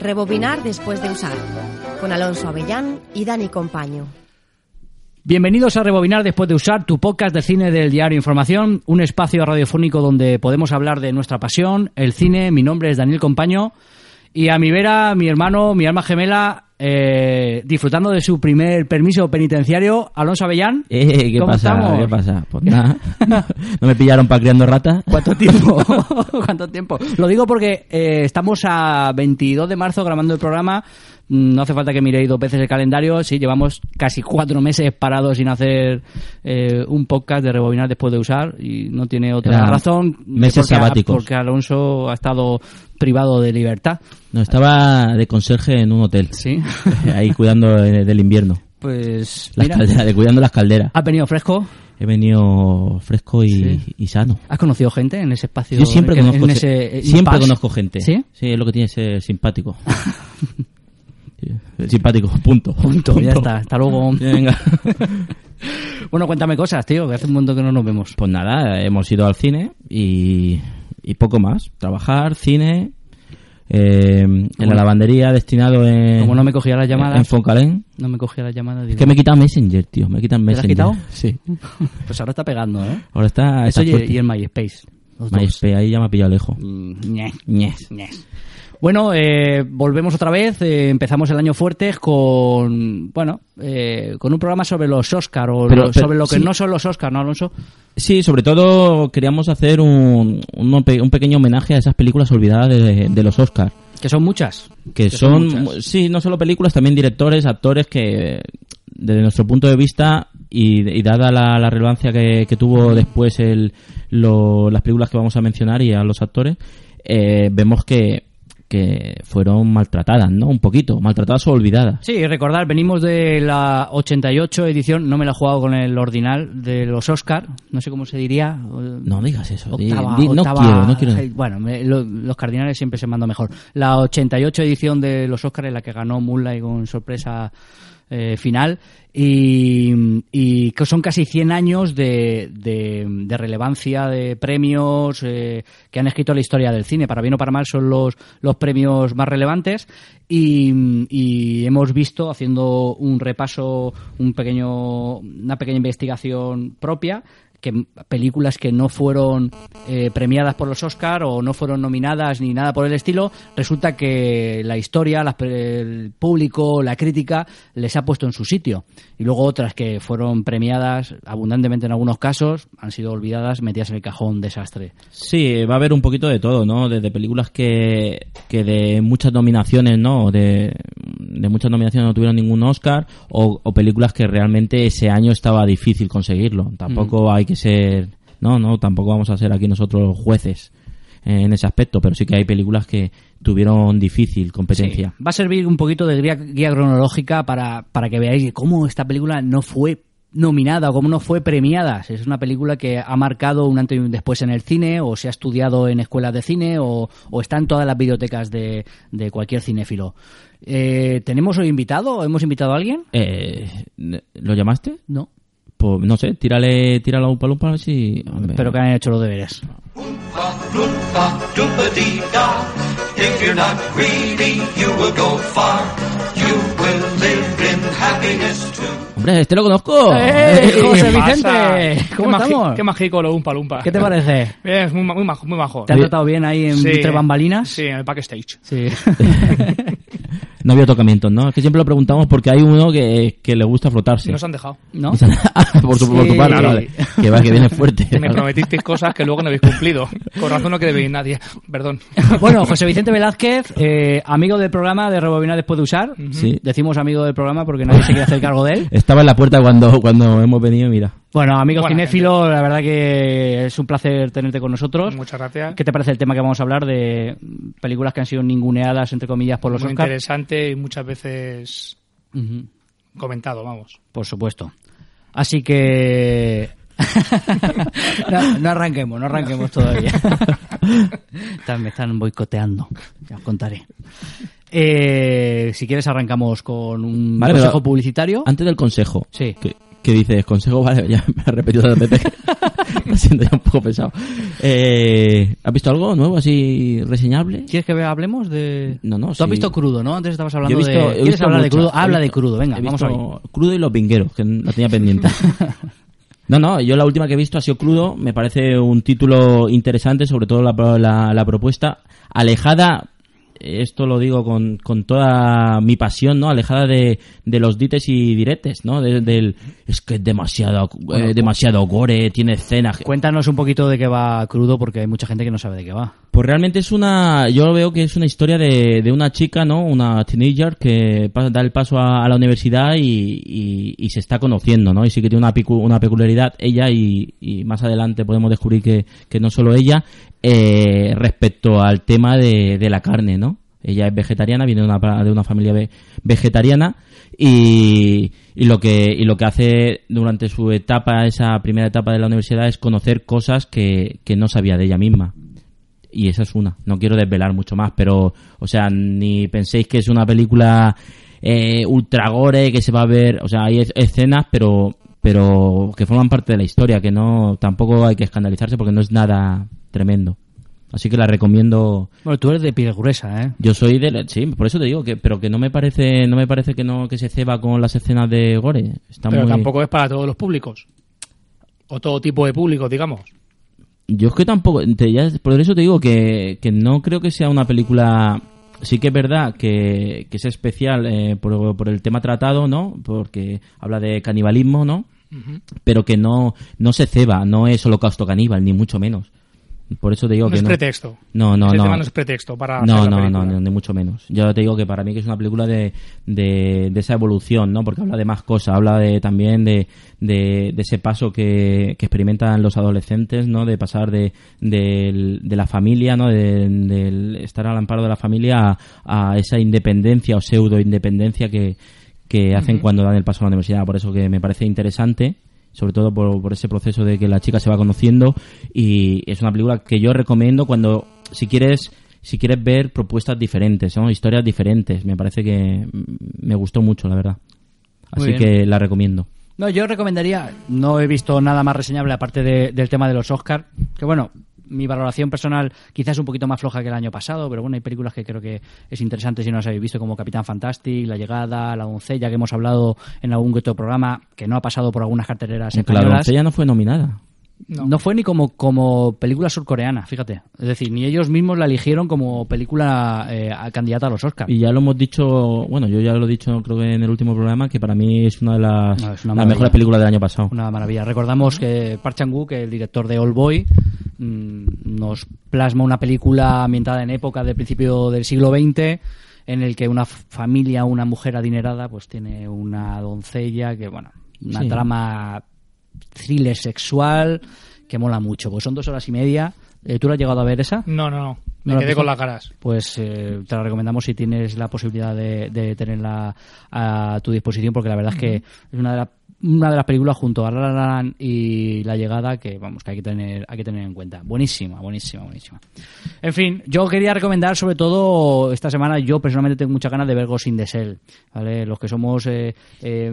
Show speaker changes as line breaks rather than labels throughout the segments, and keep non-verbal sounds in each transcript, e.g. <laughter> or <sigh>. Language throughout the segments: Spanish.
Rebobinar después de usar, con Alonso Avellán y Dani Compaño.
Bienvenidos a Rebobinar después de usar tu podcast de cine del diario Información, un espacio radiofónico donde podemos hablar de nuestra pasión, el cine. Mi nombre es Daniel Compaño y a mi vera, mi hermano, mi alma gemela, eh, disfrutando de su primer permiso penitenciario, Alonso Avellán.
Eh, ¿qué,
¿Cómo
pasa?
estamos?
¿Qué pasa?
<laughs>
Pues nada, no me pillaron para criando ratas.
¿Cuánto tiempo? <laughs> ¿Cuánto tiempo? Lo digo porque eh, estamos a 22 de marzo grabando el programa. Mm, No hace falta que miréis dos veces el calendario. Sí, llevamos casi cuatro meses parados sin hacer eh, un podcast de rebobinar después de usar y no tiene otra
Eran
razón.
meses
porque,
sabáticos.
Porque Alonso ha estado privado de libertad.
No, estaba de conserje en un hotel,
Sí.
<laughs> ahí cuidando eh, del invierno,
Pues
las
mira,
calderas, de- cuidando las calderas.
ha venido fresco.
He venido fresco y,
Sí.
y sano.
¿Has conocido gente en ese espacio?
Yo siempre
en- en
conozco,
ese, eh,
siempre
impasse?
conozco gente.
¿Sí?
es lo que tiene
<laughs>
ser simpático. Sí, simpático, punto.
Punto, ya está. Hasta luego.
Venga.
<laughs> Bueno, cuéntame cosas, tío, que hace un montón que no nos vemos.
Pues nada, hemos ido al cine y, y poco más. Trabajar, cine, eh, en la lavandería destinado en,
Como no me cogía las
Eh, en
llamadas,
Foncalén.
no me cogía las llamadas.
Es
Digo,
que me he quitado Messenger, tío. Me quitan
¿Te lo has
Messenger.
quitado?
Sí.
Pues ahora está pegando, ¿eh?
Ahora está,
Eso
Ah, está
y,
fuerte.
y el MySpace. Los dos.
MySpace, ahí ya me ha pillado lejos.
Mm, ñe,
Ñes.
ñe. Bueno, eh, volvemos otra vez. eh, empezamos el año fuerte con, bueno, eh, con un programa sobre los Oscar o
Pero-
lo-
pero-
sobre lo que
sí.
no son los Oscar, ¿no, Alonso?
Sí, sobre todo queríamos hacer un, un, pe- un pequeño homenaje a esas películas olvidadas de, de los Oscars.
Que son muchas.
que,
son
son,
muchas.
sí no solo películas también directores actores que desde nuestro punto de vista y, y dada la, la relevancia que, que tuvo después el, lo- las películas que vamos a mencionar y a los actores eh, vemos que, que fueron maltratadas no un poquito maltratadas o olvidadas
Sí, recordar, venimos de la 88 edición, no me la he jugado con el ordinal, de los Oscar, no sé cómo se diría.
no digas eso di-
Octava-
di- no
octava-
quiero no quiero
eh, Bueno, me- lo- los cardinales siempre se mandan mejor. La 88 edición de los Óscar en la que ganó Moonlight con sorpresa eh, final y, y que son casi 100 años de, de- de relevancia de premios eh, que han escrito la historia del cine. Para bien o para mal son los, los premios más relevantes y, y hemos visto haciendo un repaso, un pequeño, una pequeña investigación propia que m- películas que no fueron eh, premiadas por los Oscar o no fueron nominadas ni nada por el estilo, resulta que la historia, las pe- el público, la crítica les ha puesto en su sitio. Y luego otras que fueron premiadas abundantemente en algunos casos, han sido olvidadas, metidas en el cajón desastre.
Sí, va a haber un poquito de todo, ¿no? Desde películas que, que de muchas nominaciones, ¿no? De, de muchas nominaciones no tuvieron ningún Oscar, o, o películas que realmente ese año estaba difícil conseguirlo. Tampoco hay que ser, no, no, tampoco vamos a ser aquí nosotros jueces eh, en ese aspecto, pero sí que hay películas que tuvieron difícil competencia.
Va a servir un poquito de guía, guía cronológica para, para que veáis cómo esta película no fue nominada o cómo no fue premiada. Es una película que ha marcado un antes y un después en el cine o se ha estudiado en escuelas de cine o, o está en todas las bibliotecas de, de cualquier cinéfilo. Eh, ¿Tenemos hoy invitado? ¿Hemos invitado a alguien?
Eh, ¿Lo llamaste?
No.
Pues no sé, tírale, tírale a un palumpa a ver si...
Espero que hayan hecho los deberes.
Oompa, loompa, dee da. If you're not greedy, you will go far. You will live in happiness too.
Hombre, este lo conozco.
<laughs> ¡Eh, José
<laughs> ¿Qué
Vicente!
pasa?
¿Cómo
qué magi-
estamos?
Qué mágico lo Umpa Lumpa. <laughs>
¿Qué te parece?
Bien, muy, ma- muy majo, muy majo.
¿Te ha tratado bien ahí en
Sí.
entre bambalinas?
Sí, en el backstage.
Sí. <laughs>
No había tocamientos, ¿no? Es que siempre lo preguntamos porque hay uno que, que le gusta frotarse.
Nos han dejado.
¿No?
<laughs> por, tu, por tu
Sí.
parte, vale. Que va, que viene fuerte.
<laughs>
Que me prometisteis cosas que luego no habéis cumplido. Con razón no que debéis nadie.
<laughs>
Perdón.
Bueno, José Vicente Velázquez, eh, amigo del programa de Rebobinar después de usar.
<laughs> Sí.
Decimos amigo del programa porque nadie se quiere hacer cargo de él.
Estaba en la puerta cuando, cuando hemos venido, mira.
<laughs> Bueno, amigo
Buena
cinéfilo, la verdad que es un placer tenerte con nosotros.
Muchas gracias.
¿Qué te parece el tema que vamos a hablar de películas que han sido ninguneadas, entre comillas, por los
muy
Oscars?
interesante y muchas veces comentado, vamos.
Por supuesto. Así <laughs> que. no, no arranquemos, no arranquemos <laughs> todavía. Están- me están boicoteando, ya os contaré. Eh, si quieres, arrancamos con un
Vale,
consejo
pero-
publicitario.
Antes del consejo.
Sí. <laughs>
Que, que dices, consejo, vale, ya me ha repetido dos veces. <laughs> Lo siento, ya un poco pesado. Eh, ¿Has visto algo nuevo, así reseñable?
¿Quieres que vea- hablemos de.?
No, no,
Tú
sí.
has visto crudo, ¿no? Antes estabas hablando
Yo he visto-
de.
he
¿Quieres
visto
hablar de
mucho.
crudo?
He
Habla de
visto-
crudo, venga,
he
vamos a
visto
ver.
Crudo y los vingueros, que la tenía
<laughs>
pendiente. No, no, yo la última que he visto ha sido Crudo, me parece un título interesante, sobre todo la, pro- la- la propuesta alejada, esto lo digo con, con toda mi pasión, ¿no? Alejada de, de los dites y diretes, ¿no? De- del, es que es demasiado, eh, demasiado gore, tiene escenas,
Cuéntanos un poquito de qué va crudo, porque hay mucha gente que no sabe de qué va.
pues realmente es una, yo veo que es una historia de, de una chica, ¿no? Una teenager que pa- da el paso a, a la universidad y, y- y se está conociendo, ¿no? Y sí que tiene una, picu- una peculiaridad ella y, y más adelante podemos descubrir que, que no solo ella eh, respecto al tema de, de la carne, ¿no? Ella es vegetariana, viene de una, pa- de una familia ve- vegetariana y, y lo que, y lo que hace durante su etapa, esa primera etapa de la universidad, es conocer cosas que, que no sabía de ella misma. Y esa es una. No quiero desvelar mucho más, pero, o sea, ni penséis que es una película eh, ultra gore que se va a ver. O sea, hay es- escenas, pero, pero que forman parte de la historia, que no, tampoco hay que escandalizarse porque no es nada tremendo. Así que la recomiendo.
Bueno, tú eres de piel gruesa, ¿eh?
Yo soy de, la- sí, por eso te digo que, pero que no me parece, no me parece que no que se ceba con las escenas de gore. Está
Pero
muy-
tampoco es para todos los públicos. O todo tipo de públicos, digamos.
Yo es que tampoco, te- ya- por eso te digo que, que no creo que sea una película, sí que es verdad que, que es especial eh, por, por el tema tratado, ¿no? Porque habla de canibalismo, ¿no? Pero que no, no se ceba, no es holocausto caníbal, ni mucho menos. Por eso te digo
No
que
es
no.
pretexto.
No, no,
Ese
no.
tema no es pretexto para.
No,
hacer la
no, no,
película.
no, ni mucho menos. Yo te digo que para mí que es una película de, de, de esa evolución, ¿no? Porque habla de más cosas, habla de también de, de, de ese paso que, que experimentan los adolescentes, ¿no? De pasar de, del- de la familia, ¿no? De, del estar al amparo de la familia a, a esa independencia o pseudo independencia que, que hacen cuando dan el paso a la universidad. Por eso que me parece interesante sobre todo por, por ese proceso de que la chica se va conociendo y es una película que yo recomiendo cuando si quieres si quieres ver propuestas diferentes ¿no? historias diferentes me parece que mm, me gustó mucho la verdad
Muy
así
bien.
que la recomiendo
No, yo recomendaría, no he visto nada más reseñable aparte de- del tema de los Oscar, que bueno, mi valoración personal quizás es un poquito más floja que el año pasado, pero bueno, hay películas que creo que es interesante si no las habéis visto, como Capitán Fantastic, La Llegada, La Doncella, que hemos hablado en algún que otro programa, que no ha pasado por algunas carteleras
Aunque la
españolas.
doncella no fue nominada
No. fue ni como, como película surcoreana, fíjate. Es decir, ni ellos mismos la eligieron como película eh, a- candidata a los Oscars.
y ya lo hemos dicho bueno yo ya lo he dicho creo que en el último programa que para mí es una de las,
No, es una
las
maravilla.
mejores películas del año pasado
Una maravilla. Recordamos que Park Chan-wook, el director de All Boy, mm, nos plasma una película ambientada en época del principio del siglo XX en el que una f- familia, una mujer adinerada, pues tiene una doncella que, bueno, una
Sí.
trama thriller sexual que mola mucho. Pues son dos horas y media. Eh, ¿Tú la has llegado a ver esa?
No, no, no. Me
¿No la
quedé
has visto?
con las caras.
Pues eh, te la recomendamos si tienes la posibilidad de, de tenerla a tu disposición, porque la verdad es que es una de, las una de las películas junto a La La Land y La Llegada que vamos que hay que tener hay que tener en cuenta. Buenísima, buenísima, buenísima. En fin, yo quería recomendar sobre todo esta semana yo personalmente tengo muchas ganas de ver Ghost in the Shell, ¿vale? Los que somos eh, eh,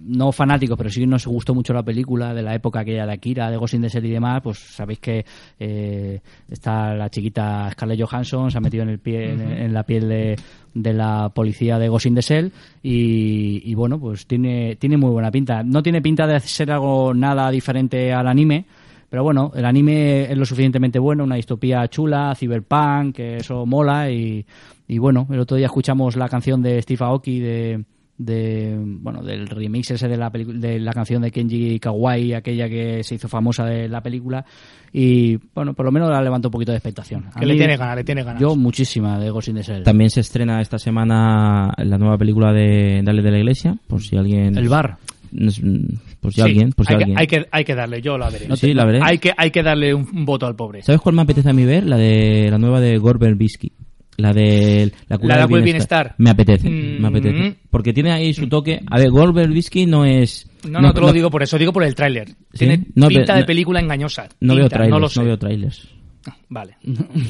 no fanáticos, pero sí que nos gustó mucho la película de la época aquella de Akira, de Ghost in the Shell y demás, pues sabéis que eh, está la chiquita Scarlett Johansson, se ha metido en el pie en, en la piel de, de la policía de Ghost in the Shell y, y bueno, pues tiene tiene muy buena pinta. No tiene pinta de ser algo nada diferente al anime, pero bueno, el anime es lo suficientemente bueno, una distopía chula, cyberpunk, que eso mola y, y bueno, el otro día escuchamos la canción de Steve Aoki de, de bueno, del remix ese de la pelicu- de la canción de Kenji Kawai, aquella que se hizo famosa de la película y bueno, por lo menos la levantó un poquito de expectación. A
Que le
mí-
tiene ganas, le tiene ganas.
Yo muchísima de Ghost in the Shell.
también se estrena esta semana la nueva película de Dale de la Iglesia por si alguien
El bar. pues
nos- por si
Sí,
alguien por si
hay,
alguien
Que, hay, que, hay que darle, yo la veré.
No te- Sí, la veré.
Hay que, hay que darle un, un voto al pobre.
¿Sabes cuál me apetece a mí ver? La de la nueva de Gorbel Bisky. La de la cura
La de
del
Cura del Bienestar.
Me apetece, me
Mm.
apetece. Porque tiene ahí su toque. A ver, Gorbel Bisky no es.
No, no, te lo digo por eso, digo por el tráiler. Tiene
No,
pinta
pero-
de
no-
película engañosa.
No veo
Pinta,
trailers.
No
No,
lo sé.
veo trailers. <laughs>
Vale.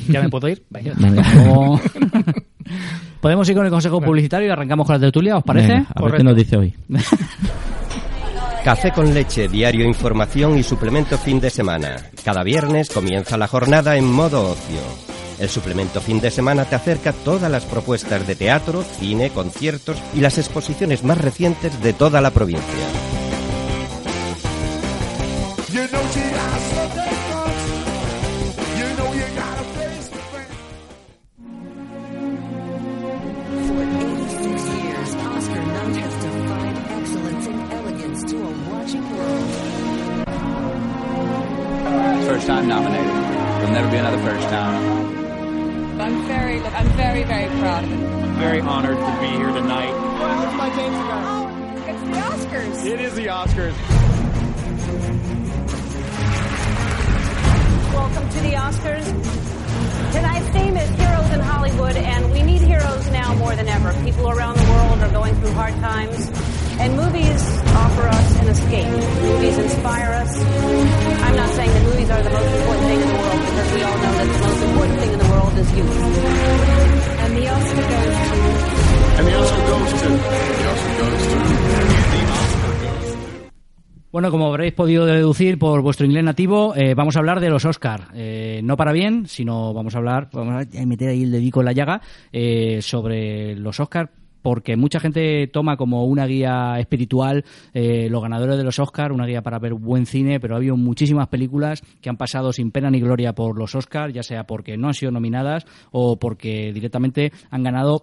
¿Ya me puedo ir? Venga.
Venga. <laughs>
Como- <laughs> Podemos ir con el consejo publicitario y arrancamos con la tertulia, ¿os parece?
Venga, a ver
Correcto.
qué nos dice hoy.
Café con leche, diario información y suplemento fin de semana. Cada viernes comienza la jornada en modo ocio. El suplemento fin de semana te acerca todas las propuestas de teatro, cine, conciertos y las exposiciones más recientes de toda la provincia.
For 86 years, Oscar Knight has defied excellence and elegance to a watching world.
First time nominated. There'll never be another first time.
I'm very, I'm very, very proud of it.
Very honored to be here tonight.
It's the Oscars.
It is the Oscars.
Welcome to the Oscars. Tonight's theme is heroes in Hollywood, and we need heroes now more than ever. People around the world are going through hard times, and movies offer us an escape. Movies inspire us. I'm not saying that movies are the most important thing in the world, because we all know that the most important thing in the world is youth. And the Oscar goes to
Bueno, como habréis podido deducir por vuestro inglés nativo, eh, vamos a hablar de los Oscar. Eh, no para bien, sino vamos a hablar, vamos a meter ahí el dedico en la llaga, eh, sobre los Oscar. Porque mucha gente toma como una guía espiritual eh, los ganadores de los Oscar, una guía para ver buen cine, pero ha habido muchísimas películas que han pasado sin pena ni gloria por los Oscar, ya sea porque no han sido nominadas o porque directamente han ganado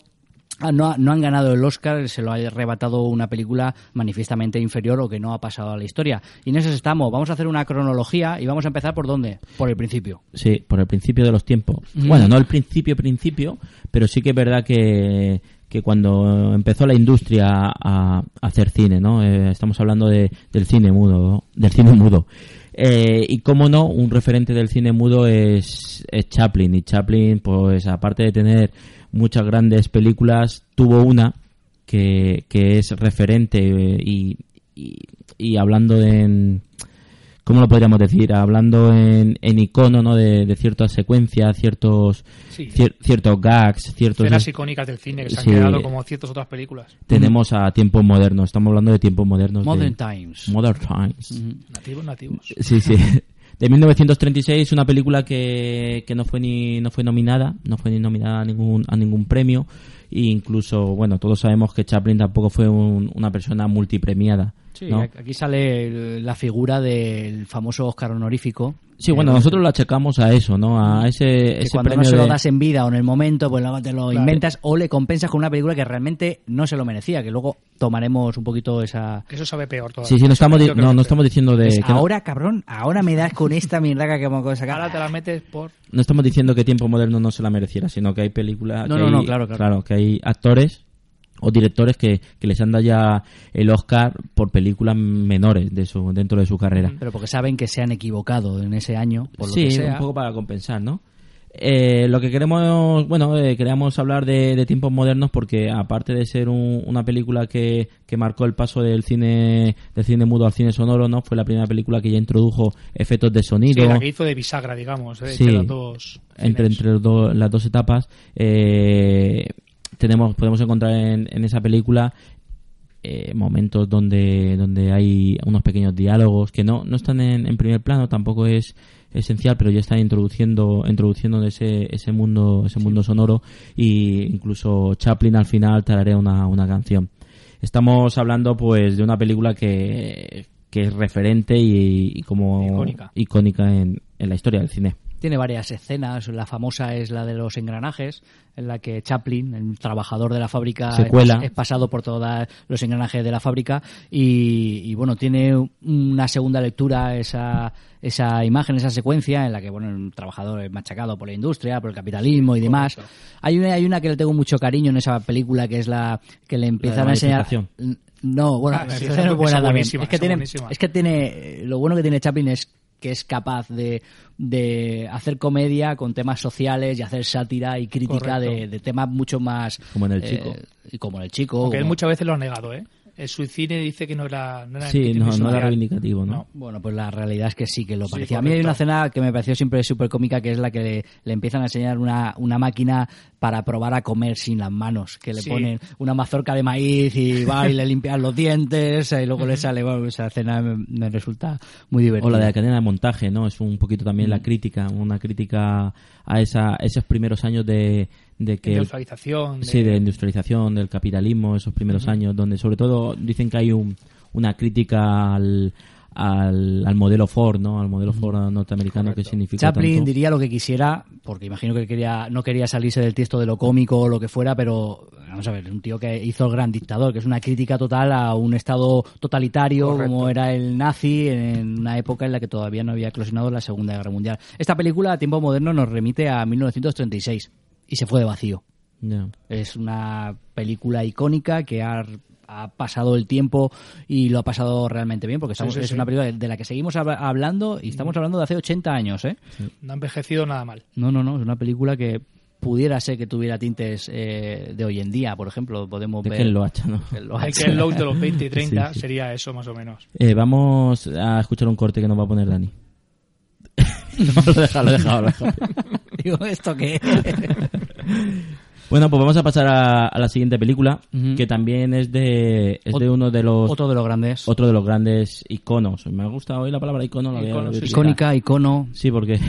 Ah, no, ha- no han ganado el Oscar, se lo ha arrebatado una película manifiestamente inferior o que no ha pasado a la historia. Y en eso estamos. Vamos a hacer una cronología y vamos a empezar por dónde? Por el principio.
Sí, por el principio de los tiempos. Bueno, no el principio, principio, pero sí que es verdad que, que cuando empezó la industria a, a hacer cine, ¿no? Eh, estamos hablando de- del cine mudo, ¿no? del cine mudo. Eh, y cómo no, un referente del cine mudo es, es Chaplin. Y Chaplin, pues aparte de tener muchas grandes películas, tuvo una que, que es referente eh, y, y, y hablando en, ¿cómo lo podríamos decir? Hablando en, en icono, ¿no? De, de ciertas secuencias, ciertos,
Sí.
cier- ciertos gags, ciertos...
Escenas icónicas del cine que se han
Sí.
quedado como ciertas otras películas.
Tenemos a tiempos modernos, estamos hablando de tiempos modernos. de-
Modern Times.
Modern Times.
Nativos, nativos.
Sí, <laughs> sí. De 1936, una película que, que no fue ni no fue nominada, no fue ni nominada a ningún a ningún premio e incluso, bueno, todos sabemos que Chaplin tampoco fue un- una persona multipremiada.
Sí,
¿no?
ac- aquí sale el- la figura del famoso Oscar honorífico.
Sí, bueno,
Eh,
nosotros lo achacamos a eso, ¿no? A ese,
que
ese
cuando no
premio
se lo
de-
das en vida o en el momento, pues lo- te lo inventas o le compensas con una película que realmente no se lo merecía, que luego tomaremos un poquito esa...
Que Eso sabe peor todavía.
Sí, sí, no estamos, di-
Yo creo
no, no
que es peor.
estamos diciendo de...
Es,
Eh, que no-
ahora, cabrón, ahora me das con esta mierda que vamos a sacar.
Ahora te la metes por...
no estamos diciendo que Tiempo Moderno no se la mereciera, sino que hay películas...
No,
que
no,
hay-
no, claro, claro.
que hay actores o directores que, que les han dado ya el Oscar por películas menores de su, dentro de su carrera.
Pero porque saben que se han equivocado en ese año, por lo
Mm. sí,
que sea.
un poco para compensar, ¿no? Eh, lo que queremos, bueno, eh, queríamos hablar de, de tiempos modernos porque aparte de ser un- una película que, que marcó el paso del cine del cine mudo al cine sonoro, ¿no? Fue la primera película que ya introdujo efectos de sonido.
Sí, la que hizo de bisagra, digamos, eh,
Sí.
entre las dos...
entre,
cines.
entre los dos- las dos etapas eh, tenemos podemos encontrar en, en esa película eh, momentos donde donde hay unos pequeños diálogos que no no están en, en primer plano tampoco es esencial pero ya están introduciendo introduciendo ese, ese mundo ese mundo sonoro y incluso Chaplin al final tararea una, una canción estamos hablando pues de una película que que es referente y, y como
Icónica.
icónica en, en la historia del cine
Tiene varias escenas. La famosa es la de los engranajes, en la que Chaplin, el trabajador de la fábrica,
Se cuela.
Es, es pasado por todos los engranajes de la fábrica. Y, y, bueno, tiene una segunda lectura esa, esa imagen, esa secuencia, en la que bueno, un trabajador es machacado por la industria, por el capitalismo y demás. Hay una, hay una que le tengo mucho cariño en esa película, que es la que le empiezan a enseñar.
manifestación.
No, bueno,
Ah,
la
sí,
empieza
esa-
es buena
esa
también.
buenísima,
Es que,
esa
tiene,
buenísima.
es que tiene. Lo bueno que tiene Chaplin es que es capaz de, de hacer comedia con temas sociales y hacer sátira y crítica
Correcto.
de, de temas mucho más.
Como en El Chico.
y como en el chico.
Aunque él
como-
muchas veces lo ha negado, ¿eh? El suicidio dice que no era, no era
Sí, no, no era
social.
reivindicativo, ¿no?
No.
Bueno, pues la realidad es que sí que lo
Sí,
parecía. a mí hay
correcto.
una escena que me pareció siempre súper cómica, que es la que le, le empiezan a enseñar una, una máquina para probar a comer sin las manos, que le
Sí.
ponen una mazorca de maíz y va y le limpian los dientes eh, y luego le sale, bueno, esa escena me, me resulta muy divertida.
O la de la cadena de montaje, ¿no? Es un poquito también
Mm.
la crítica, una crítica a esa, esos primeros años de, de que...
De visualización, de-
Sí, de industrialización, del capitalismo, esos primeros años, donde sobre todo dicen que hay un, una crítica al, al, al modelo Ford, ¿no? Al modelo Ford norteamericano que significa
Chaplin
tanto.
diría lo que quisiera, porque imagino que quería, no quería salirse del texto de lo cómico o lo que fuera, pero vamos a ver, un tío que hizo el gran dictador, que es una crítica total a un estado totalitario como era el nazi en una época en la que todavía no había eclosionado la Segunda Guerra Mundial. Esta película a tiempo moderno nos remite a 1936 y se fue de vacío.
Ya.
Es una película icónica que ha, ha pasado el tiempo y lo ha pasado realmente bien, porque estamos-
sí,
es
sí. Mm.
una película de la que seguimos hab- hablando y estamos hablando de hace 80 años. ¿eh?
No ha envejecido
<laughs>
nada mal.
No, no, no, es una película que pudiera ser que tuviera tintes eh, de hoy en día, por ejemplo, podemos
De
ver...
Ken Loach, ¿no?
Ken Loach.
Hay que
<laughs>
el load de los 20 y 30
Sí, sí.
sería eso más o menos.
Eh, vamos a escuchar un corte que nos va a poner Dani. no, lo deja, lo deja, lo deja.
<laughs> Digo, ¿esto qué es?
Bueno, pues vamos a pasar a, a la siguiente película,
Ujú.
que también es de, es de
Ot-
uno de
<laughs>
los
Otro de los grandes.
otro de los grandes iconos. Me ha gustado hoy la palabra icono. La voy a
Icono, sí, sí.
utilizar.
Icónica, icono...
Sí, porque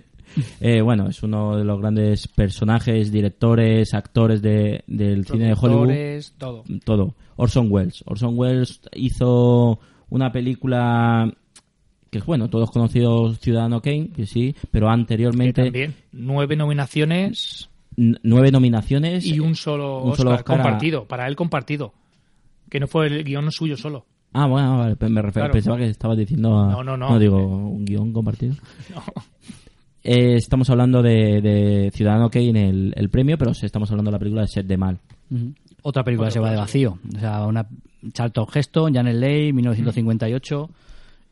<laughs> eh, bueno, es uno de los grandes personajes, directores, actores de- del cine de Hollywood.
Productores, todo.
Todo. Orson Welles. Orson Welles hizo una película que es bueno, todos conocidos Ciudadano Kane, que sí, pero
Que
anteriormente
también. Nueve nominaciones
n- nueve nominaciones
y un solo
un
Oscar,
solo Oscar a-
compartido. Para él compartido. Que no fue el guión suyo solo.
Ah, bueno, vale, pues me refiero,
Claro.
pensaba que estabas diciendo a-
No, no, no.
digo, un guión
<laughs>
compartido. Eh, estamos hablando de, de Ciudadano Kane, el, el premio, pero sí estamos hablando de la película de Set de Mal.
Ujú. Otra película se va de vacío. O sea, una Charlton Heston, Janet Leigh, 1958,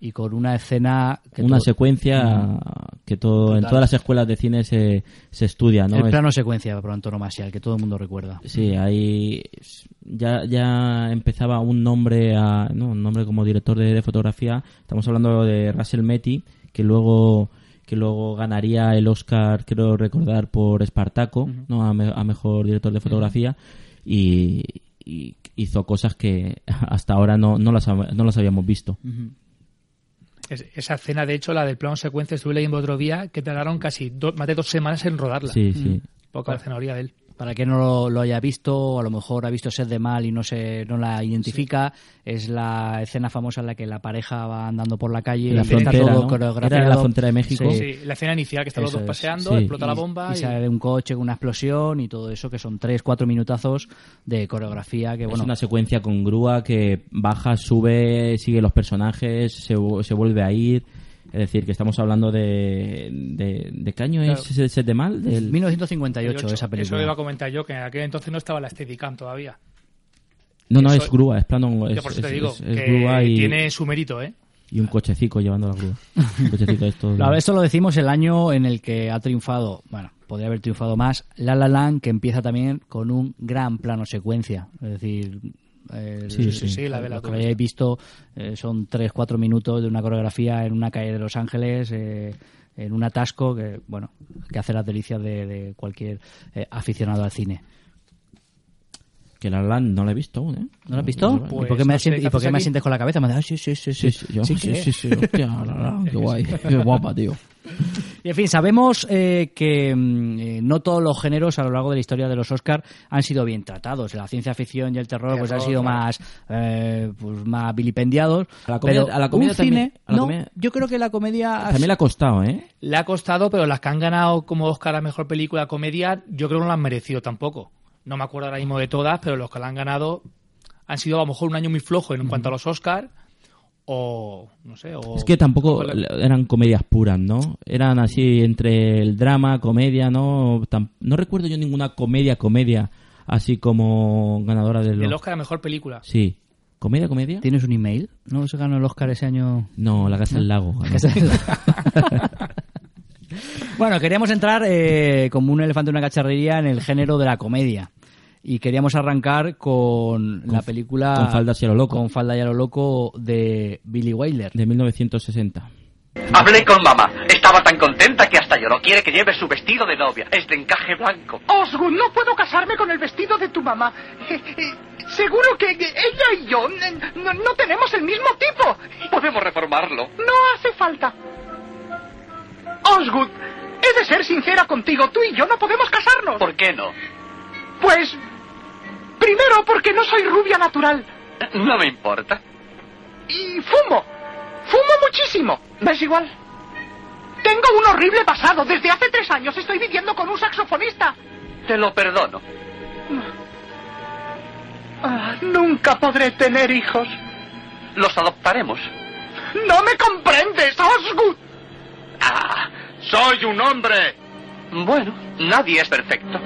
y con una escena... que
Una
todo-
secuencia que todo en todas las escuelas de cine se, se estudia, ¿no?
El
Es-
plano secuencia, por antonomasia, el que todo el mundo recuerda.
sí, ahí es- ya, ya empezaba un nombre, a- ¿no? un nombre como director de, de fotografía. Estamos hablando de Russell Metty, que luego que luego ganaría el Oscar, creo recordar, por Espartaco, ¿no? a, me- a mejor director de fotografía. y, y hizo cosas que <laughs> hasta ahora no, no, las, hab- no las habíamos visto.
Es- esa escena, de hecho, la del plano secuencia, estuve leyendo otro día, que tardaron casi do- más de dos semanas en rodarla.
Sí, Ah. sí.
Poca escenaría de él.
Para que no lo, lo haya visto, a lo mejor ha visto Sed de Mal y no se no la identifica, es la escena famosa en la que la pareja va andando por la calle
En la
y está
frontera,
todo
¿no?
coreografiado.
Era en la frontera de México.
Sí.
Sí, la escena inicial, que están los
Eso
dos
es,
paseando,
sí.
explota la
Y-
bomba
y,
y,
sale un coche con una explosión y todo eso, que son tres, cuatro minutazos de coreografía que, bueno,
es una secuencia con grúa que baja, sube, sigue los personajes, se, vu- se vuelve a ir. Es decir, que estamos hablando de. ¿De, de qué año
Claro.
es ese set de mal? Del,
1958 esa
Eso lo iba a
película.
comentar yo, que en aquel entonces no estaba la Steadicam todavía.
no, no,
eso-
es grúa, es plano. Es,
yo por eso te
es-
digo,
es- es
que
grúa y,
tiene su mérito, ¿eh?
y un cochecico llevando la grúa. Un cochecito de
<laughs>
estos-
Claro, Esto lo decimos el año en el que ha triunfado, bueno, podría haber triunfado más, La La Land, que empieza también con un gran plano secuencia. Es decir, el-
Sí, sí,
sí, la de la
lo que
comida.
habéis visto eh, son 3-4 minutos de una coreografía en una calle de Los Ángeles. eh, en un atasco que, bueno, que hace las delicias de, de cualquier eh, aficionado al cine.
Que la Land no la he visto aún, ¿eh?
¿No lo has visto? ¿Y
Pues
por qué me,
no sé,
asien-
¿qué
y por qué
haces
me
aquí?
sientes con la cabeza? Me haces, "Ah, sí, sí, sí, sí,
yo-
sí que es".
hostia, la Land, qué guay, qué guapa, tío.
Y en fin, sabemos eh, que mm, eh, no todos los géneros a lo largo de la historia de los Oscar han sido bien tratados. La ciencia ficción y el terror pues han
Terror,
sido
claro.
más, eh, pues, más vilipendiados.
A la comedia-
pero
a la comedia
un
también-
cine-
a la
no,
comedia-
yo creo que la comedia...
También le ha costado, ¿eh?
Le ha costado, pero las que han ganado como Oscar a Mejor Película Comedia, yo creo que no las han merecido tampoco. No me acuerdo ahora mismo de todas, pero los que la han ganado han sido a lo mejor un año muy flojo en cuanto a los Oscar o no sé o
Es que tampoco
Ojalá.
eran comedias puras, ¿no? Eran así entre el drama, comedia, ¿no? Tam- no recuerdo yo ninguna comedia, comedia, así como ganadora del...
el Oscar a Mejor Película
Sí. ¿Comedia, comedia?
¿Tienes un email? ¿No se ganó el Oscar ese <laughs> año?
No, La Casa del Lago. ganó.
bueno, queríamos entrar eh, como un elefante en una cacharrería en el género de la comedia. Y queríamos arrancar con, la película.
con Faldas y a lo loco.
Con Falda y a lo loco de Billy Wilder.
de 1960.
Hablé con mamá. Estaba tan contenta que hasta lloró. Quiere que lleve su vestido de novia. Es de encaje blanco.
Osgood, no puedo casarme con el vestido de tu mamá. Eh, eh, Seguro que que ella y yo eh, no, no tenemos el mismo tipo.
Podemos reformarlo.
No hace falta. Osgood, he de ser sincera contigo. Tú y yo no podemos casarnos.
¿Por qué no?
Pues, primero porque no soy rubia natural.
No me importa.
Y fumo. Fumo muchísimo. ¿Ves igual? Tengo un horrible pasado. Desde hace tres años estoy viviendo con un saxofonista.
Te lo perdono.
Ah, nunca podré tener hijos.
Los adoptaremos.
No me comprendes, Osgood.
Ah, soy un hombre. Bueno, nadie es perfecto.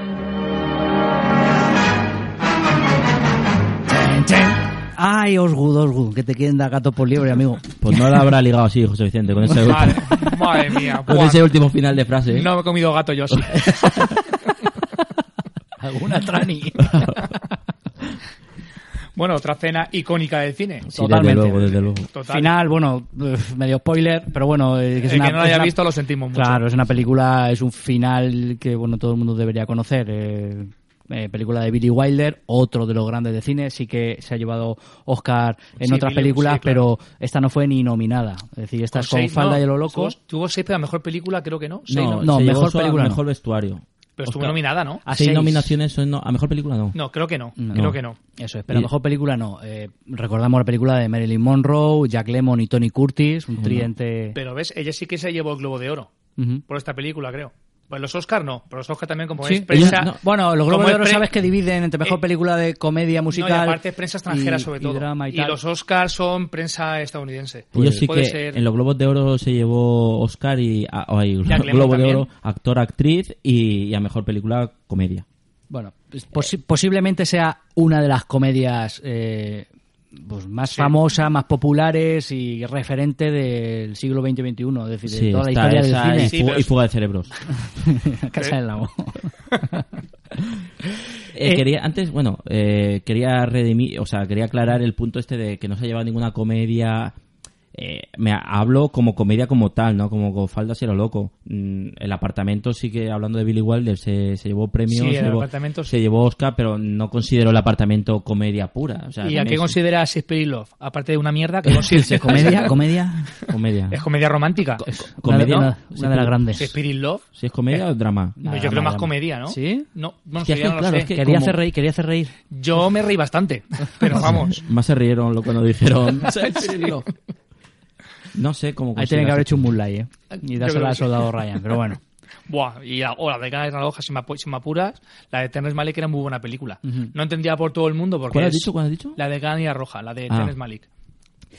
Ay, Osgood, Osgood, que te quieren dar gato por liebre, amigo.
Pues no la habrá ligado así, José Vicente, con ese,
<laughs> Madre, madre mía.
<laughs> con
buah,
ese último final de frase. ¿eh?
No me he comido gato yo
<laughs>
sí.
Alguna
<laughs>
trani.
bueno, otra escena icónica del cine.
Sí,
Totalmente.
desde luego, desde luego.
Total.
Final, bueno, uf, medio spoiler, pero bueno, eh, que es
El
una,
que no lo
es
haya
una-
visto lo sentimos mucho.
Claro, es una película, es un final que bueno todo el mundo debería conocer. eh, eh, película de Billy Wilder, otro de los grandes de cine, sí que se ha llevado Oscar en
Sí,
otras
Billy-
películas,
sí, claro.
pero esta no fue ni nominada. Es decir, esta es con
seis,
Falda
no,
y lo loco.
Tuvo, tuvo seis, pero mejor película creo que no. Seis,
No,
no,
no,
se llevó
mejor
solo a
película no.
Mejor vestuario.
Pero estuvo
Oscar,
nominada, ¿no?
A
seis
seis.
nominaciones son no- a mejor película no.
No, creo que no.
No.
Creo que no.
Eso es, pero
Y-
mejor película no. Eh, recordamos la película de Marilyn Monroe, Jack Lemmon y Tony Curtis, un tridente.
Pero ves, ella sí que se llevó el Globo de Oro
Ujú.
por esta película, creo. Pues los Oscar no, pero los Oscar también como
Sí,
es prensa...
ellos- no, bueno, los Globos
como
de
es
Oro
pre-
sabes que dividen entre mejor
Eh,
película de comedia musical.
No, y aparte es prensa extranjera
y-
sobre
y
todo.
drama y,
y
tal. Pues
los Oscars son prensa estadounidense.
Yo sí
Pues Puede
que
ser-
en los Globos de Oro se llevó Oscar y a, o hay <laughs>
Jack Lemmon
Globo de
también.
Oro actor actriz y, y a mejor película comedia.
Bueno, pues, posi- posiblemente sea una de las comedias eh, pues, más famosas, más populares y referente del siglo XX-XXI, es decir, de
Sí,
toda la
está
historia del
esa
cine.
y,
Sí,
fuga,
pero
y
es-
Fuga de
<laughs>
cerebros.
<laughs> Casa del Amo.
Eh,
Eh,
quería antes, bueno, eh, quería redimir, o sea, quería aclarar el punto este de que no se ha llevado ninguna comedia. eh, me ha- hablo como comedia como tal, ¿no? Como con faldas y lo loco. Mm, el apartamento sí que hablando de Billy Wilder se, se llevó premios,
Sí, el
se, llevó,
apartamento sí.
se llevó Oscar, pero no considero el apartamento comedia pura. O sea,
¿Y a
también
qué
es-
consideras Spirit Love? Aparte de una
<laughs>
mierda que consideras. <laughs>
Sí, comedia, comedia.
comedia?
Es comedia romántica.
comedia,
Una,
¿no?
de-
Sí,
una de las
pero-
grandes.
Spirit Love.
Si es comedia o drama.
No,
Nada,
yo creo
nada,
más
nada.
comedia, ¿no?
¿Sí?
No, bueno,
Es que es
eso ya
que,
no lo
claro,
sé.
es que
Quería
como-
hacer reír, quería hacer reír.
Yo me reí bastante, pero vamos.
Más se rieron lo cuando
<laughs>
dijeron. no sé cómo.
Ahí tienen que haber
consideras
hecho un Moonlight, ¿eh? Y
Yo
dársela
creo
al
que
soldado Ryan, pero bueno.
Buah, y la, o la de Ganas de la Hoja, si me, apu- si me apuras, la de Ternes Malik era muy buena película. No entendía por todo el mundo porque
¿Cuál has
es
dicho? ¿Cuál has dicho?
la de Ganas y la Roja, la de
Ah.
Ternes Malik.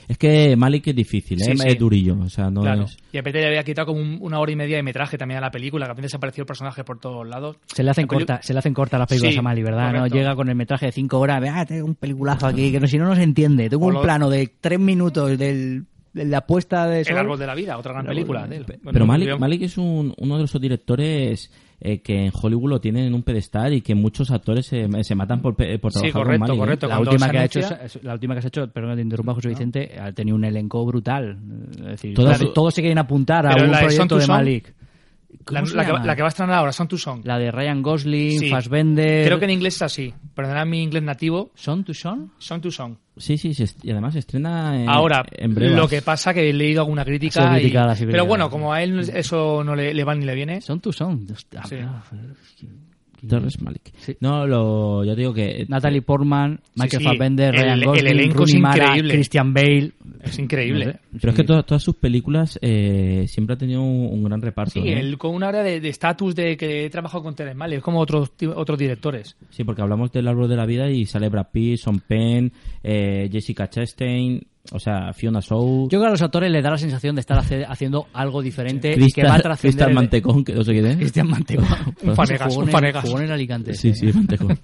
Es que Malik es difícil, ¿eh?
Sí, sí.
es durillo. O sea, no
claro.
es-
Y aparte le había quitado como un- una hora y media de metraje también a la película, que a veces apareció el personaje por todos lados.
Se le hacen
La peli-
corta, se le hacen cortas las películas
Sí,
a Mali, ¿verdad? No
correcto.
llega con el metraje de 5 horas, ah, tengo un peliculazo aquí, que no, si no no se entiende. Tengo
O
un
lo-
plano de 3 minutos del, de la puesta de sol.
El árbol de la vida, otra gran película. de él.
Pe-
Bueno,
Pero Malik,
yo-
Malik es un- uno de esos directores eh, que en Hollywood lo tienen en un pedestal y que muchos actores se, se matan por, pe- por
Sí,
trabajar con
correcto,
Malik. ¿eh?
correcto.
la
cuando
última
se
que ha hecho,
anuncia-
es- la última que has hecho, perdón que te interrumpa José Vicente, ha tenido un elenco brutal. Es decir,
Todas
claro,
su-
todos se quieren apuntar a
Pero
un
la de Son
proyecto
to
de
Son,
Malik.
La,
¿Cómo se
la que,
llama?
va- la que va a estrenar ahora, Son to Song.
La de Ryan Gosling,
Sí.
Fassbender.
Creo que en inglés es así. Perdonad mi inglés nativo.
¿Son to Son?
Son to Song.
Sí, sí, se est- y además se estrena en,
Ahora,
en breve.
lo que pasa que he leído alguna
Ha
crítica.
sido
y-
criticada, sí,
pero
criticada.
bueno, como a él eso no le, le va ni le viene.
Son to Son. Hostia, pues,
Sí.
Torres Malik. No, lo, yo digo que... eh,
Natalie Portman, Michael
sí.
Fassbender,
El-
Ryan
el
Gosling,
elenco es
Rooney Mara,
increíble.
Christian Bale.
Es
No
increíble.
sé.
Pero es que todas, todas sus películas eh, siempre ha tenido un, un gran reparto.
Sí,
¿eh?
él con una área de de estatus de, que he trabajado con Terence Malick, es como otros, ti- otros directores.
Sí, porque hablamos del árbol de la vida y sale Brad Pitt, Sean Penn, eh, Jessica Chastain, o sea, Fiona Shaw,
Yo creo que a los actores les da la sensación de estar hace- haciendo algo diferente y que va a
Crystal,
trascender.
Crystal
el-
Mantecón, que no sé quién es. Pues,
Cristian
<laughs>
Mantecón.
<laughs> Un fanegas,
Jugó en-
un fanegas.
jugó en el Alicante.
Sí, sí, Mantecón.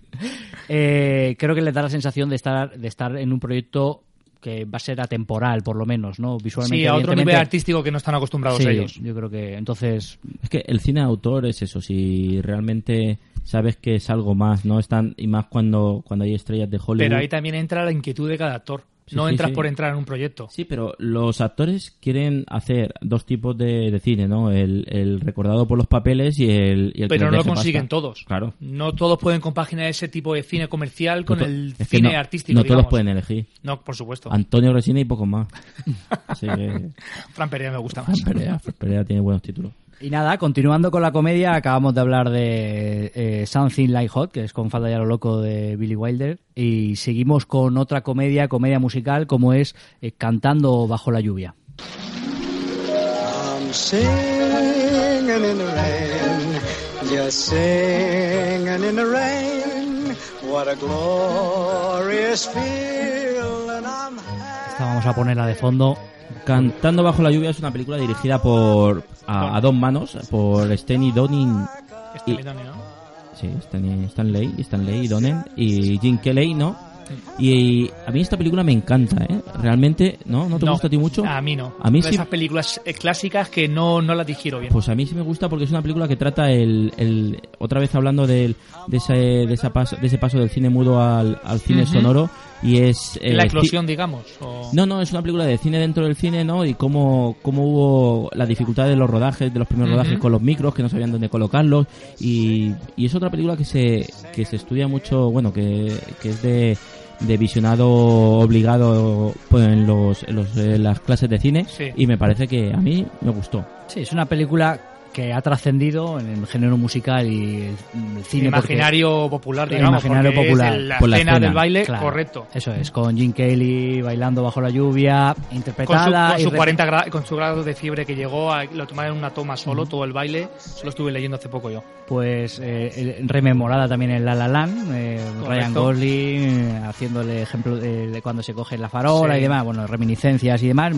Eh, creo que les da la sensación de estar, de estar en un proyecto que va a ser atemporal, por lo menos, ¿no? Visualmente.
Sí, a otro
evidentemente-
nivel artístico que no están acostumbrados
Sí,
ellos.
yo creo que entonces
Es que el cine de autor es eso, si realmente sabes que es algo más, ¿no? Están, y más cuando, cuando hay estrellas de Hollywood.
Pero ahí también entra la inquietud de cada actor.
Sí,
no
sí,
entras
sí.
por entrar en un proyecto.
Sí, pero los actores quieren hacer dos tipos de, de cine, ¿no? El, el recordado por los papeles y el, y el que
Pero
les
no lo
deje
consiguen
pasta.
todos.
Claro.
No todos pueden compaginar ese tipo de cine comercial con
No to-
el
es que
cine
no-
artístico.
No todos
digamos.
pueden elegir.
No, por supuesto.
Antonio Resina y poco
<laughs>
más. Así que
Fran Perea me gusta más.
Perea, Perea tiene buenos títulos.
Y nada, continuando con la comedia, acabamos de hablar de eh, Something Like Hot, que es con Falda y a lo loco de Billy Wilder, y seguimos con otra comedia, comedia musical, como es eh, Cantando bajo la lluvia.
I'm singing in the rain, just singing in the rain. What a glorious feeling I'm
Esta vamos a ponerla de fondo.
Cantando bajo la lluvia es una película dirigida por a, a dos manos, por Steny Donen y sí, Steny- Stanley, Stanley Donen y Jim Kelly, ¿no? Y, a mí esta película me encanta, ¿eh? Realmente, ¿no? ¿No te gusta a ti mucho?
A mí no.
A mí
Una de
sí.
Esas películas eh, clásicas que no, no las digiero bien.
Pues a mí sí me gusta porque es una película que trata el, el- otra vez hablando del, de, ese, de, esa paso, de ese paso del cine mudo al, al cine
Ujú.
sonoro y es eh,
la
ci-
eclosión, digamos. o-
No, no, es una película de cine dentro del cine, ¿no? Y cómo, cómo hubo la dificultad de los rodajes, de los primeros
Ujú.
rodajes con los micros, que no sabían dónde colocarlos. Y, y es otra película que se, que se estudia mucho, bueno, que, que es de, de visionado obligado pues, en, los, en, los- en las clases de cine.
Sí.
Y me parece que a mí me gustó.
Sí, es una película que ha trascendido en el género musical y el, el cine. porque-
Imaginario popular, digamos,
Imaginario
porque
popular.
es el- la
Por la
escena
escena,
del baile,
claro.
correcto.
Eso es, con Jim Kelly bailando bajo la lluvia,
Con su,
interpretada.
con
y
su
re-
40 gra- con su grado de fiebre que llegó, a- lo tomaron en una toma solo, todo el baile. Eso lo estuve leyendo hace poco yo.
pues eh, el- rememorada también en La La Land, eh,
Correcto.
Ryan Gosling eh, haciéndole ejemplo de, de cuando se coge la farola
Sí.
y demás, bueno, reminiscencias y demás,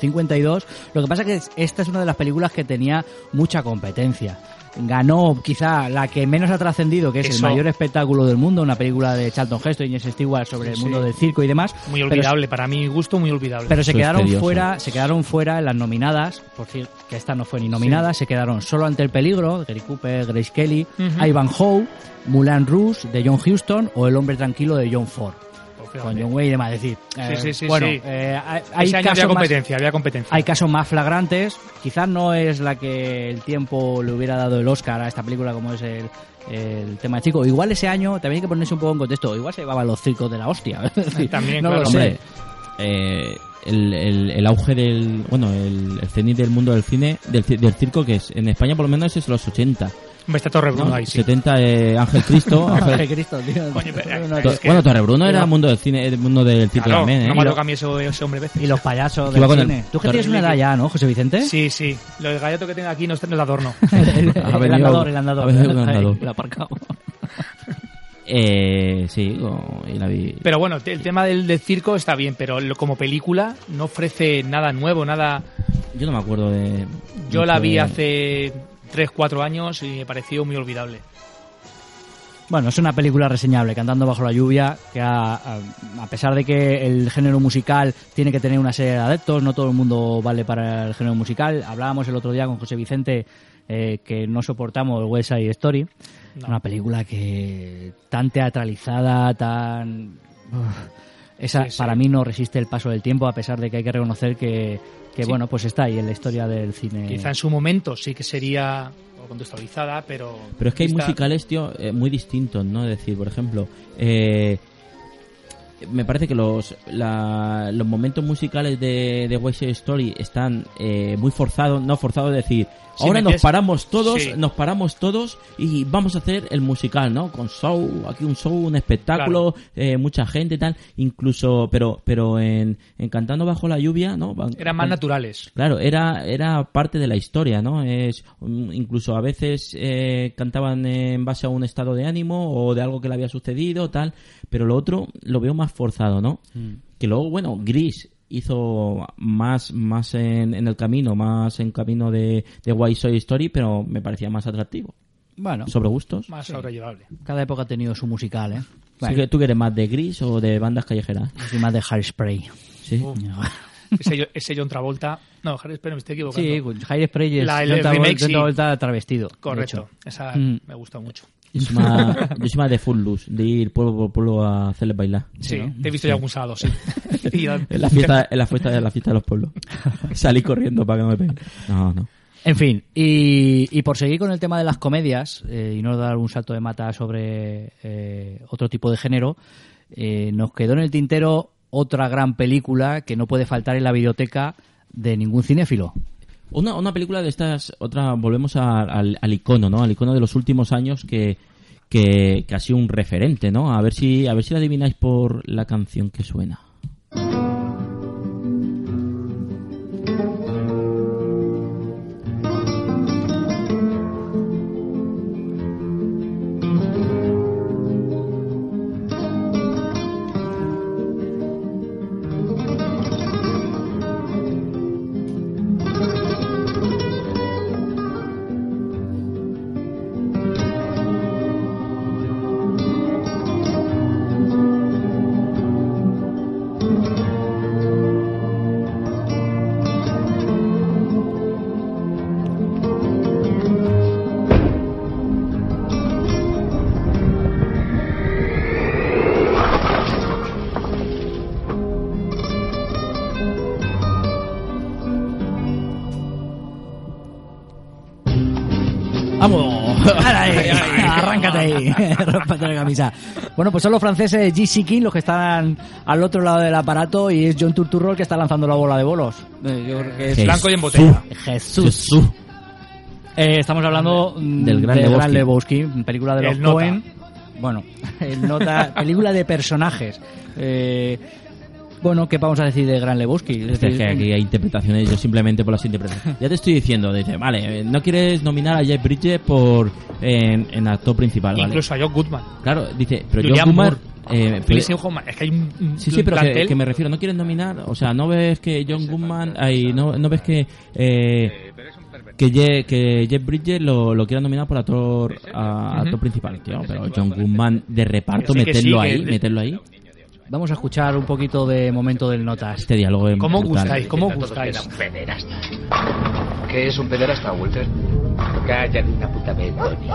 1952. Lo que pasa que es- esta es una de las películas que tenía mucha competencia. Ganó quizá la que menos ha trascendido, que es
Eso.
el mayor espectáculo del mundo, una película de Charlton Heston y Inés Stewart sobre
Sí,
el
sí.
mundo del circo y demás.
Muy
Pero-
olvidable, para mi gusto, muy olvidable.
pero se quedaron fuera, se quedaron fuera en las nominadas, por decir que esta no fue ni nominada, se quedaron solo ante el peligro, Gary Cooper, Grace Kelly,
Ujú.
Ivan Howe, Mulan Rouge de John Houston o El hombre tranquilo de John Ford. Con John Wayne y demás, es decir, eh,
sí, sí, sí.
bueno,
sí.
eh, hay- hay
Ese año
casos más-
había competencia, había competencia.
hay casos más flagrantes, quizás no es la que el tiempo le hubiera dado el Oscar a esta película como es el, el tema chico. Igual ese año, también hay que ponerse un poco en contexto, igual se llevaban los circos de la hostia. <laughs> es decir,
Eh, También,
no lo
claro.
sé.
Hombre, eh, el, el- el auge del bueno el, el cenit del mundo del cine del, ci- del circo que es en España por lo menos es los 80
Me está Torre Bruno
¿no?
este ahí, sí.
70 eh, Ángel
<laughs>
Cristo
<laughs>
Ángel-
Ángel Cristo, tío.
eh,
<laughs> No,
To-
es que-
bueno Torre Bruno era
Iba-
el mundo del cine el mundo del circo
Claro,
también ¿eh?
no
Y
me ha
lo-
tocado a mí eso- ese hombre veces.
Y los payasos
Que iba
del
con el-
cine. Tú que
Torre
tienes una edad ya, ¿no, José Vicente?
Sí, sí. Lo del gallato que tengo aquí no está en el
<laughs>
adorno.
El,
<laughs> Ha
el
venido-
andador, el andador.
ha venido un andador.
Ahí, lo ha aparcado.
eh, sí o- y la vi
Pero bueno, el tema del, del circo está bien, pero lo- como película no ofrece nada nuevo, nada...
yo no me acuerdo de
Yo la
mucho
vi
de-
hace 3, 4 años y me pareció muy olvidable.
Bueno, es una película reseñable, Cantando bajo la lluvia, que a, a- a pesar de que el género musical tiene que tener una serie de adeptos, no todo el mundo vale para el género musical. Hablábamos el otro día con José Vicente eh, que no soportamos el West Side Story, una película que tan teatralizada, tan... Esa para mí no resiste el paso del tiempo, a pesar de que hay que reconocer que, que,
Sí.
bueno, pues está ahí en la historia del cine.
Quizá en su momento sí que sería o contextualizada, pero...
Pero es que hay
esta-
musicales, tío, eh, muy distintos, ¿no? Es decir, por ejemplo, eh, me parece que los, la- los momentos musicales de, de West Side Story están eh, muy forzados, no forzados, es decir,
Sí,
ahora
metías-
nos paramos todos,
sí.
nos paramos todos y vamos a hacer el musical, ¿no? Con show, aquí un show, un espectáculo, eh, mucha gente y tal, incluso, pero, pero en, en Cantando Bajo la Lluvia, ¿no? Van-
Eran más
van-
naturales.
Claro, era, era parte de la historia, ¿no? Es, mm, incluso a veces eh, cantaban en base a un estado de ánimo o de algo que le había sucedido, tal, pero lo otro lo veo más forzado, ¿no? Que luego, bueno, Gris hizo más, más en, en el camino, más en camino de, de Why Soy Story, pero me parecía más atractivo.
Bueno,
Sobre gustos.
Más sobrellevable.
cada época ha tenido su musical, ¿eh?
Sí que ¿Tú quieres más de Gris o de bandas callejeras?
Yo soy más de
<laughs>
Hairspray.
Sí.
Ese, yo- ese John Travolta... No, Harry, espera, me estoy equivocando.
pues,
Sí, Hairspray pues, es
La- el
John Travol-
remake,
John
sí.
Travolta travestido. de
Correcto.
hecho.
Esa
Mm.
me gusta mucho.
Yo soy más, yo soy más de Footloose, de ir pueblo por pueblo a hacerles bailar.
Sí,
¿no?
te he visto ya algún
<laughs>
sábado, sí. Y ya-
En la fiesta, en la fiesta, en la fiesta de los <laughs> pueblos. Salí corriendo para que no me peguen. No, no.
En fin, y, y por seguir con el tema de las comedias eh, y no dar un salto de mata sobre eh, otro tipo de género, eh, nos quedó en el tintero otra gran película que no puede faltar en la biblioteca de ningún cinéfilo.
Una, una película de estas, otra, volvemos a- al, al icono, ¿no? Al icono de los últimos años que, que, que ha sido un referente, ¿no? A ver si, a ver si la adivináis por la canción que suena. ¡Vamos!
¡Hala ahí! ¡Arráncate ahí! <laughs> ¡Rómpate la camisa! Bueno, pues son los franceses GC King los que están al otro lado del aparato y es John Turturro el que está lanzando la bola de bolos. Eh, yo creo que es-
Jesús. Blanco y en botella.
Jesús. Eh, estamos hablando mm,
Del Gran
de
Lebowski.
Lebowski, película de los
El Nota.
Coen. Bueno, <laughs> el nota, película de personajes. Eh, bueno, ¿qué vamos a decir de Gran Lebowski? Es
Este Es que
decir,
aquí hay interpretaciones, yo simplemente por las interpretaciones. Ya te estoy diciendo, dice, vale, eh, no quieres nominar a Jeff Bridges por, eh, en, en actor principal, ¿vale?
Incluso a John Goodman.
Claro, dice, pero
Julian
John Goodman...
Moore, Ah,
eh,
Felicity Huffman. Es que hay un, un
Sí, sí, pero que,
plantel.
que me refiero, no quieres nominar, o sea, no ves que John Goodman, ahí, no, no ves que eh, que, Je- que Jeff Bridges lo, lo quiera nominar por actor a, actor principal, tío, pero John Goodman de reparto,
Que sí, que
meterlo
sí, que-
ahí, meterlo ahí,
Vamos a escuchar un poquito de momento del Notas.
este diálogo es
¿Cómo
brutal.
gustáis? ¿Cómo gustáis?
¿Qué es un pederasta, Walter? Cállate una puta vez, Tony.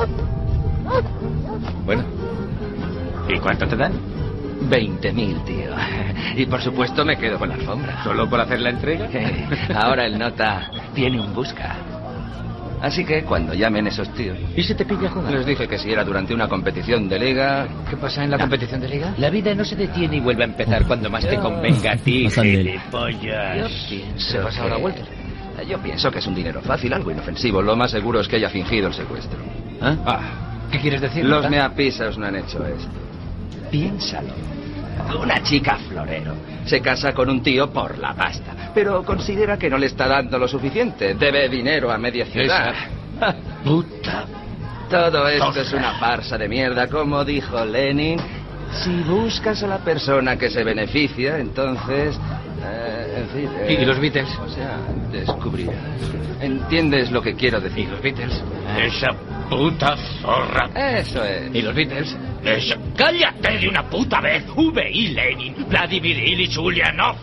Bueno. ¿Y cuánto te dan? Veinte mil, tío. Y por supuesto me quedo con la alfombra. Eh, ¿Solo por hacer la entrega? Ahora el nota tiene un busca. Así que cuando llamen esos tíos. ¿Y si te pilla jugando? Les dije que si era durante una competición de liga. ¿Qué pasa en la competición de liga? La vida no se detiene y vuelve a empezar cuando más te convenga a <laughs> ti,
Bastante.
gilipollas. ¿Se pasa ahora, Walter? Yo pienso que es un dinero fácil, algo inofensivo. Lo más seguro es que haya fingido el secuestro. ¿Eh? ¿Qué quieres decir? Los
Nota?
neapisas no han hecho esto. Piénsalo. Una chica florero se casa con un tío por la pasta, pero considera que no le está dando lo suficiente. Debe dinero a media ciudad. <laughs> Puta. Todo esto es una farsa de mierda, como dijo Lenin. Si buscas a la persona que se beneficia, entonces... eh, en fin, eh,
¿Y los Beatles?
O sea, descubrirás. ¿Entiendes lo que quiero decir? ¿Y los Beatles?
Esa puta zorra.
Eso es.
¿Y los Beatles? Esa... ¡Cállate de una puta vez! V.I. Lenin, Vladimir Ilyich Ulyanov.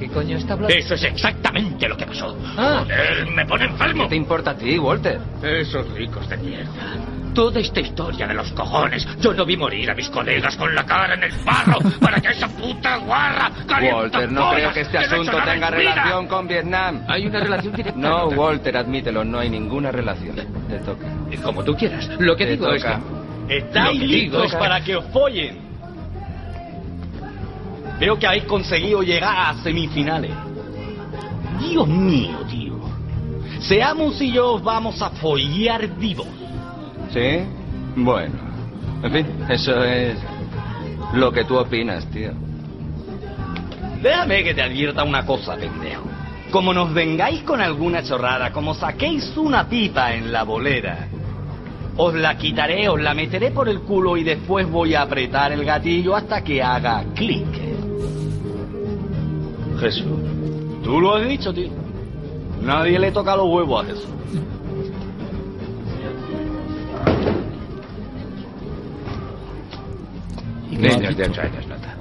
¿Qué coño está hablando?
Eso es exactamente lo que pasó.
Ah.
Joder, me pone enfermo.
¿Qué te importa a ti, Walter?
Esos ricos de mierda. Toda esta historia de los cojones. Yo no vi morir a mis colegas con la cara en el
<laughs>
barro para que esa puta guarra calienta
Walter, no creo
pollas
que este
no ha hecho
asunto
nada en
tenga
vida.
relación con Vietnam.
Hay una relación directa.
No, Walter, admítelo, no hay ninguna relación. Te toca.
Como tú quieras. Lo que
Te
digo es
toca.
que...
Estáis Lo que digo listos es que- para
que os follen. Veo que habéis conseguido llegar a semifinales. Dios mío, tío. Seamos y yo os vamos a follar vivos.
¿Sí? Bueno. En fin, eso es lo que tú opinas, tío.
Déjame que te advierta una cosa, pendejo. Como nos vengáis con alguna chorrada, como saquéis una pipa en la bolera, os la quitaré, os la meteré por el culo y después voy a apretar el gatillo hasta que haga clic. Jesús, tú lo has dicho, tío. Nadie le toca los huevos a Jesús.
Niños de ocho años, nota.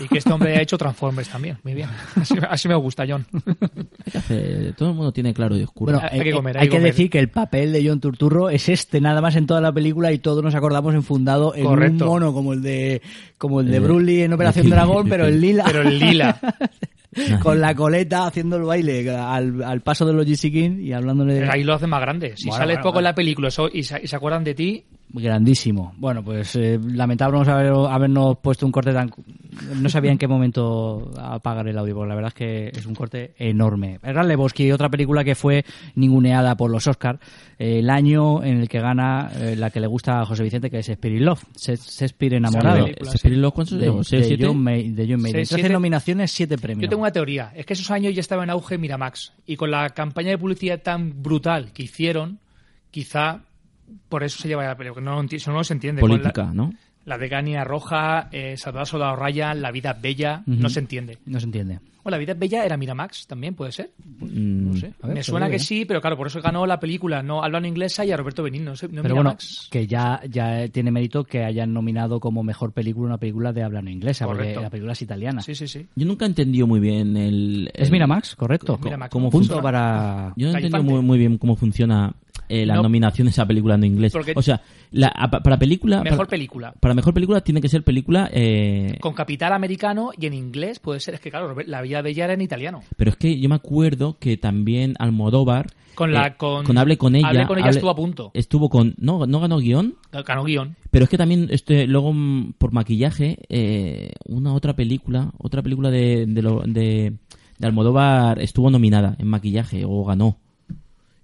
Y que este hombre ha hecho Transformers también.
<laughs>
Muy bien. Así, así me gusta, John.
Eh, Todo el mundo tiene claro y oscuro.
Bueno, hay, hay que decir que el papel de John Turturro es este, nada más en toda la película y todos nos acordamos enfundado en
Correcto.
un mono como el de como el de
Eh,
Broly en Operación
el-
Dragón, pero en lila.
Pero en lila.
<laughs> Con la coleta haciendo el baile al, al paso de los GC King y hablándole de...
Ahí lo hacen más grande. Si
Bueno,
sales
bueno,
poco en la película eso- y, se, y se acuerdan de ti,
Grandísimo. Bueno, pues eh, lamentable no haber- habernos puesto un corte tan... No sabía en qué momento apagar el audio, porque la verdad es que es un corte enorme. Gran Lebowski, otra película que fue ninguneada por los Oscar, eh, el año en el que gana eh, la que le gusta a José Vicente, que es Spirit in Love, Se- Shakespeare enamorado.
película,
Spirit sí. Love, ¿cuántos
de,
llevó? ¿Seis,
de
siete?
John May- de John Mayer.
Seis,
13
siete.
nominaciones, 7 premios.
yo tengo una teoría. Es que esos años ya estaba en auge Miramax. Y con la campaña de publicidad tan brutal que hicieron, quizá por eso se lleva la película. No, lo enti- eso no se entiende. Con la-
Política, ¿no?
La de Gania Roja, eh, Salvador Soldado Ryan, La vida es bella,
Ujú.
no se entiende.
No se entiende.
O La vida es bella era Miramax también, puede ser.
No sé.
A ver,
Me
te
suena
digo,
que
¿eh?
sí, pero claro, por eso ganó la película, no hablando inglesa y a Roberto Benigno, no, sé, no
Pero bueno,
Miramax.
que ya, ya tiene mérito que hayan nominado como mejor película una película de habla no inglesa,
Correcto.
porque la película es italiana.
Sí, sí, sí.
Yo nunca he entendido muy bien el...
Es
el-
Miramax, correcto.
co-
Miramax,
cómo
punto
funciona.
para
Yo no he entendido
Califante.
muy, muy bien cómo funciona eh, las
No.
nominaciones a película en inglés.
Porque-
O sea, la- a- pa- para película...
Mejor
para,
película.
Para mejor película tiene que ser película... eh,
Con capital americano y en inglés puede ser. Es que claro, Robert- La vida bella era en italiano.
Pero es que yo me acuerdo que también Almodóvar...
Con la-
eh,
con-
Hable con ella...
Hable con ella estuvo a punto.
Estuvo con... No, no ganó guión,
Ganó guión.
Pero es que también este, luego mm, por maquillaje, eh, una otra película, otra película de, de, lo- de- de Almodóvar estuvo nominada en maquillaje o ganó.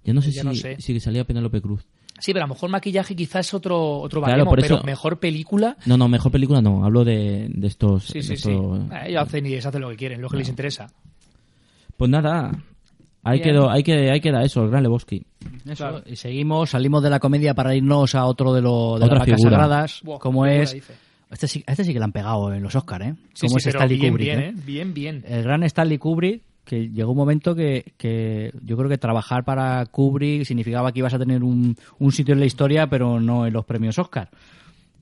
Ya no sé,
Ya
si,
no sé.
si que salía Penélope Cruz.
Sí, pero a lo mejor maquillaje quizás es otro, otro
Claro,
baremo,
por
pero
eso-
mejor película.
No, no, mejor película no, hablo de, de estos.
Sí,
de
sí, sí.
estos-
Eh, Ellos hacen y deshacen lo que quieren, lo que les interesa.
Pues nada, ahí,
Bien.
quedó, ahí, queda, ahí queda eso, el Gran Lebowski.
Eso, Y seguimos, salimos de la comedia para irnos a otro de, los de
Otra
las vacas
figura.
sagradas,
Buah,
como
qué figura
es...
dice.
Este sí, a este sí que le han pegado en los Oscars, ¿eh?
Sí,
Como
sí,
es
pero
Stanley
bien,
Kubrick,
bien,
¿eh?
¿eh? Bien, bien.
el gran Stanley Kubrick, que llegó un momento que, que yo creo que trabajar para Kubrick significaba que ibas a tener un, un sitio en la historia, pero no en los premios Oscar.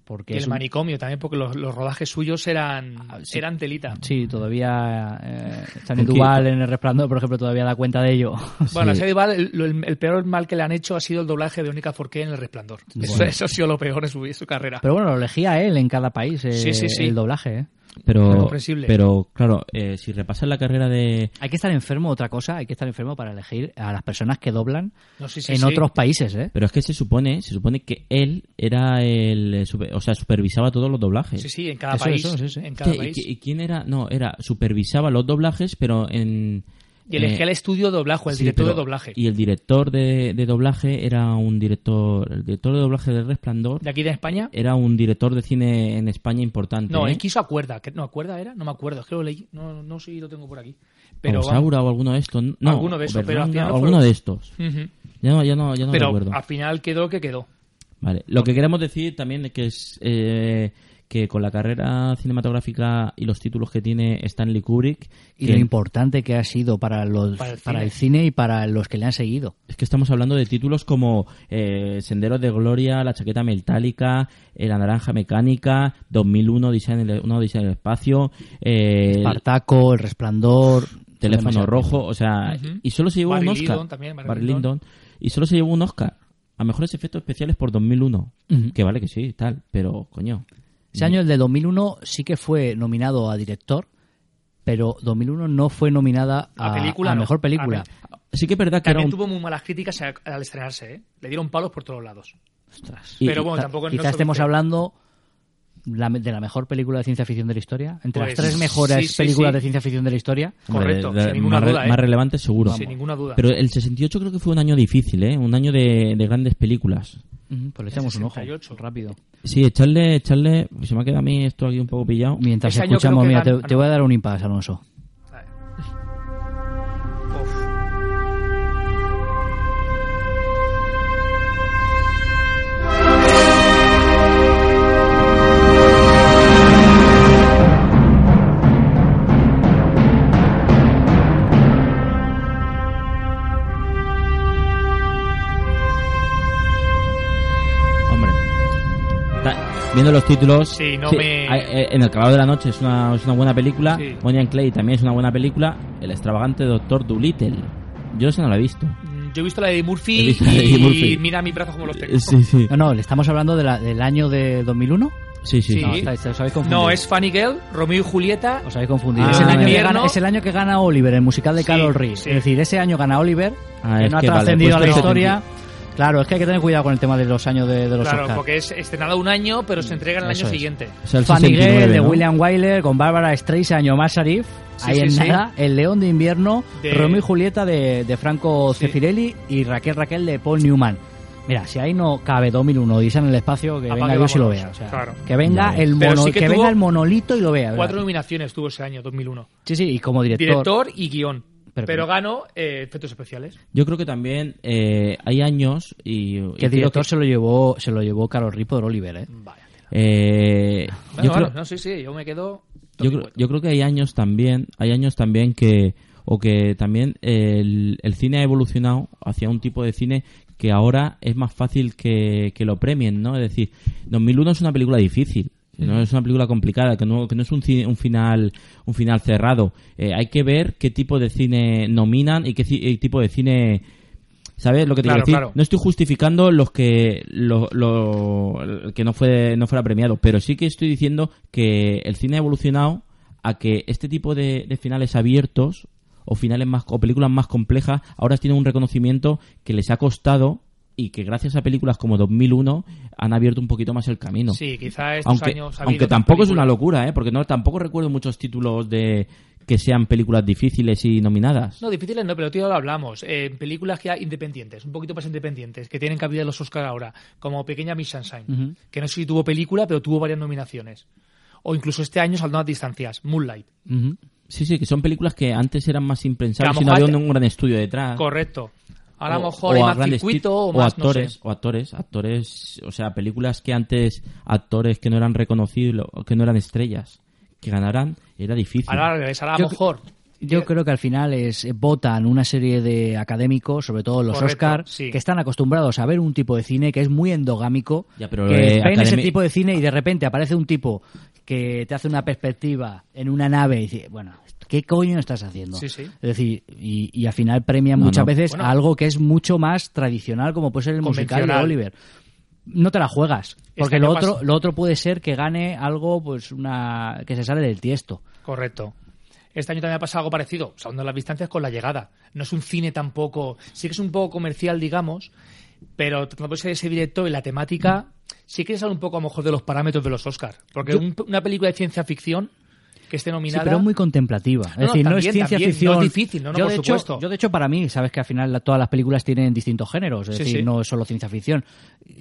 Porque
Y
es
el
un- Ah,
manicomio también, porque los, los rodajes suyos eran,
sí.
eran telita.
Sí, todavía eh, Stanley
Porque-
Duval en El Resplandor, por ejemplo, todavía da cuenta de ello.
Bueno, a Shelley Ball, el, el- el peor mal que le han hecho ha sido el doblaje de Única Forqué en El Resplandor. Eso,
Bueno.
eso ha sido lo peor de su, su carrera.
Pero bueno, lo elegía él en cada país eh,
Sí, sí, sí.
el doblaje. ¿eh?
Es
Pero,
comprensible.
pero claro, eh, si repasas la carrera de,
Hay que estar enfermo, otra cosa, hay que estar enfermo para elegir a las personas que doblan
No, sí, sí,
en
sí.
otros países. ¿eh?
Pero es que se supone, se supone que él era el, eh, super- o sea, supervisaba todos los doblajes.
Sí, sí, en cada
Eso,
país.
eso, sí, sí.
En cada
¿Qué-
país.
y- y quién era? No, era supervisaba los doblajes, pero en
Y elegía el estudio de doblaje, el
sí,
director
pero-
de doblaje.
Y el director de, de doblaje era un director, el director de doblaje del Resplandor
¿De aquí de España?
era un director de cine en España importante.
No,
¿eh?
él quiso acuerda. que- ¿No acuerda era? No me acuerdo, es que lo leí. No, no sé si lo tengo por aquí. Pero,
o Saura o alguno de estos, no,
Alguno de
o
esos, pero
Berlanga,
al final
o
no
alguno
fueron-
de estos.
Ujú.
Ya no, ya no, ya no
pero
recuerdo. Ah,
al final quedó que quedó.
Vale, lo que queremos decir también es que es eh, que con la carrera cinematográfica y los títulos que tiene Stanley Kubrick,
Y
que-
lo importante que ha sido para, los,
Para el
para el cine y para los que le han seguido.
es que estamos hablando de títulos como eh, Senderos de Gloria, La chaqueta metálica, eh, La naranja mecánica, 2001, Diseño en el, una odisea en el espacio, eh,
Espartaco, El Resplandor.
Teléfono
demasiado.
Rojo, o sea,
Ujú.
y solo se llevó
Barry
un Oscar.
Lyndon también, Barry
Lyndon. Y solo se llevó un Oscar a mejores efectos especiales por 2001.
Ujú.
Que vale que sí, tal, pero coño.
Ese año, el de 2001, sí que fue nominado a director, pero 2001 no fue nominada a,
A película,
a
no.
mejor película.
Sí que es verdad que era
También
un
tuvo muy malas críticas a- al estrenarse, ¿eh? Le dieron palos por todos lados.
Y-
Pero
y-
bueno,
ta-
tampoco no
Quizás
se
estemos
viste.
hablando la- de la mejor película de ciencia ficción de la historia, entre
Pues,
las tres mejores
sí, sí,
películas
sí.
de ciencia ficción de la historia.
Hombre,
Correcto,
de- de-
sin ninguna
más, re-
duda, ¿eh?
más relevante seguro.
Sin ninguna duda.
Pero el 68 creo que fue un año difícil, ¿eh? Un año de, de grandes películas.
Ujú, Pues le echamos un ojo, rápido.
Sí, echarle, echarle... Se me ha quedado a mí esto aquí un poco pillado.
Mientras
Ese Este año
escuchamos,
creo que
mira, te,
gan-
te voy a dar un impasse, Alonso.
<laughs>
Hombre. Ta- viendo los títulos.
Sí, no me-
hay- eh, En El Calado de la Noche es una, es una buena película.
Sí.
Bonnie and Clay también es una buena película. El extravagante Doctor Dolittle. Yo esa no la he visto.
Mm, Yo he visto la de Murphy,
He visto la de
y
Murphy. Eh,
mira mis brazos como los tengo.
No, no, le estamos hablando de la- del año de 2001.
Sí.
No, está- está- os habéis confundido.
No, es Funny Girl, Romeo y Julieta.
Os habéis confundido.
Ah,
es, el año que
invierno.
gana, es el año que gana Oliver, el musical de Carol Reed. Es decir, ese año gana Oliver,
Ah,
que
es
no ha
que vale,
trascendido
pues
a la
no.
historia. Claro, es que hay que tener cuidado con el tema de los años de, de los
Claro,
Oscar.
porque es estrenada un año, pero
Mm,
se entrega en el
Eso
año
es.
siguiente.
Fanny Girl de
¿no?
William Wyler con Bárbara Streisand y Omar Sharif.
Sí,
Ahí
sí,
en
sí.
nada, El León de Invierno,
De-
Romeo y Julieta de, de Franco Cefirelli y Raquel Raquel de Paul Newman. Mira, si ahí no cabe 2001 y en el espacio, que
Apague
venga Dios y lo
vámonos.
vea. o sea,
Claro.
Que venga,
Ya.
el,
Pero
mono,
sí
que
que tuvo
venga el monolito y lo vea.
Cuatro
¿verdad?
nominaciones tuvo ese año, 2001.
Sí, sí, y como director.
Director y guión.
Pero-
Pero, ganó eh, efectos especiales.
Yo creo que también eh, hay años y... y
Que
creo
el director se lo llevó, se lo llevó Carol Reed por Oliver, ¿eh?
eh,
Bueno,
yo,
bueno,
creo,
no, sí, sí, yo me quedo...
yo, creo, yo creo que hay años también, hay años también que... O que también el, el cine ha evolucionado hacia un tipo de cine que ahora es más fácil que, que lo premien, ¿no? Es decir, 2001 es una película difícil. No es una película complicada, que no, que no es un, cine- un final un final cerrado. Eh, hay que ver qué tipo de cine nominan y qué ci- y tipo de cine ¿Sabes lo que te quiero
Claro,
decir?
claro.
No estoy justificando los que lo, lo- el que no fue no fuera premiado, pero sí que estoy diciendo que el cine ha evolucionado a que este tipo de, de finales abiertos o finales más o películas más complejas ahora tienen un reconocimiento que les ha costado y que gracias a películas como 2001 han abierto un poquito más el camino.
Sí, quizá estos
aunque,
años ha habido
aunque
otras
tampoco es
películas.
una locura, ¿eh? Porque no tampoco recuerdo muchos títulos de que sean películas difíciles y nominadas.
No, difíciles no, pero tío, lo hablamos. Eh, películas que hay independientes, un poquito más independientes, que tienen cabida en los Oscar ahora, como Pequeña Miss Sunshine,
Ujú.
que no sé si tuvo película, pero tuvo varias nominaciones. O incluso este año saldrán a distancias, Moonlight.
Ujú. Sí, sí, que son películas que antes eran más impensables
Que a
y
lo
no
mejor
había
te-
un gran estudio detrás.
Correcto. Ahora a lo
Ah. O-
mejor
o
hay
a
más
grandes
circuito
tit-
o más, no sé.
actores, o actores, actores, o sea, películas que antes actores que no eran reconocidos, o que no eran estrellas, que ganaran, era difícil.
Ahora regresará a
Yo-
lo mejor.
Yo creo que al final es eh, votan una serie de académicos, sobre todo los
Correcto,
Oscar,
sí.
que están acostumbrados a ver un tipo de cine que es muy endogámico,
Ya, pero,
que
eh,
ven ese
academi-
tipo de cine y de repente aparece un tipo que te hace una perspectiva en una nave y dice, bueno, ¿qué coño estás haciendo?
Sí, sí.
Es decir, y, y al final premian
No,
muchas
no.
veces
Bueno.
a algo que es mucho más tradicional, como puede ser el musical de
Convencional. Este
Oliver. No te la juegas, porque
año
lo otro,
pas-
lo otro puede ser que gane algo, pues una que se sale del tiesto.
Correcto. Este año también ha pasado algo parecido, salvando las distancias con la llegada. No es un cine tampoco, sí que es un poco comercial, digamos, pero cuando ser ese director y la temática, sí que sale un poco a lo mejor de los parámetros de los Oscars. Porque
Yo-
un- una película de ciencia ficción que esté nominada.
Sí, pero es muy contemplativa. Es
No, no,
decir, no es
también,
ciencia
también,
ficción.
no es difícil, no, no,
yo,
por
de hecho,
supuesto.
yo, de hecho, para mí, sabes que al final la- todas las películas tienen distintos géneros. Es
Sí,
decir,
sí.
no es solo ciencia ficción.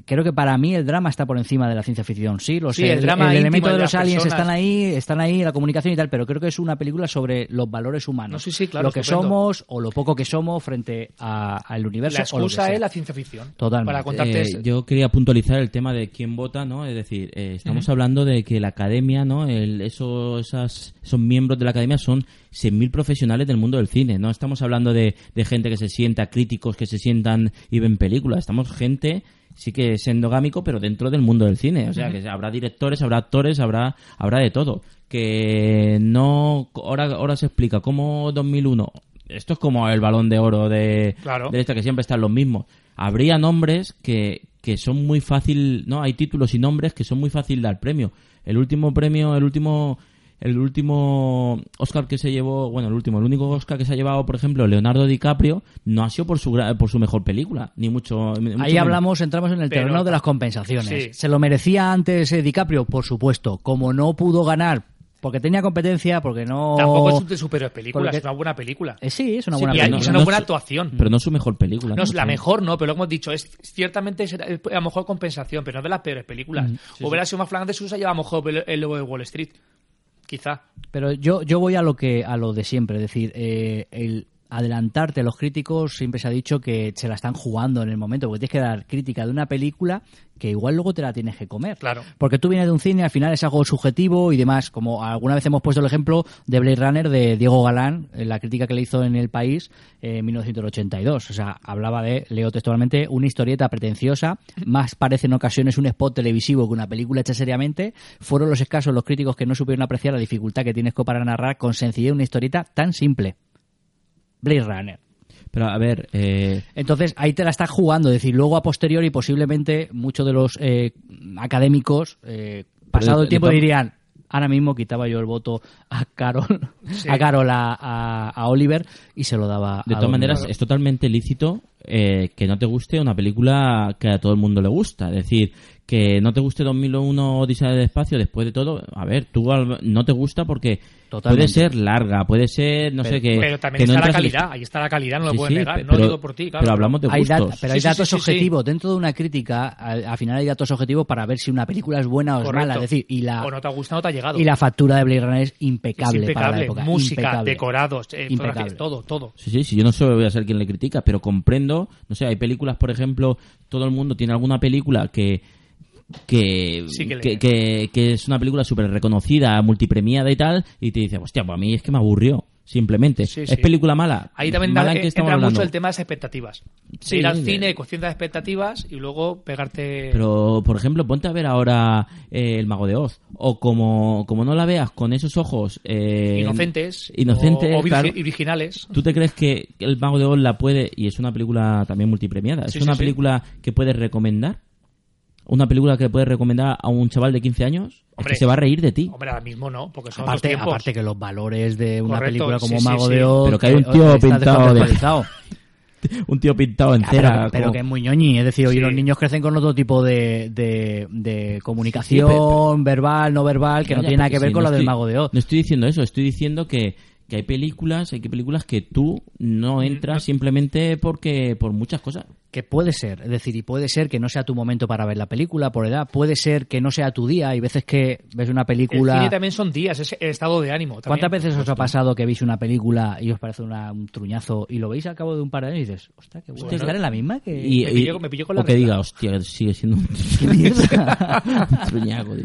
Creo que para mí el drama está por encima de la ciencia ficción. Sí, lo
Sí,
sé,
el drama íntimo
elemento
de
de
las
los aliens
personas.
están ahí, están ahí, la comunicación y tal, pero creo que es una película sobre los valores humanos.
No, sí, sí, claro,
lo que
estupendo.
somos o lo poco que somos frente a- al universo.
la
o lo que
excusa
sea.
es la ciencia ficción.
Totalmente.
Para contarte.
Eh,
ese-
yo quería puntualizar el tema de quién vota, ¿no? Es decir, eh, estamos
Ujú.
hablando de que la academia, ¿no? El, eso, esas, esos miembros de la academia son 100.000 profesionales del mundo del cine, ¿no? Estamos hablando de, de gente que se sienta, críticos que se sientan y ven películas. Estamos gente, sí que es endogámico, pero dentro del mundo del cine. O sea,
Ujú.
que habrá directores, habrá actores, habrá, habrá de todo. Que no... Ahora, ahora se explica cómo 2001... Esto es como el balón de oro de,
Claro.
de esta que siempre están los mismos. Habría nombres que, que son muy fácil, ¿no? Hay títulos y nombres que son muy fácil dar premio. El último premio, el último el último Oscar que se llevó, bueno, el último, el único Oscar que se ha llevado, por ejemplo, Leonardo DiCaprio, no ha sido por su gra- por su mejor película, ni mucho, ni mucho
Ahí
menos.
hablamos, entramos en el
Pero-
terreno de
ah,
las compensaciones.
Sí.
¿Se lo merecía antes eh, DiCaprio? Por supuesto. Como no pudo ganar, porque tenía competencia, porque no...
Tampoco es un de superhéroes película,
Porque-
es una buena película.
Eh, sí, es una
Sí,
buena
y-
película.
y es una buena actuación.
Pero no es su mejor película.
No es la
Sí.
mejor, no, pero lo hemos dicho, es ciertamente será- es a lo mejor compensación, pero no es de las peores películas.
Mm, sí,
Hubiera
sí.
sido más flagrante si se lleva a lo mejor el, el lobo de Wall Street. Quizá.
Pero yo, yo voy a lo que a lo de siempre, es decir, eh, el, adelantarte a los críticos, siempre se ha dicho que se la están jugando en el momento, porque tienes que dar crítica de una película que igual luego te la tienes que comer.
Claro.
Porque tú vienes de un cine, al final es algo subjetivo y demás. Como alguna vez hemos puesto el ejemplo de Blade Runner de Diego Galán, en la crítica que le hizo en El País eh, en 1982. O sea, hablaba de, leo textualmente, una historieta pretenciosa, más parece en ocasiones un spot televisivo que una película hecha seriamente. Fueron los escasos los críticos que no supieron apreciar la dificultad que tienes que para narrar con sencillez una historieta tan simple. Blade Runner.
Pero a ver, eh,
Entonces ahí te la estás jugando, es decir, luego a posteriori posiblemente muchos de los eh, académicos, eh, pasado
de-
el tiempo,
de to-
dirían, ahora mismo quitaba yo el voto a Carol, a, Carol a, a- a Oliver y se lo daba
de
Ah,
a
todas
Oliver.
maneras es totalmente lícito eh, que no te guste una película que a todo el mundo le gusta. Es decir, que no te guste 2001 Odisea del Espacio, después de todo, a ver, tú al- no te gusta porque
Totalmente.
puede ser larga, puede ser, no
pero,
sé qué.
pero también
Eh, que no
está la
entras-
calidad, ahí está la calidad, no lo
Sí,
puedes
sí,
negar,
pe-
no lo
pero-
digo por ti, claro.
pero hablamos de
Hay dat-
gustos.
pero
Sí,
hay
sí,
datos
sí, sí, sí.
objetivos. Dentro de una crítica, al, al final hay datos objetivos para ver si una película es buena o es
Correcto.
mala. Es decir, y la,
O no te ha gustado, no te ha llegado.
y la factura de Blade Runner es impecable,
es
para la
impecable,
época.
música,
impecable.
decorados, eh,
Impecable.
fotografías, todo, todo.
Sí, sí, sí, yo no solo voy a ser quien le critica, pero comprendo, no sé, hay películas, por ejemplo, todo el mundo tiene alguna película que que,
Sí que le-
que, que- que es una película súper reconocida, multipremiada y tal, y te dice, hostia, pues a mí es que me aburrió, simplemente.
Sí,
es
sí.
película mala.
Ahí también
mala
da-
en qué
eh,
estamos
entra mucho
hablando.
el tema de las expectativas. De
Sí,
ir
de-
al cine con ciertas expectativas y luego pegarte.
Pero, por ejemplo, ponte a ver ahora eh, El Mago de Oz. O como, como no la veas con esos ojos... eh,
Inocentes,
Inocentes,
o- o virgi-
claro.
originales.
¿Tú te crees que El Mago de Oz la puede... Y es una película también multipremiada. ¿Es
Sí, sí,
una
sí.
película que puedes recomendar? ¿Una película que puedes recomendar a un chaval de 15 años? Es
Hombre,
que se va a reír de ti.
Hombre, ahora mismo no, porque son otros
Aparte,
tiempos.
aparte que los valores de una
Correcto,
película como
sí, sí,
Mago
sí.
de Oz...
Pero que hay un
eh,
tío
está
pintado de- <laughs>
descontextualizado.
Un tío pintado en
Ah,
cera.
pero, pero
como-
que es muy ñoñi, es decir, hoy los niños crecen con otro tipo de, de- de comunicación verbal, no verbal, que no
Vaya,
tiene nada
porque
que ver
sí,
con la
no
del
estoy-
Mago de Oz.
No estoy diciendo eso, estoy diciendo que, que hay películas, hay que películas que tú
Mm,
no entras simplemente porque por muchas cosas.
Que puede ser, es decir, y puede ser que no sea tu momento para ver la película por edad, puede ser que no sea tu día, hay veces que ves una
El cine
película...
también son días, es el estado de ánimo. también.
¿Cuántas veces os ha pasado que veis una película y os parece una- un truñazo y lo veis al cabo de un par de años y dices, hostia, qué bueno,
Hostia,
estar en la misma que...
Y,
me
y-
pilló- me pilló con la
o que
regla.
diga, hostia, sigue
<laughs>
siendo un, <laughs> un truñaco. tío.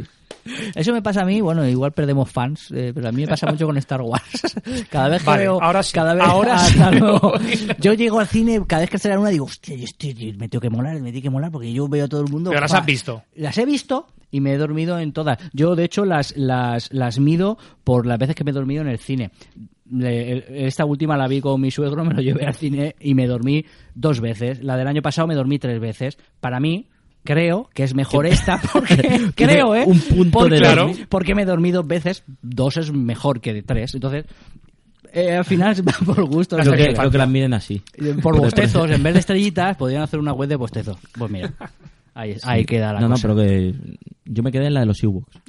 Eso me pasa a mí, bueno, igual perdemos fans, eh, pero a mí me pasa mucho con Star Wars. <laughs> Cada vez que
Vale,
veo...
ahora sí.
cada vez-
ahora
Ah,
sí.
hasta
<laughs>
luego. Yo llego al cine, cada vez que sale una digo, hostia, yo estoy- yo me tengo que molar, me tengo que molar, porque yo veo a todo el mundo...
Pero las
Fa-
has visto.
Las he visto y me he dormido en todas. Yo, de hecho, las, las, las mido por las veces que me he dormido en el cine. Le- el- Esta última la vi con mi suegro, <laughs> me lo llevé al cine y me dormí dos veces. La del año pasado me dormí tres veces. Para mí, creo que es
<laughs>
mejor esta porque...
Tiene
creo, ¿eh?
un punto
porque,
de dormir.
porque me dormí dos veces, dos es mejor que de tres. Entonces, eh, al final <laughs> va por gusto.
Creo que, creo que las miden así.
Por bostezos, en vez de estrellitas, podrían hacer una web de bostezos. Pues mira, ahí, ahí queda la
No,
cosa.
no, pero que yo me quedé en la de los Ewoks. <laughs>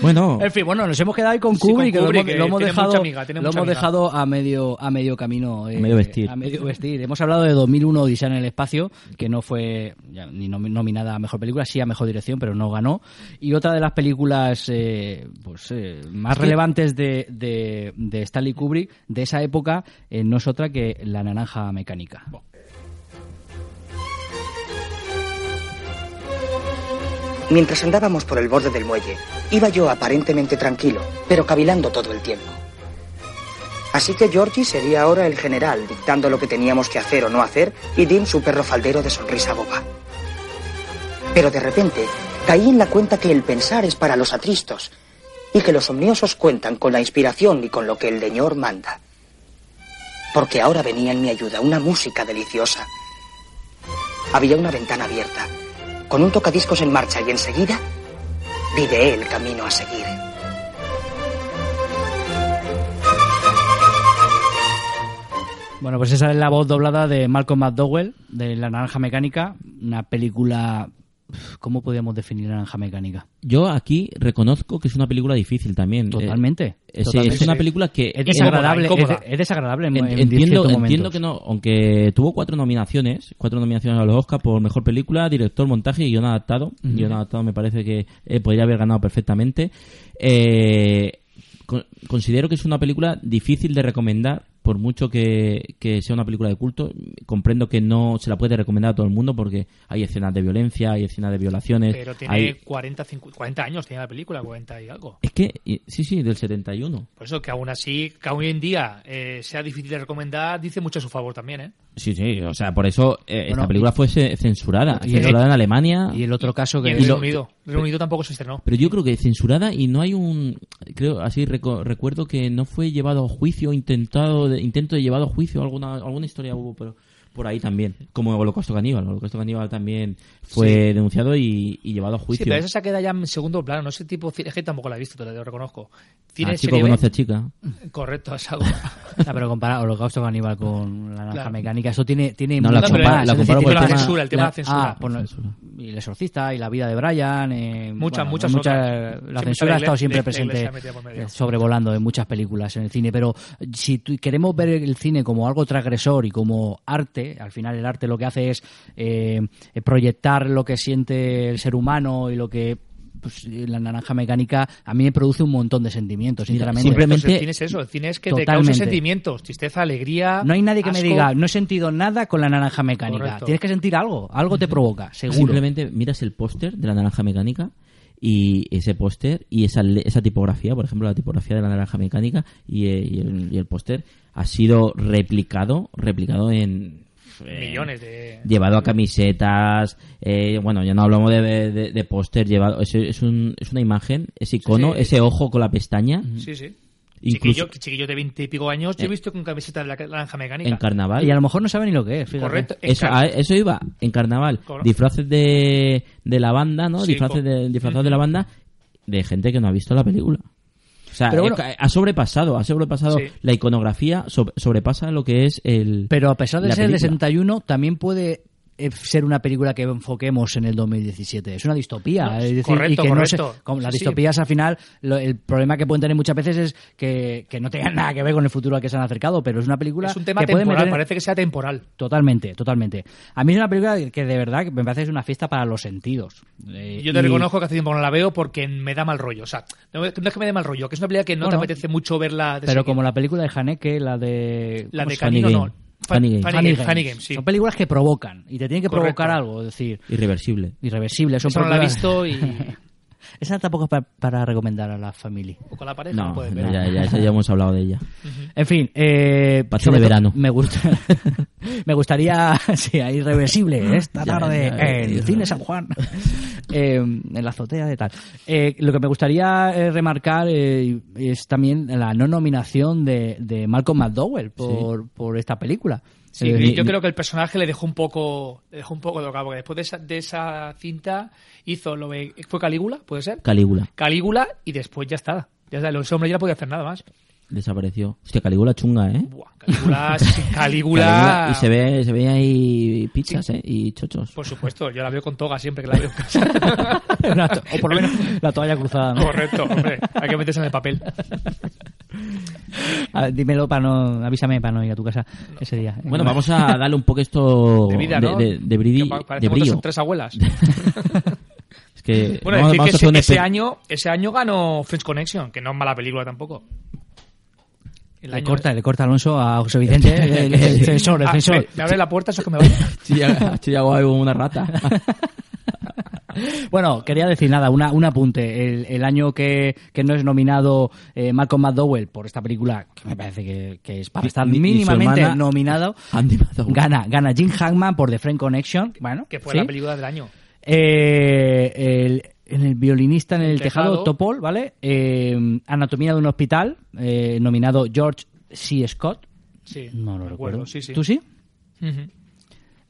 bueno,
En fin, bueno, nos hemos quedado ahí con
Sí, con
Kubrick, que lo
Kubrick,
hemos-
que
lo hemos,
tiene
dejado,
mucha amiga, tiene
lo
mucha
hemos
amiga.
dejado a medio a medio camino, eh,
medio vestir.
a medio vestir. Hemos hablado de 2001 Odisea en el espacio, que no fue ya, ni nom- nominada a mejor película, sí a mejor dirección, pero no ganó. Y otra de las películas eh, pues, eh, más relevantes de, de- de Stanley Kubrick de esa época eh, no es otra que La Naranja Mecánica.
Mientras andábamos por el borde del muelle, iba yo aparentemente tranquilo, pero cavilando todo el tiempo. Así que Georgie sería ahora el general, dictando lo que teníamos que hacer o no hacer, y Dim su perro faldero de sonrisa boba. Pero de repente caí en la cuenta que el pensar es para los atristos, y que los omniosos cuentan con la inspiración y con lo que el deñor manda. Porque ahora venía en mi ayuda una música deliciosa. Había una ventana abierta con un tocadiscos en marcha y enseguida vive el camino a seguir.
Bueno, pues esa es la voz doblada de Malcolm McDowell, de La Naranja Mecánica, una película... ¿Cómo podríamos definir La Naranja Mecánica?
yo aquí reconozco que es una película difícil también.
Totalmente,
Eh, es- Es
totalmente.
una película que
Es desagradable,
incómoda.
es de- es desagradable en-
En-
en
entiendo,
ciertos
entiendo
momentos.
que no, aunque tuvo cuatro nominaciones, cuatro nominaciones a los Oscar por mejor película, director, montaje y guión adaptado.
Ujú.
Guión adaptado me parece que eh, podría haber ganado perfectamente. Eh, con- considero que es una película difícil de recomendar, por mucho que, que sea una película de culto. Comprendo que no se la puede recomendar a todo el mundo porque hay escenas de violencia, hay escenas de violaciones.
Pero tiene
hay-
40, 50, 40 años, tiene la película, 40 y algo.
Es que, y- sí, sí, del 71.
Por eso que aún así, que hoy en día eh, sea difícil de recomendar, dice mucho a su favor también, ¿eh?
Sí, sí, o sea, por eso eh,
Bueno,
esta película fue ce- censurada. censurada en Alemania.
Y el otro caso
Y
que
en
Y
Reino
lo-
Unido. Reino Unido tampoco se estrenó.
Pero yo creo que censurada y no hay un... Creo, así reco- recuerdo que no fue llevado a juicio, intentado de- intento de llevado a juicio, alguna, alguna historia hubo, pero por ahí también. Como Holocausto Caníbal. Holocausto Caníbal también fue
Sí.
denunciado y, y llevado a
Sí,
juicio.
pero esa se queda ya en segundo plano. No sé tipo, es que tampoco la he visto, te lo reconozco. Tiene
Ah, chico
serie B.
conoce a chica.
Correcto, es
<laughs>
algo.
Ah, pero comparar Holocausto Caníbal con La Naranja
Claro.
Mecánica, eso tiene, tiene
No, la
mucho más.
compara- la
Es decir,
comparo
tiene
con el
más-
tema- La censura, el
tema de censura.
Ah, bueno, y El Exorcista, y La Vida de Brian. eh,
Muchas,
bueno,
muchas otras.
La
Siempre
censura
la
ha estado
igle-
siempre
la iglesia
presente,
metida por medio.
eh, sobrevolando en muchas películas en el cine. Pero si tú- queremos ver el cine como algo transgresor y como arte, al final el arte lo que hace es eh, proyectar lo que siente el ser humano y lo que. pues, la naranja mecánica a mí me produce un montón de sentimientos, sinceramente.
Correcto, si <laughs> el cine es eso. El cine es que te
Totalmente.
causa sentimientos, tristeza, alegría.
No hay nadie que me
asco.
diga, no he sentido nada con la naranja mecánica.
Correcto.
Tienes que sentir algo, algo te provoca, seguro.
Simplemente miras el póster de la naranja mecánica y ese póster y esa, le- esa tipografía, por ejemplo, la tipografía de la naranja mecánica y, eh, y el, y el póster ha sido replicado, replicado en eh,
Millones de-
llevado a camisetas, eh, bueno, ya no hablamos de, de- de póster, llevado es, es un- es una imagen, ese icono,
sí.
ese ojo con la pestaña.
Sí, sí.
Incluso-
Chiquillo, chiquillo de 20 y pico años, yo he visto con camiseta de la ca- naranja mecánica.
En carnaval.
Y a lo mejor no sabe ni lo que es. fíjate.
Correcto. en
Eso,
car-
a eso iba, en carnaval.
Correcto.
Disfraces de, de la banda, ¿no?
Sí,
disfraces
co-
de, disfrazados de la banda de gente que no ha visto la película. O sea,
Pero bueno-
eh, ha sobrepasado, ha sobrepasado
Sí.
la iconografía, so- sobrepasa lo que es el.
Pero a pesar de
la
ser el de
película.
61, también puede eh, ser una película que enfoquemos en el 2017. Es una distopía.
No,
es decir,
correcto,
y que no se-
correcto.
como las
Sí, sí.
distopías al final, lo- el problema que pueden tener muchas veces es que, que no tengan nada que ver con el futuro al que se han acercado, pero es una película
Es un tema
que puede
temporal,
meter en-
parece que sea temporal.
Totalmente, totalmente. A mí es una película que de verdad que me parece que es una fiesta para los sentidos. Eh,
Yo te
y-
reconozco que hace tiempo que no la veo porque me da mal rollo. O sea, no es no es que me dé mal rollo, que es una película que no,
No,
te
no.
apetece mucho verla. De
Pero
seguido.
como la película de Haneke, la de...
La
¿cómo
de
se llama?
Canino, no. Fa-
Funny Game.
Funny
Funny
Game,
Games.
Funny Game, sí.
Son películas que provocan y te tienen que
Correcto.
provocar algo, es decir,
Irreversible.
irreversible. Son
Eso no la he
películas-
visto y
<laughs> Esa tampoco es pa- para, recomendar a la familia.
o con la pareja no,
No,
puedes ver.
no, ya, ya, esa ya hemos hablado de ella.
En fin, eh,
Paseo
sobre
de
todo,
verano.
Me gusta, <laughs> me gustaría, <laughs> sí, a
<laughs>
irreversible esta
Ya,
tarde
ya,
en
irreversible.
Cine San Juan, <laughs> eh, en la azotea de tal. Eh, lo que me gustaría eh, remarcar eh, es también la no nominación de, de Malcolm McDowell por, por esta película.
Sí,
Eh,
yo creo que el personaje le dejó un poco, le dejó un poco de porque después de esa, de esa cinta hizo lo de, fue Calígula, puede ser.
Calígula
Calígula y después ya está. Ya está, los hombres ya no podía hacer nada más.
desapareció. Hostia, Calígula chunga, ¿eh?
Calígula, sí,
<laughs> Calígula,
Calígula,
Y se ve, se ve ahí pizzas, ¿eh? Y chochos.
por supuesto, yo la veo con toga siempre que la veo en
<laughs>
casa.
<laughs> Una to- o por lo menos la toalla cruzada. ¿no?
Correcto, hombre, hay que meterse en el papel.
A ver, dímelo para no, avísame para no ir a tu casa ese día.
Bueno, vamos a darle un poco esto
<laughs> De vida, ¿no?
de, de- de bridi-
Que pa-
de
parecemos que
brillo.
son
<laughs>
tres abuelas.
Es que
Bueno,
vamos- vamos
decir
a
que
hacer
ese,
un
ese
espe- <laughs>
año, ese año ganó French Connection, que no es mala película tampoco. El
Le
año-
corta, le corta Alonso a José Vicente, el, el- el censor, el
Ah,
censor.
me, me abre la puerta, eso es que
<laughs>
me voy.
Chilla- Chihuahua es una
<laughs>
rata.
<laughs> Bueno, quería decir nada, una, un apunte. El, el año que, que no es nominado eh, Malcolm McDowell por esta película, que me parece que, que es para estar
Ni- ni su
mínimamente
hermana,
nominado,
Andy McDowell.
gana, gana Jim Hackman por The Friend Connection. Bueno,
Que fue
¿sí?
la película del año.
Eh, el, en el violinista en el, tejado,
tejado.
Topol, ¿vale? Eh, Anatomía de un hospital, eh, nominado George C. Scott.
Sí,
No lo
me
recuerdo.
acuerdo, sí, sí.
¿Tú sí?
Ujú.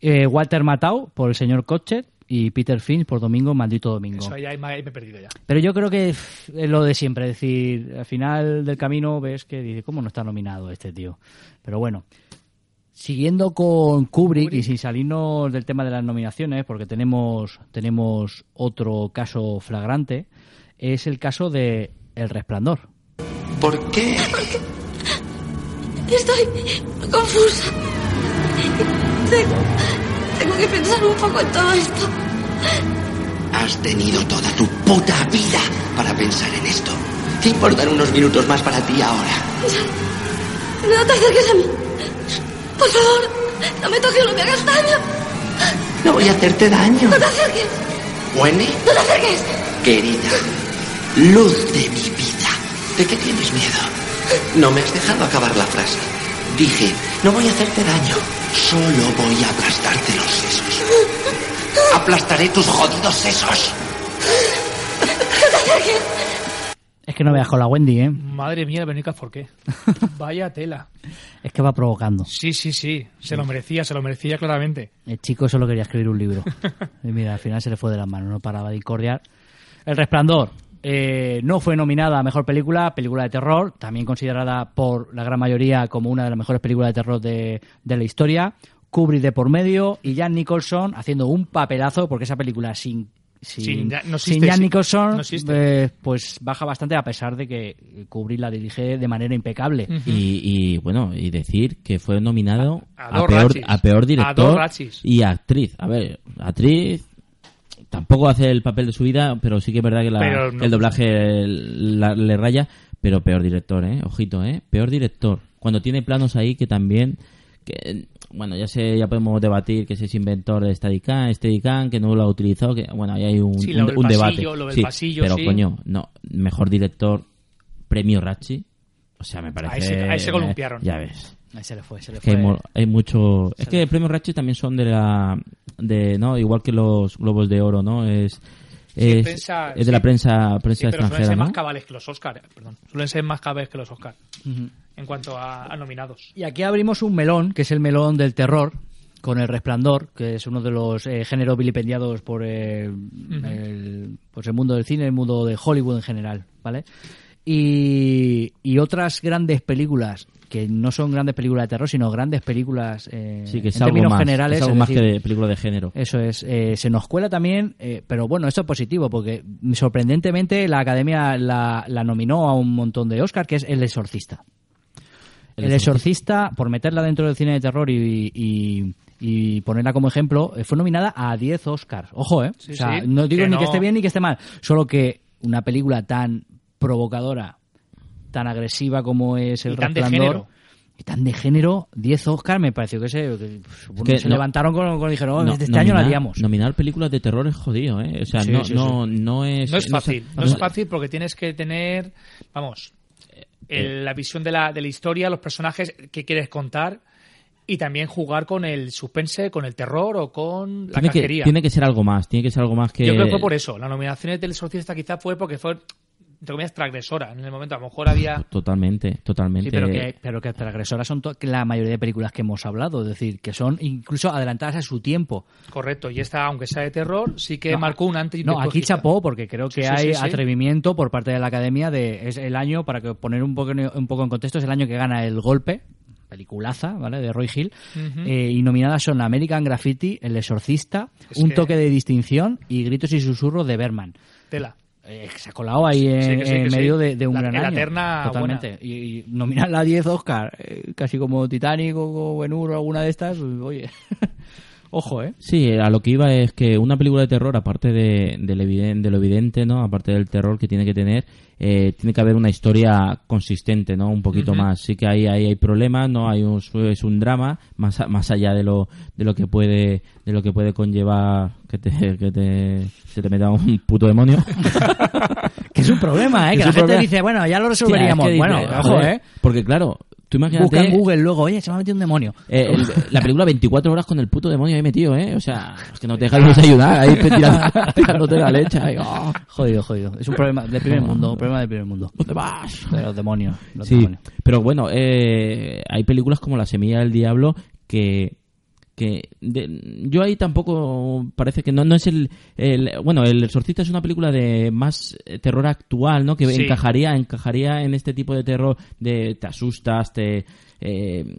Eh, Walter Matthau por el señor Cochet y Peter Finch por Domingo, maldito Domingo.
Eso ahí, ahí me ahí me he perdido ya.
Pero yo creo que pff, es lo de siempre, es decir, al final del camino ves que dice, ¿cómo no está nominado este tío? Pero bueno, siguiendo con Kubrick, y sin salirnos del tema de las nominaciones, porque tenemos, tenemos otro caso flagrante, es el caso de El Resplandor.
¿Por qué?
Estoy confusa. Tengo, tengo que pensar un poco en todo esto.
Has tenido toda tu puta vida para pensar en esto.
¿Te importan unos minutos más para ti ahora?
No te acerques a mí. Por favor, no me toques, no me hagas daño.
No voy a hacerte daño.
No te acerques,
Wendy,
no te acerques.
querida, luz de mi vida, ¿de qué tienes miedo? No me has dejado acabar la frase. Dije, no voy a hacerte daño, solo voy a aplastarte los sesos. Aplastaré tus jodidos sesos.
Es que no veas con la Wendy, ¿eh?
Madre mía, Verónica,
<laughs>
¿por qué? Vaya tela.
Es que va provocando.
Sí, sí, sí. Se lo merecía, se lo merecía claramente.
El Eh, chico solo quería escribir un
<laughs>
libro. Y mira, al final se le fue de las manos, no paraba de incordiar. El Resplandor eh, no fue nominada a Mejor Película, película de terror, también considerada por la gran mayoría como una de las mejores películas de terror de, de la historia. Kubrick de por medio y Jan Nicholson haciendo un papelazo, porque esa película sin... Sin,
Sin Ya- no
sin
existe,
Jan
sí.
Nicholson,
No existe.
eh, pues baja bastante a pesar de que Kubrick la dirige de manera impecable.
y, y, bueno, y decir que fue nominado
A-
a,
a dos
peor,
rachis.
a peor
A dos
director
rachis.
y actriz. A ver, actriz tampoco hace el papel de su vida, pero sí que es verdad que la-
Pero no.
el doblaje la- le raya, pero peor director, ¿eh? Ojito, ¿eh? Peor director. Cuando tiene planos ahí que también... Que, bueno, ya sé, ya podemos debatir que si es inventor de Steadicam, Steadicam, que no lo ha utilizado, que bueno, ahí hay un,
Sí,
un,
lo del
un debate.
pasillo, lo del
Sí,
pasillo,
pero
sí.
coño, no, mejor director, premio Rachi. O sea, me parece.
Ahí se- ahí se columpiaron.
Ya ves.
Mm.
Ahí se le fue, se le
Es que hay,
fue.
mo- hay mucho. Es que el premio Ratchet también son de la. de no Igual que los Globos de Oro, ¿no? Es.
Sí,
es,
prensa-
es de la
sí.
prensa, prensa
Sí, pero suelen
extranjera,
ser
¿no?
más cabales que los Oscars. Perdón. Suelen ser más cabales que los Oscars. En cuanto a, a nominados.
Y aquí abrimos un melón, que es el melón del terror, con el resplandor, que es uno de los eh, géneros vilipendiados por el, el- pues el mundo del cine, el mundo de Hollywood en general, ¿vale? Y, y otras grandes películas, que no son grandes películas de terror, sino grandes películas eh,
Sí, que es
en
algo
términos
más,
generales.
es algo
es
más
decir,
que de película de género.
eso es, eh, se nos cuela también, eh, pero bueno, esto es positivo porque mm, sorprendentemente la Academia la, la nominó a un montón de Oscar, que es El Exorcista.
El
El, Exorcista, por meterla dentro del cine de terror y, y- y ponerla como ejemplo, eh, fue nominada a 10 Oscars. Ojo, ¿eh?
Sí,
o sea,
sí,
no digo
que
ni
no.
que esté bien ni que esté mal, solo que una película tan provocadora, tan agresiva como es El
Y tan de
Resplandor,
género.
y tan de género, 10 Oscars me pareció que se, que, pues, bueno,
que
se
no-
levantaron con, con dijeron, "Oh,
No,
este año
nominar-
la haríamos.
Nominar películas de terror es jodido, ¿eh? O sea,
Sí,
no,
sí,
no, no es.
No es
no
fácil. No es fácil porque tienes que tener. Vamos. eh, el- la visión de la, de la historia, los personajes que quieres contar. Y también jugar con el suspense, con el terror o con la
tiene, que,
cacería.
tiene que ser algo más. Tiene que ser algo más que.
Yo creo que fue por eso. La nominación del exorcista quizá fue porque fue, entre comillas, transgresora. En el momento, a lo mejor había.
Totalmente, totalmente.
Sí, pero que, pero que transgresoras son to- que la mayoría de películas que hemos hablado, es decir, que son incluso adelantadas a su tiempo.
Correcto. Y esta, aunque sea de terror, sí que
No,
marcó un antes y un
No,
después,
aquí
quizá.
chapó porque creo que
Sí, sí,
hay
sí, sí.
atrevimiento por parte de la academia de es el año para que poner un poco en- un poco en contexto es el año que gana el golpe peliculaza, ¿vale? De Roy Hill
Ujú.
eh, y nominadas son American Graffiti, El Exorcista,
Es
Un
que-
toque de distinción y Gritos y susurros de Berman.
Tela.
Eh, se ha colado ahí en,
Sí, que sí, que
en
sí.
medio de, de un
La-
gran
la
año.
terna
Totalmente. Y, y nominarla a 10 Oscar, eh, casi como Titanic o Ben Hur o alguna de estas, pues, oye, <laughs> ojo, ¿eh?
Sí, a lo que iba es que una película de terror, aparte de, del eviden- de lo evidente, ¿no? Aparte del terror que tiene que tener, eh, tiene que haber una historia consistente, ¿no? Un poquito
Ujú.
más. Sí que ahí, ahí hay problemas, ¿no? Hay un, es un drama, más, a- más allá de lo, de lo que puede, de lo que puede conllevar que te, que te, se te meta un
<laughs>
puto demonio. <laughs>
que es un problema, ¿eh? Que la gente dice, bueno, ya lo resolveríamos. Bueno, ojo, ¿eh?
Porque claro, tú imagínate...
Busca en Google luego, oye, se me ha metido un demonio.
Eh, el- la película 24 horas con el puto demonio ahí metido, ¿eh? O sea, es que no te dejas desayunar, ahí te tiras- <laughs> tirándote la leche. ahí, oh.
Jodido, jodido. Es un problema del primer mundo, un problema del primer mundo.
¿Dónde vas?
De los demonios. los
Sí,
demonios.
pero bueno, eh, hay películas como La semilla del diablo que que de- yo ahí tampoco parece que no no es el, el- bueno el exorcista es una película de más eh, terror actual no que
Sí.
encajaría encajaría en este tipo de terror de te asustas te eh,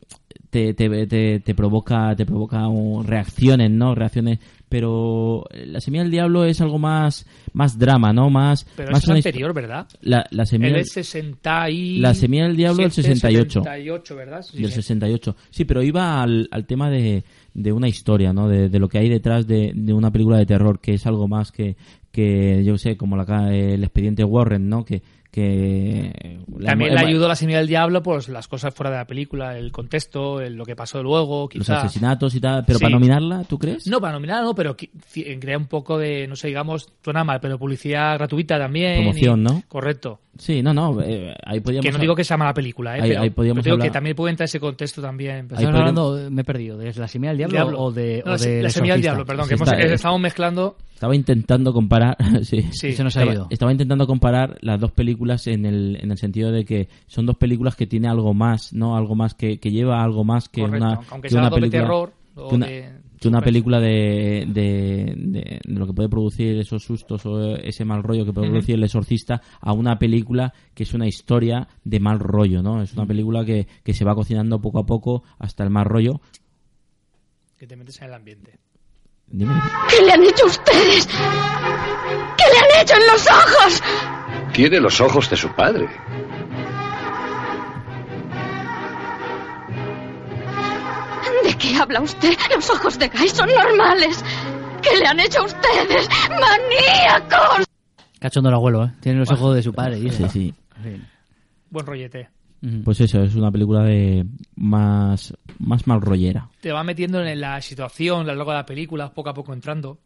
te, te, te- te provoca te provoca un- reacciones no reacciones pero la semilla del diablo es algo más más drama no más
Pero
más
eso
una
es
histo-
anterior, ¿verdad?
la, la semilla
Él
del-
es 60 y...
La semilla del diablo, el 68.
78, ¿verdad? Sí,
del
sí.
68. Sí, pero iba al, al tema de, de una historia, ¿no? De, de lo que hay detrás de, de una película de terror, que es algo más que, que yo sé, como la, ca- el expediente Warren, ¿no? Que, que la- eh,
También le
hemos-
ayudó la señora del diablo, pues las cosas fuera de la película, el contexto, el- lo que pasó luego,
los
quizá.
asesinatos y tal, pero
Sí.
para nominarla, ¿tú crees?
No, para nominar no, pero qui- ci- crea un poco de, no sé, digamos, suena mal, pero publicidad gratuita también.
Promoción,
y-
¿no?
Correcto.
Sí, no, no, eh, ahí podíamos
Que no
hab-
digo que sea mala película, ¿eh?
Ahí-
pero,
ahí podíamos
pero digo
hablar-
que también puede entrar ese contexto también.
Estamos hablando, me he perdido, de la semilla del diablo,
Diablo.
o de.
No,
o
la se-
de
la
El
semilla
exorcista?
del diablo, perdón,
Sí,
que hemos-
está, eh.
estamos mezclando.
Estaba intentando comparar. <laughs> sí,
Sí. Se nos ha
estaba,
ido.
Estaba intentando comparar las dos películas en el, en el sentido de que son dos películas que tiene algo más, ¿no? Algo más que, que lleva algo más que
Correcto,
una.
aunque
que
sea
una
algo de
película,
terror o
que una,
de
que una
suspense.
película de, de, de- de lo que puede producir esos sustos o ese mal rollo que puede
Ujú.
producir el exorcista a una película que es una historia de mal rollo, ¿no? Es una película que, que se va cocinando poco a poco hasta el mal rollo.
Que te metes en el ambiente.
Dime.
¿Qué le han hecho a ustedes? ¿Qué le han hecho en los ojos?
Tiene los ojos de su padre.
¿De qué habla usted? Los ojos de Guy son normales. ¿Qué le han hecho a ustedes? ¡Maníacos!
Cachondo el abuelo, ¿eh? Tiene los ojos de su padre. y
Sí,
eso.
sí.
Buen rollete.
Pues eso, es una película de más, más mal rollera.
Te va metiendo en la situación, a lo largo de la película, poco a poco entrando.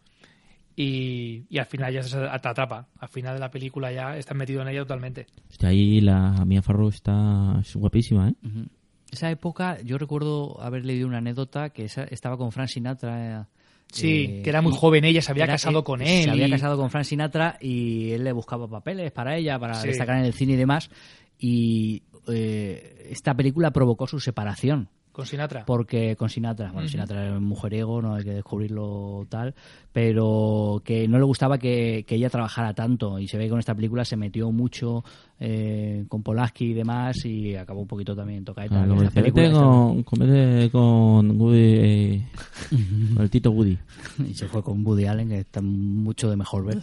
Y, y al final ya se te atrapa. Al final de la película ya estás metido en ella totalmente.
Hostia, ahí la Mia Farrow está es guapísima, ¿eh?
Esa época, yo recuerdo haber leído una anécdota que esa- estaba con Frank Sinatra. eh,
Sí,
eh,
que era muy
y-
joven ella, se había
era-
casado
eh,
con él.
Se había
y-
casado con Frank Sinatra y él le buscaba papeles para ella, para
Sí.
destacar en el cine y demás. Y eh, esta película provocó su separación.
con Sinatra.
Porque con Sinatra, bueno,
Ujú.
Sinatra era un mujeriego, no hay que descubrirlo tal, pero que no le gustaba que, que ella trabajara tanto y se ve que con esta película se metió mucho eh, con Polaski y demás y acabó un poquito también en tocaeta.
Ah, luego
Esta
dice,
película
"Vete
está-
con, con- vete con Woody, eh, con el Tito Woody.
<laughs> Y se fue con Woody Allen, que está mucho de mejor ver.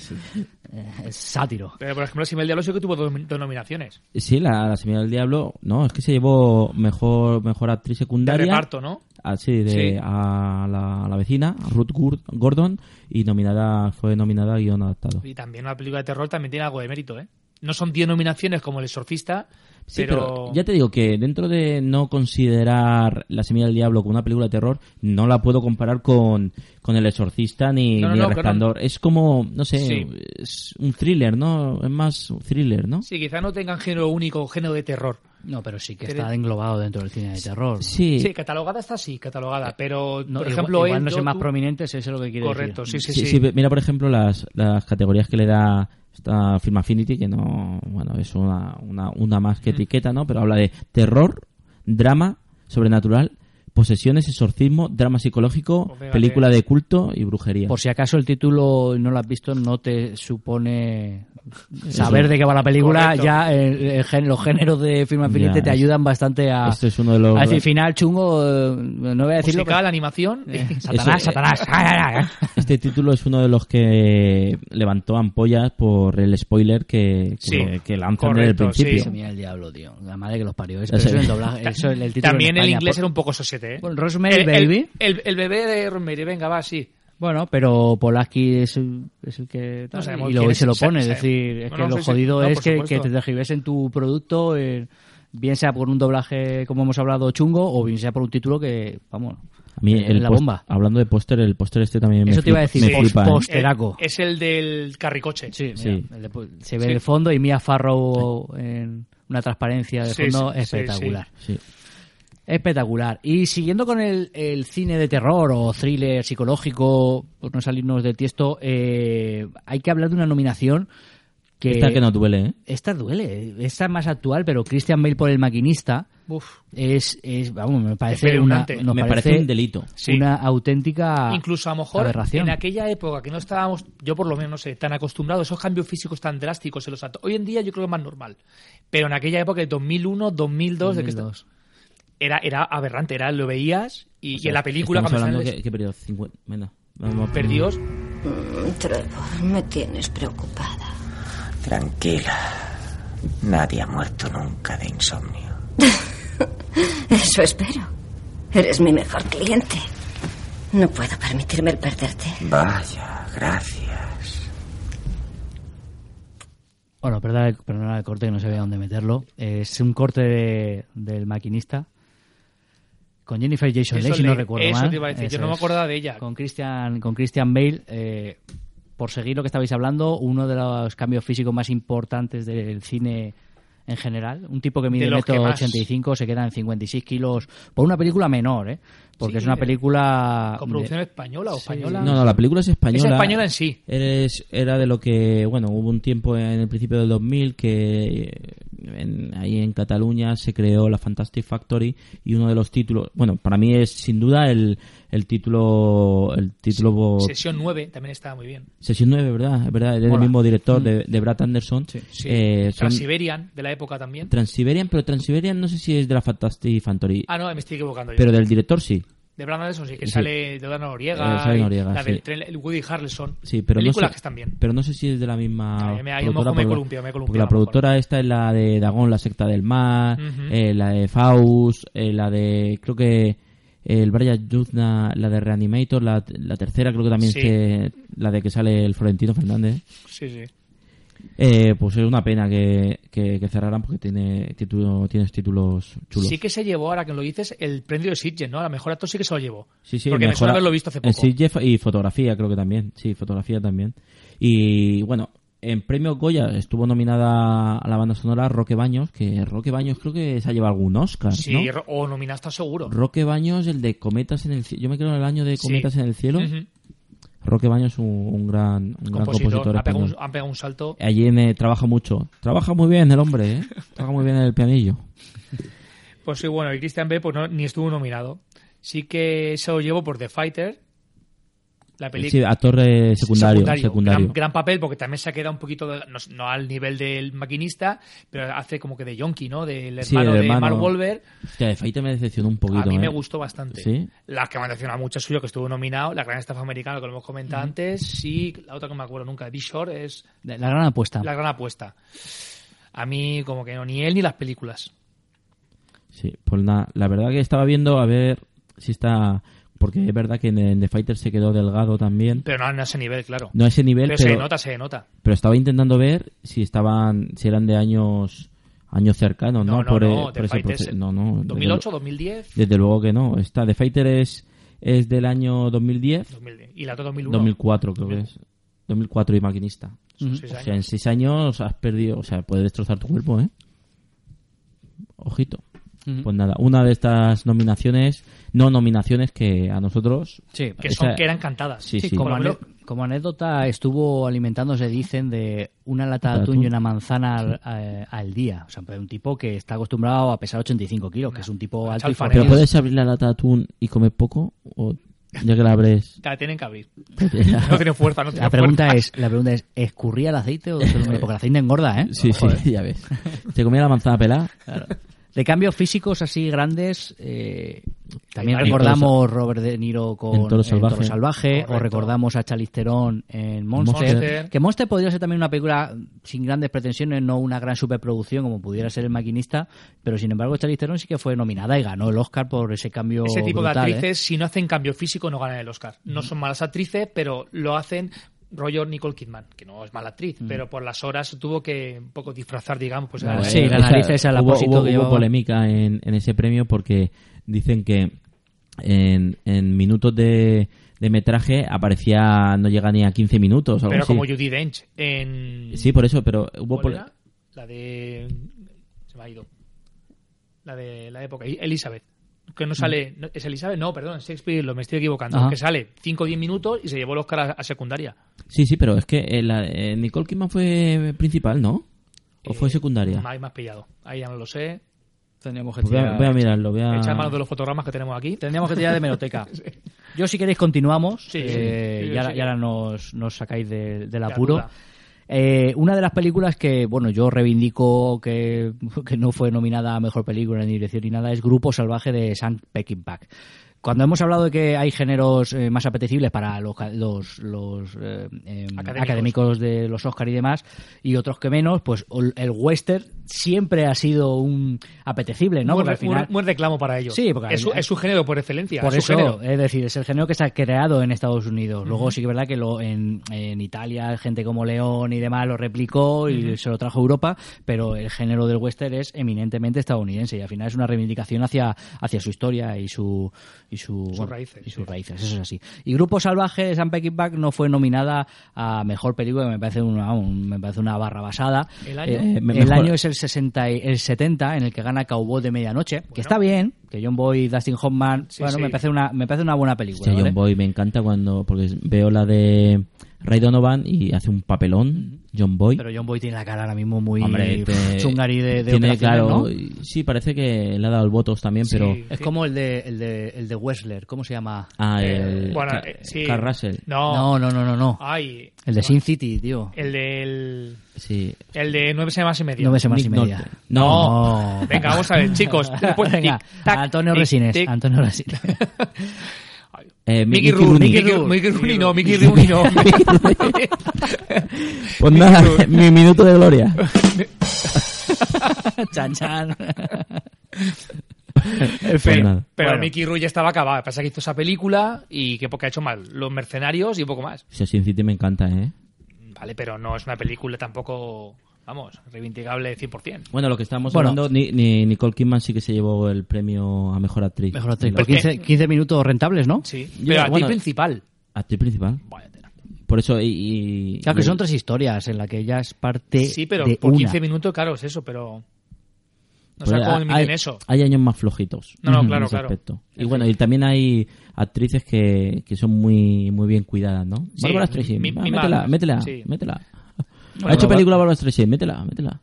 Eh, es sátiro.
Pero, por ejemplo, Simel Diablo sí que tuvo dos, dos nominaciones.
Sí, la, la Semilla del Diablo, no, es que se llevó mejor mejor actriz secundaria.
De reparto, ¿no?
Ah, sí, de,
Sí.
A, la, a la vecina, a Ruth Gur- Gordon, y nominada fue nominada a guión adaptado.
Y también una película de terror también tiene algo de mérito, ¿eh? No son 10 nominaciones como El Exorcista,
Sí,
pero...
pero... ya te digo que dentro de no considerar La Semilla del Diablo como una película de terror, no la puedo comparar con, con El Exorcista ni,
No, no,
ni
no,
El
claro.
Resplandor. Es como, no sé,
Sí.
es un thriller, ¿no? Es más un thriller, ¿no?
Sí, quizá no tengan género único o género de terror.
No, pero sí que
Pero-
está englobado dentro del cine de terror.
Sí.
Sí, catalogada está sí, catalogada, pero,
Eh, No,
por
igual-
ejemplo...
igual,
él,
no
yo,
sé más
tú-
prominentes, eso es lo que quiere
Correcto,
decir.
sí,
Sí, sí, mira por ejemplo las, las categorías que le da esta Film Affinity, que no, bueno, es una, una, una más
Mm.
que etiqueta, ¿no? Pero habla de terror, drama, sobrenatural, posesiones, exorcismo, drama psicológico,
Pues fíjate.
película de culto y brujería.
Por si acaso el título no lo has visto, no te supone saber de qué va la película.
Correcto.
Ya el- el gen- los géneros de Film Affinity
Ya,
te
es-
ayudan bastante a.
este es uno de los-
a decir, final chungo, eh, no voy a decirlo.
Musical,
pero-
animación...
Eh, Satanás,
Eso-
<laughs>
Satanás. Ay, ay, ay.
Este título es uno de los que levantó ampollas por el spoiler que, que,
Sí,
que lanzan desde el principio.
Sí, mira el diablo, tío. La madre que los parió. Es-
Ya
pero
sé.
eso es el doblaje, eso es el título
También
en
el
España,
inglés
por-
era un poco sosete, ¿eh?
Bueno, Rosemary
El- el-
Baby.
El, el bebé de Rosemary, venga, va, sí.
Bueno, pero Polaski es el, es el que tal,
sabemos
y luego
quién
y se
es,
lo
sa-
pone. Es
sa-
decir, es
Bueno,
que
no
lo
sé si-
jodido
no,
es
por
que,
supuesto.
que te tergiversen tu producto, eh, bien sea por un doblaje, como hemos hablado, chungo, o bien sea por un título que, vamos,
A mí
es
el
la
post-
bomba.
Hablando de póster, el póster este también me
Eso te iba a
flipa-
decir,
me
sí.
flipa, ¿eh?
Post- Teraco.
Es el del carricoche.
Sí,
mira, Sí.
Se ve
Sí.
de fondo y Mia Farrow en una transparencia de
Sí,
fondo
sí, sí,
espectacular.
Sí.
Espectacular. Y siguiendo con el, el cine de terror o thriller psicológico, por no salirnos del tiesto, eh, hay que hablar de una nominación que...
Esta que nos duele, ¿eh?
Esta duele, esta es más actual, pero Christian Bale por el maquinista
Uf.
es, es, vamos, me parece una,
Espeluznante.
nos
Me parece un delito.
Una auténtica
Incluso a lo mejor
aberración.
en aquella época que no estábamos, yo por lo menos no sé, tan acostumbrados a esos cambios físicos tan drásticos en los actores. Hoy en día yo creo que es más normal. Pero en aquella época de 2001, 2002, de que
2002.
esta- era, era aberrante, era, lo veías
O
y, y
sea,
en la película
estamos
cuando
hablando
salen
que, que periodo 50, venga, vamos a-
perdidos.
Mm.
Trevor, me tienes preocupada.
Tranquila. Nadie ha muerto nunca de insomnio.
Eso espero. Eres mi mejor cliente. No puedo permitirme el perderte.
Vaya, gracias.
Bueno, perdona, el- perdona el corte, que no sabía dónde meterlo. Es un corte de- del maquinista con Jennifer Jason
Eso
Leigh, si no
le-
recuerdo
eso
mal.
te iba a decir, yo
Eso
no me
es.
acordaba de ella.
Con Christian, con Christian Bale, eh, por seguir lo que estabais hablando, uno de los cambios físicos más importantes del cine en general. Un tipo que mide
De los que
metro
más.
85 se queda en 56 kilos por una película menor, ¿eh? Porque
Sí,
es una
de-
película...
¿Con
de-
producción española o española?
No, no, la película es española.
Es española en sí.
Eres- era de lo que, bueno, hubo un tiempo en el principio del 2000 que en- ahí en Cataluña se creó la Fantastic Factory y uno de los títulos, bueno, para mí es sin duda el, el título, el título
Sesión 9 también estaba muy bien.
Sesión 9, ¿verdad? Es verdad, es del
Mola.
mismo director de, de Brad Anderson.
Mm. Sí.
Eh, son-
Transiberian, de la época también.
Transiberian, pero Transiberian no sé si es de la Fantastic Factory.
Ah, no, me estoy equivocando yo.
Pero del director sí.
de Brandon Anderson, sí, que
Sí.
sale de la Noriega.
Eh, sale
y
Noriega,
la del
sí.
tren- el Woody Harrelson.
Sí, pero
Películas
no sé,
que están bien.
Pero no sé si es de la misma.
Ahí me- ahí a
productora,
lo mejor me he
porque-
columpiado, me he columpiado
porque
a
la
lo mejor.
productora esta es la de Dagón, la secta del mar,
Ujú.
eh, la de Faust, eh, la de. Creo que. eh, El Brian Yuzna, la de Reanimator, la, la tercera creo que también
Sí.
es que- la de que sale el Florentino Fernández.
Sí, sí.
Eh, pues es una pena que, que, que cerraran porque tiene título, tienes títulos chulos.
Sí que se llevó, ahora que lo dices, el premio de Sitges, ¿no? A la mejor actor sí que se lo llevó.
Sí, sí,
Porque me
mejora-
suena haberlo visto hace
en
poco.
Sitges y fotografía, creo que también. Sí, fotografía también. Y bueno, en premio Goya estuvo nominada a la banda sonora Roque Baños, que Roque Baños creo que se ha llevado algún Oscar. ¿no?
Sí, ro- o nominado está seguro.
Roque Baños, el de Cometas en el Cielo. Yo me creo en el año de
Sí.
Cometas en el Cielo.
Ujú.
Roque Baños es un, un gran, un gran
Compositor,
compositor.
ha pegado un-
español.
ha pegado un salto.
Allí me trabaja mucho. Trabaja muy bien el hombre,
<laughs>
¿eh? Trabaja muy bien el pianillo.
Pues sí, bueno, y Christian B pues no, ni estuvo nominado. Sí que se lo llevó por The Fighter, la
Sí,
película.
actor eh, secundario. secundario.
Gran, gran papel, porque también se ha quedado un poquito, de- no, no al nivel del maquinista, pero hace como que de Yonki, ¿no? Del
Sí,
hermano
el
de
hermano.
Mark Wolver.
Hostia, de Fighter me decepcionó un poquito.
A mí me
¿eh?
gustó bastante.
Sí.
La que me decepcionado mucho es suyo, que estuvo nominado, La Gran Estafa Americana, que lo hemos comentado antes, y la otra que no me acuerdo nunca, Be Shore, es
La gran
Ah.
apuesta.
La Gran Apuesta. A mí, como que no, ni él ni las películas.
Sí, pues nada, la verdad que estaba viendo a ver si está. Porque es verdad que en, en The Fighter se quedó delgado también.
Pero no, no a ese nivel, claro.
No a ese nivel,
Pero,
pero-
se nota, se nota.
Pero estaba intentando ver si estaban si eran de años años cercanos, ¿no?
No, no,
eh,
no, The
ese
Fighter
proceso.
es-
No, no, desde
2008,
lu-
2010.
Desde luego que no. Está, The Fighter es, es del año 2010.
2010. Y la otra 2001.
2004 creo que es. 2004 y maquinista.
Son
Ujú.
seis
o sea,
años.
en seis años has perdido, o sea, puede destrozar tu cuerpo, ¿eh? Ojito.
Ujú.
Pues nada, una de estas nominaciones, no nominaciones que a nosotros...
Sí,
Que son- que eran cantadas.
Sí, sí.
Sí,
Como,
Por lo
ane- como anécdota, estuvo alimentándose, dicen, de una lata de
Lata de
atún y
atún.
una manzana al, eh, al día. O sea, un tipo que está acostumbrado a pesar 85 kilos, que es un tipo alto y fornido.
Pero puedes abrir la lata de atún y comer poco, o ya que la abres...
La tienen que abrir.
La-
No tiene fuerza, no tiene
La pregunta
fuerza.
es, la pregunta es, ¿escurría el aceite o se lo
<laughs>
ponía? Porque el aceite engorda, ¿eh?
<laughs> Sí, sí, <laughs> ya ves. Ah, Te comía la manzana pelada.
De cambios físicos así grandes, eh, también
En
recordamos
Toro
Robert De Niro con
en Toro
eh,
Salvaje.
Salvaje, o
Correcto.
recordamos a Chalisterón en Monster.
Monster.
Que Monster podría ser también una película sin grandes pretensiones, no una gran superproducción como pudiera ser El Maquinista, pero sin embargo Chalisterón sí que fue nominada y ganó el Oscar por ese cambio
Ese tipo
brutal,
de
¿eh?
actrices, si no hacen cambio físico, no ganan el Oscar. No son malas actrices, pero lo hacen rollo Nicole Kidman, que no es mala actriz, pero por las horas tuvo que un poco disfrazar, digamos, pues
Claro,
a-
sí,
eh,
la
esa-
nariz esa, la
hubo,
pósito
hubo-
que
hubo
llevaba.
polémica en, en ese premio porque dicen que en, en minutos de, de metraje aparecía no llega ni a 15 minutos o algo
pero
así.
como Judy Dench en...
Sí, pues, por eso, pero hubo
¿Cuál
pol-
era? La de... Se me ha ido. La de la época. Elizabeth. Que no sale... no, ¿Es Elizabeth? No, perdón, Shakespeare, lo me estoy equivocando.
Ajá.
Que sale 5 o 10 minutos y se llevó el Oscar a, a secundaria.
Sí, sí, pero es que eh, la- eh, Nicole Kidman fue principal, ¿no? ¿O fue secundaria?
Ahí me has pillado. Ahí ya no lo sé.
Tendríamos que
Pues voy, a,
tirar-
voy a mirarlo, voy
Ah.
a...
Echar mano de los fotogramas que tenemos aquí.
Tendríamos que tirar de hemeroteca. Yo, si queréis, continuamos.
Sí,
Eh,
sí, sí,
y ahora,
sí.
y ahora nos, nos sacáis de- del
La
apuro.
duda.
Eh, una de las películas que, bueno, yo reivindico que, que no fue nominada a mejor película ni dirección ni nada es Grupo Salvaje de Sam Peckinpah. Cuando hemos hablado de que hay géneros eh, más apetecibles para los, ca- los, los, eh, em,
Académicos.
académicos de los Oscar y demás, y otros que menos, pues ol- el western siempre ha sido un apetecible, ¿no?
Buen,
Porque al
re- buen-
final,
buen reclamo para ellos.
Sí, porque
es, su,
al-
es su género por excelencia.
por
es su
eso,
género.
es decir, es el género que se ha creado en Estados Unidos. Luego
Ujú.
sí que es verdad que lo, en, en Italia gente como León y demás lo replicó y se lo trajo a Europa, pero el género del western es eminentemente estadounidense y al final es una reivindicación hacia, hacia su historia y su y su,
Sus raíces,
y sus raíces, eso es así. Y Grupo Salvaje San Peckinpah no fue nominada a mejor película, que me parece una un- me parece una barra basada.
¿El año?
Eh,
Me-
el
mejor-
año es el 60 y- el 70 en el que gana Cowboy de medianoche, que está bien, que John Boy, Dustin Hoffman, bueno,
sí.
me parece una me parece una buena película,
Hostia,
¿vale?
John Boy me encanta cuando. Porque veo la de Ray Donovan y hace un papelón, John Boy.
Pero John Boy tiene la cara ahora mismo muy
Hombre, te-
chungari de, de
tiene,
operaciones,
claro,
¿no?
y- Sí, parece que le ha dado el votos también, pero.
es como el de el de el de Wessler, ¿cómo se llama?
Ah, el-
bueno,
Ca-
eh, sí.
Carl Russell.
No,
No.
no, no, no, no.
Ay.
el de Sin City, tío.
El del.
Sí.
El de nueve semanas y media.
Nueve semanas y media.
No. Venga, vamos a ver,
<laughs>
chicos. Después,
Venga,
tic, tac,
Antonio
tic,
Resines,
tic.
Antonio <laughs> Resines.
Eh,
Mickey Rooney.
<laughs>
Mickey Rooney. Mickey Rooney no, Mickey Rooney no. <laughs>
Pues nada, mi minuto de gloria.
chan chan.
Pues
Pero,
nada.
pero
Bueno.
Mickey Rooney ya estaba acabada. Pasa que hizo esa película y que porque ha hecho mal. Los mercenarios y poco más.
Sí, Sin City me encanta, ¿eh?
Vale, pero no es una película tampoco, vamos, reivindicable 100%.
Bueno, lo que estábamos
Bueno.
hablando, ni, ni- Nicole Kidman sí que se llevó el premio a mejor actriz.
Mejor actriz.
Pero-
15, 15 minutos rentables, ¿no?
Sí,
Yo-
pero a ti
bueno,
principal.
Actriz principal. Por eso, y. y-
Claro que
y-
son tres historias en la que ella es parte
Sí, pero
de
por
una.
15 minutos, claro, es eso, pero... No
Pues
sé cómo
hay-
miden
hay-
eso.
Hay años más flojitos.
No, no,
en
claro,
ese
claro.
aspecto. Y bueno, y también hay actrices que, que son muy, muy bien cuidadas, ¿no?
Sí,
Bárbara Streisand,
mi-
va,
mimadas,
métela, métela,
sí.
métela.
Bueno,
ha hecho
va-
película Bárbara Streisand, métela, métela.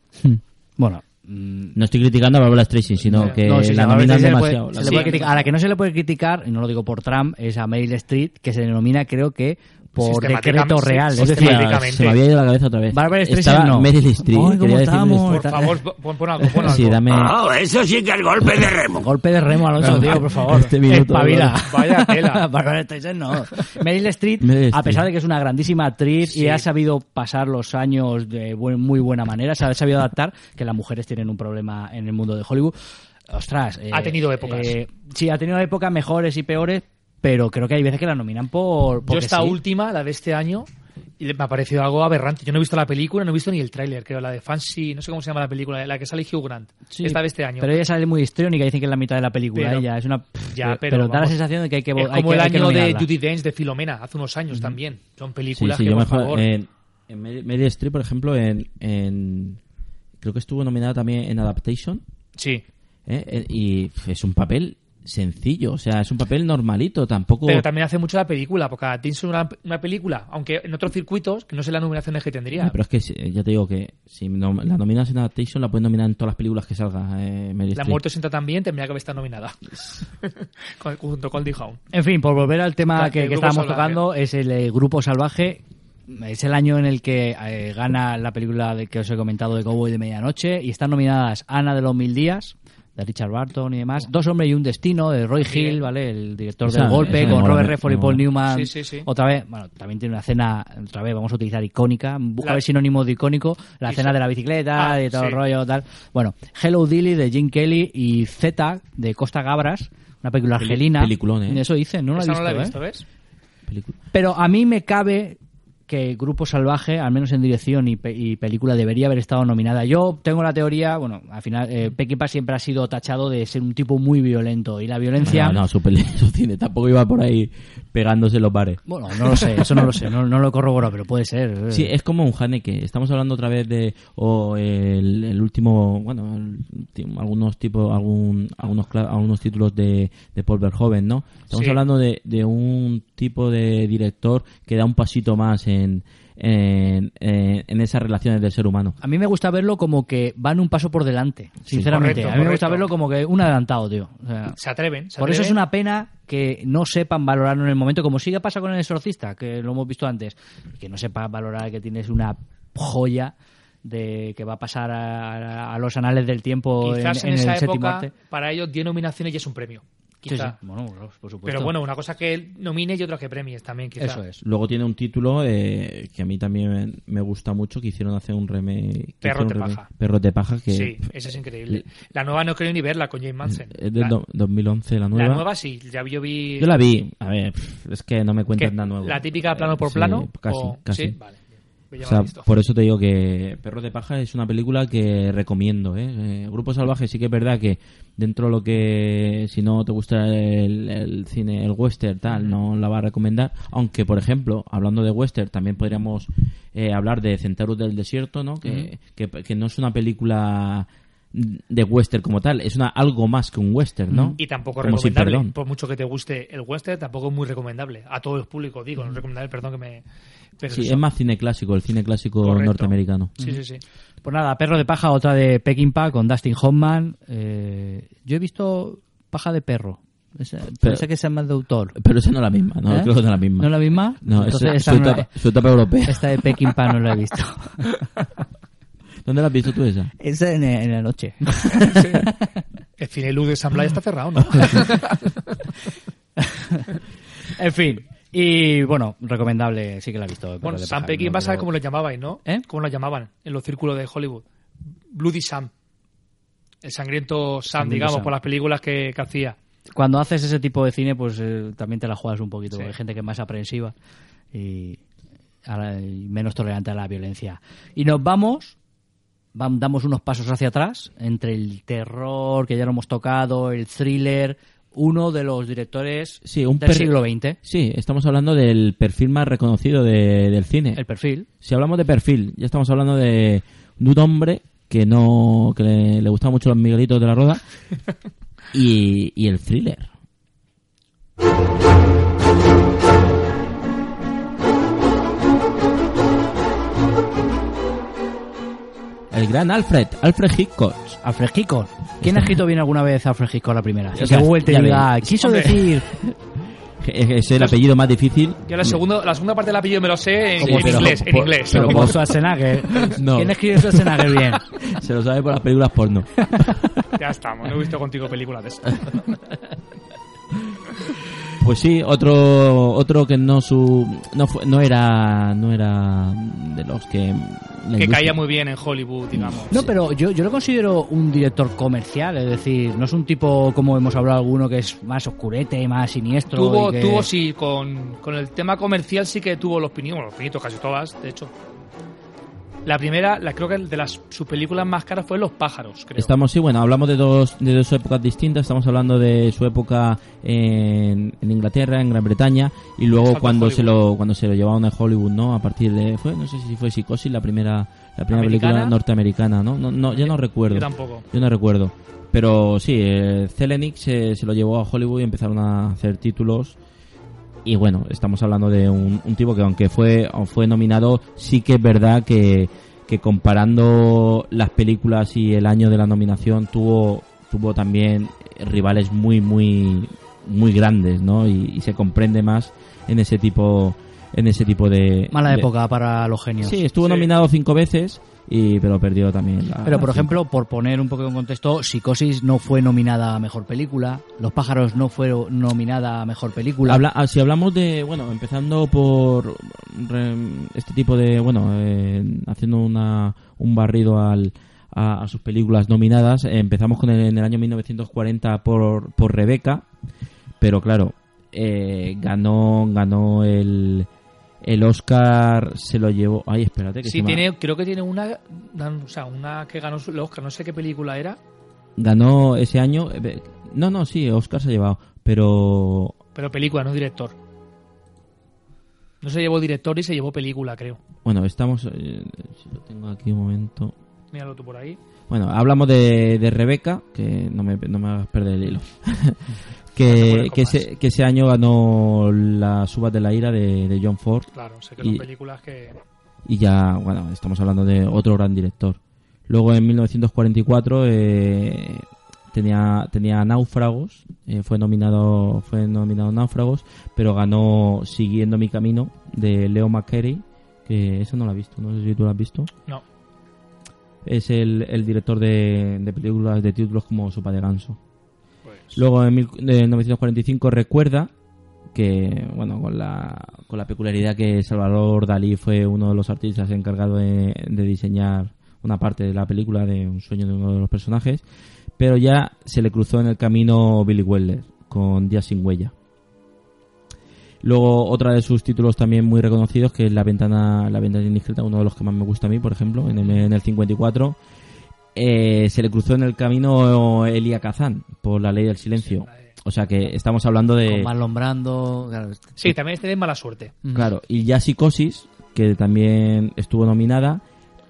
Bueno,
No estoy criticando a Bárbara Streisand, sino que
No, sí, sí,
la
a la
nominan
vez se le puede-
demasiado.
se
la
le puede criticar. A la que no se le puede criticar, y no lo digo por Trump, es a Meryl Streep, que se denomina, creo que, por
Sistemáticamente,
decreto
sí,
real. Es decir,
sistemáticamente.
Se me había ido la cabeza otra vez.
Bárbara Streisand
Estaba
no.
Meryl Streep.
Ay, ¿cómo
quería decir Meryl
estamos?
Streep.
Por
<laughs>
favor, pon, pon algo,
<laughs>
pon algo.
Sí, dame-
Ah, eso sí que es golpe de remo.
Golpe de remo, Alonso,
Claro.
tío, por favor.
Este minuto,
Espabila.
Alonso.
Vaya
<laughs>
tela.
Bárbara Streisand no. Meryl Streep,
Meryl
a
Streep.
pesar de que es una grandísima actriz y
Sí.
ha sabido pasar los años de buen- muy buena manera, se ha sabido adaptar, que las mujeres tienen un problema en el mundo de Hollywood. Ostras. eh,
Ha tenido épocas.
eh, sí, ha tenido épocas mejores y peores, pero creo que hay veces que la nominan por...
Yo
porque
esta
sí.
última, la de este año, y le- me ha parecido algo aberrante. Yo no he visto la película, no he visto ni el tráiler, creo, la de Fancy, no sé cómo se llama la película, la que sale Hugh Grant.
Sí,
esta de este año.
Pero ella sale muy histriónica, dicen que es la mitad de la película.
Pero-
ella es una...
Ya, pero,
da la
vamos,
sensación de que hay que...
es
hay
como
que-
el
hay que
año de
nominarla.
Judy Dench de Filomena, hace unos años también. Son
Sí,
películas
sí,
que,
yo
por
mejor.
favor...
eh,
En, en Meryl Meryl Streep, por ejemplo, en, en- Creo que estuvo nominada también en Adaptation.
Sí.
¿eh? Eh, Y pf, es un papel sencillo, o sea, es un papel normalito, tampoco.
Pero también hace mucho la película, porque a Tinson una, una película, aunque en otros circuitos, que no sé las nominaciones que tendría.
Ah, pero es que si- ya te digo que si nom- la nominas en Adaptation, la puedes nominar en todas las películas que salga. Eh, Meryl
La
Streep.
muerte sienta también tendría que haber estado nominada.
<laughs>
Con- junto con Goldie Hawn.
En fin, por volver al tema
Claro,
que,
el
que
grupo
estábamos
salvaje.
tocando, es el eh, Grupo Salvaje. Es el año en el que eh, gana la película de que os he comentado de Cowboy de Medianoche y están nominadas Ana de los Mil Días, de Richard Barton y demás, Dos Hombres y un Destino, de Roy Hill, ¿vale? El director
Esa-
del golpe,
esa me
con
mola,
Robert
me-
Redford y
me
Paul
mola.
Newman.
Sí, sí, sí.
Otra vez, bueno, también tiene una escena, otra vez vamos a utilizar icónica, busca
La-
a ver sinónimo de icónico, la
Y
escena
se-
de la bicicleta
Ah,
y todo el
sí.
rollo, tal. Bueno, Hello Dilly de Jim Kelly y Z de Costa Gabras, una película
Peli-
argelina.
peliculón, ¿eh?
Eso dicen, no la he
Esa
visto,
no la he
¿eh?
visto, ¿eh? ¿ves?
Película.
Pero a mí me cabe que Grupo Salvaje, al menos en dirección y, pe- y película, debería haber estado nominada. Yo tengo la teoría, bueno, al final, eh, Peckinpah siempre ha sido tachado de ser un tipo muy violento y la violencia...
No, no, su, peli- <laughs> su cine tampoco iba por ahí pegándose los bares.
Bueno, no lo sé, eso no lo sé, no, no lo corroboro, pero puede ser. eh.
Sí, es como un Haneke. Estamos hablando otra vez de o el, el último, bueno, el ultim- algunos tipos, algún, algunos, cla- algunos títulos de, de Paul Verhoeven, ¿no? Estamos
Sí.
hablando de, de un tipo de director que da un pasito más en, en, en- en esas relaciones del ser humano.
A mí me gusta verlo como que van un paso por delante,
Sí.
sinceramente.
Correcto,
a mí me gusta
correcto.
verlo como que un adelantado, tío. O sea,
Se atreven. se
Por eso es
atreven.
una pena que no sepan valorarlo en el momento, como sí que pasa con el exorcista, que lo hemos visto antes, que no sepas valorar que tienes una joya de que va a pasar a, a los anales del tiempo en,
Quizás en,
en
esa
el séptimo
época,
arte.
para ellos, 10 nominaciones ya es un premio. quizá.
Sí, sí. Bueno, claro, por supuesto.
Pero bueno, una cosa que él nomine y otra que premies también, quizá.
Eso es.
Luego tiene un título eh, que a mí también me gusta mucho, que hicieron hace un remake. que
Perros
hicieron
de
un remake-
paja.
Perros de paja, que
Sí, esa es increíble. La nueva no he querido ni verla con James Manson.
es del
la,
do- 2011, la nueva.
la nueva sí, ya vi- yo vi.
Yo la vi, a ver, pff, es que no me
¿Qué?
cuentan nada nuevo. Eh,
¿La típica plano por
Sí,
plano?
Casi,
o-
casi.
Sí, vale. Pues ya
O
me
sea,
la he visto.
por eso te digo que Perros de Paja es una película que recomiendo. ¿eh? Eh, Grupo Salvaje sí que es verdad que dentro de lo que, si no te gusta el, el cine, el western, tal, no la va a recomendar. Aunque, por ejemplo, hablando de western, también podríamos eh, hablar de Centaurus del Desierto, ¿no? Que, que- que no es una película de western como tal, es una algo más que un western, ¿no?
Y tampoco
Como sin
recomendable.
perdón.
por mucho que te guste el western, tampoco es muy recomendable. A todo el público, digo, no es recomendable, perdón que me. pero
Sí,
eso.
es más Mm. cine clásico, el cine clásico
Correcto.
norteamericano.
Sí, sí, sí.
Pues nada, Perro de Paja, otra de Peckinpah con Dustin Hoffman. Eh, yo he visto Paja de Perro. Esa,
Pero-
parece que sea más de autor.
Pero esa no es la misma, no,
¿Eh?
creo que no es la misma.
¿No es la misma?
No,
Entonces
esa-
esa
su,
no la-
<laughs> etapa, su etapa europea.
Esta de Peckinpah no la he visto.
¿Dónde la has visto tú <laughs> esa?
Esa en, en la <laughs> noche.
El cine luz de San Blas está
<laughs>
cerrado, ¿no?
en fin. Y bueno, recomendable, sí que la he visto. Perro
bueno,
de
Sam
Paja, no
Peckinpah, ¿sabes
creo-
cómo lo llamabais, no?
¿Eh?
¿Cómo lo llamaban en los círculos de Hollywood? Bloody Sam. El sangriento Sam,
Sangriento
digamos,
Sam.
por las películas que, que hacía.
Cuando haces ese tipo de cine, pues eh, también te la juegas un poquito.
Sí.
porque Hay gente que es más aprensiva y, a la- y menos tolerante a la violencia. Y nos vamos, vam- damos unos pasos hacia atrás, entre el terror, que ya lo hemos tocado, el thriller, uno de los directores
Sí, un
del
perfil-
siglo XX.
Sí, estamos hablando del perfil más reconocido de- del cine.
El perfil.
Si hablamos de perfil, ya estamos hablando de, de un hombre que no que le, le gustaban mucho los miguelitos de la roda y, y el thriller. El gran Alfred, Alfred Hitchcock. <laughs>
Alfred Hitchcock. ¿Quién ha escrito bien alguna vez a Alfred Hitchcock la primera? Y que
Ya-
Google te
ya
diga,
veis.
quiso
Hombre.
decir...
Es es el apellido más difícil.
Yo la, segunda la segunda parte del apellido me lo sé en,
Como
en
pero-
inglés. En
por-
inglés. <laughs>
pero
Como
por-
Schwarzenegger.
<laughs> No.
¿eh? ¿Quién escribió
<laughs>
Schwarzenegger bien?
Se lo sabe por las películas porno.
Ya estamos, no he visto contigo
<laughs>
películas de eso.
Pues sí, otro otro que no su no fue- no era no era de los que la
que
industria-
caía muy bien en Hollywood, digamos.
No, pero yo, yo lo considero un director comercial, es decir, no es un tipo como hemos hablado alguno que es más oscurete, más siniestro.
Tuvo,
y que-
tuvo sí, con, con el tema comercial sí que tuvo los pinitos, bueno, los pinitos casi todas, de hecho. La primera, la creo que de las sus películas más caras fue Los pájaros, creo.
Estamos, sí, bueno, hablamos de dos, de dos épocas distintas. Estamos hablando de su época en, en Inglaterra, en Gran Bretaña, y luego
Salto a
cuando se,
Hollywood.
lo, cuando se lo llevaron a Hollywood, ¿no? A partir de. Fue, no sé si fue Psicosis, la primera, la primera película
¿Americana?
norteamericana, ¿no? No, no Yo no recuerdo.
Yo tampoco.
Yo no recuerdo. Pero sí, eh, Zelenic se, se lo llevó a Hollywood y empezaron a hacer títulos. Y bueno, estamos hablando de un, un tipo que aunque fue, fue nominado, sí que es verdad que, que comparando las películas y el año de la nominación tuvo, tuvo también rivales muy, muy, muy grandes, ¿no? Y, y se comprende más en ese tipo, en ese tipo de...
Mala
de-
época para los genios.
Sí, estuvo nominado cinco veces, y, pero perdió también. la-
Pero por
la-
ejemplo, por poner un poco en contexto, Psicosis no fue nominada a mejor película, Los pájaros no fue nominada a mejor película.
Habla- ah, si hablamos de, bueno, empezando por re- este tipo de, bueno, eh, haciendo una, un barrido al, a, a sus películas nominadas, eh, empezamos con el, en el año 1940 por, por Rebeca, pero claro, eh, ganó, ganó el, el Oscar, se lo llevó, ay, espérate, que
Sí,
se me-
tiene, creo que tiene una, una- o sea, una que ganó el Oscar, no sé qué película era,
ganó ese año, eh, be- no, no, sí, Oscar se ha llevado, pero
pero película, no director. No se llevó director y se llevó película, creo.
bueno, estamos, eh, si lo tengo aquí un momento.
Míralo tú por ahí.
Bueno, hablamos de, de Rebeca, que no me, no me hagas perder el hilo. <laughs>
No te
que,
pones con
que, ese, que ese año ganó las uvas de la ira de, de John Ford.
Claro, sé que
y,
son películas que...
y ya, bueno, estamos hablando de otro gran director. Luego en 1944 eh, tenía, tenía Náufragos, eh, fue, nominado, fue nominado Náufragos, pero ganó Siguiendo mi camino de Leo McCarey, que eso no lo he visto, no sé si tú lo has visto
No.
es el, el director de, de películas de títulos como Sopa de Ganso. Luego en 1945 recuerda que, bueno, con la, con la peculiaridad que Salvador Dalí fue uno de los artistas encargados de, de diseñar una parte de la película de un sueño de uno de los personajes, pero ya se le cruzó en el camino Billy Weller con Días sin huella. Luego otra de sus títulos también muy reconocidos que es La ventana La ventana indiscreta, uno de los que más me gusta a mí, por ejemplo, en el, en el 54 eh, se le cruzó en el camino Elia Kazan por La ley del silencio. O sea que estamos hablando de
Con Marlon Brando. claro,
Sí, también este de mala suerte.
Claro, y ya Psicosis, que también estuvo nominada,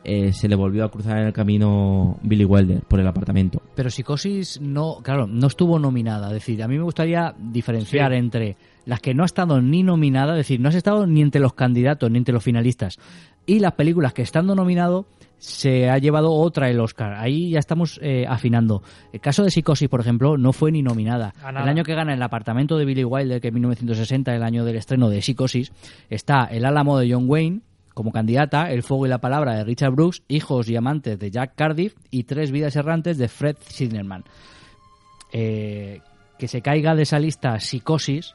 eh, se le volvió a cruzar en el camino Billy Wilder por el apartamento.
Pero Psicosis no, claro, no estuvo nominada. Es decir, a mí me gustaría diferenciar
Sí.
entre las que no ha estado ni nominada, es decir, no has estado ni entre los candidatos ni entre los finalistas, y las películas que estando nominado se ha llevado otra el Oscar. Ahí ya estamos eh, afinando. El caso de Psicosis, por ejemplo, no fue ni nominada.
A nada.
El año que gana el apartamento de Billy Wilder, que es 1960, el año del estreno de Psicosis, está El Álamo de John Wayne como candidata, El Fuego y la Palabra de Richard Brooks, Hijos y Amantes de Jack Cardiff y Tres Vidas Errantes de Fred Zinnerman. Eh, que se caiga de esa lista Psicosis,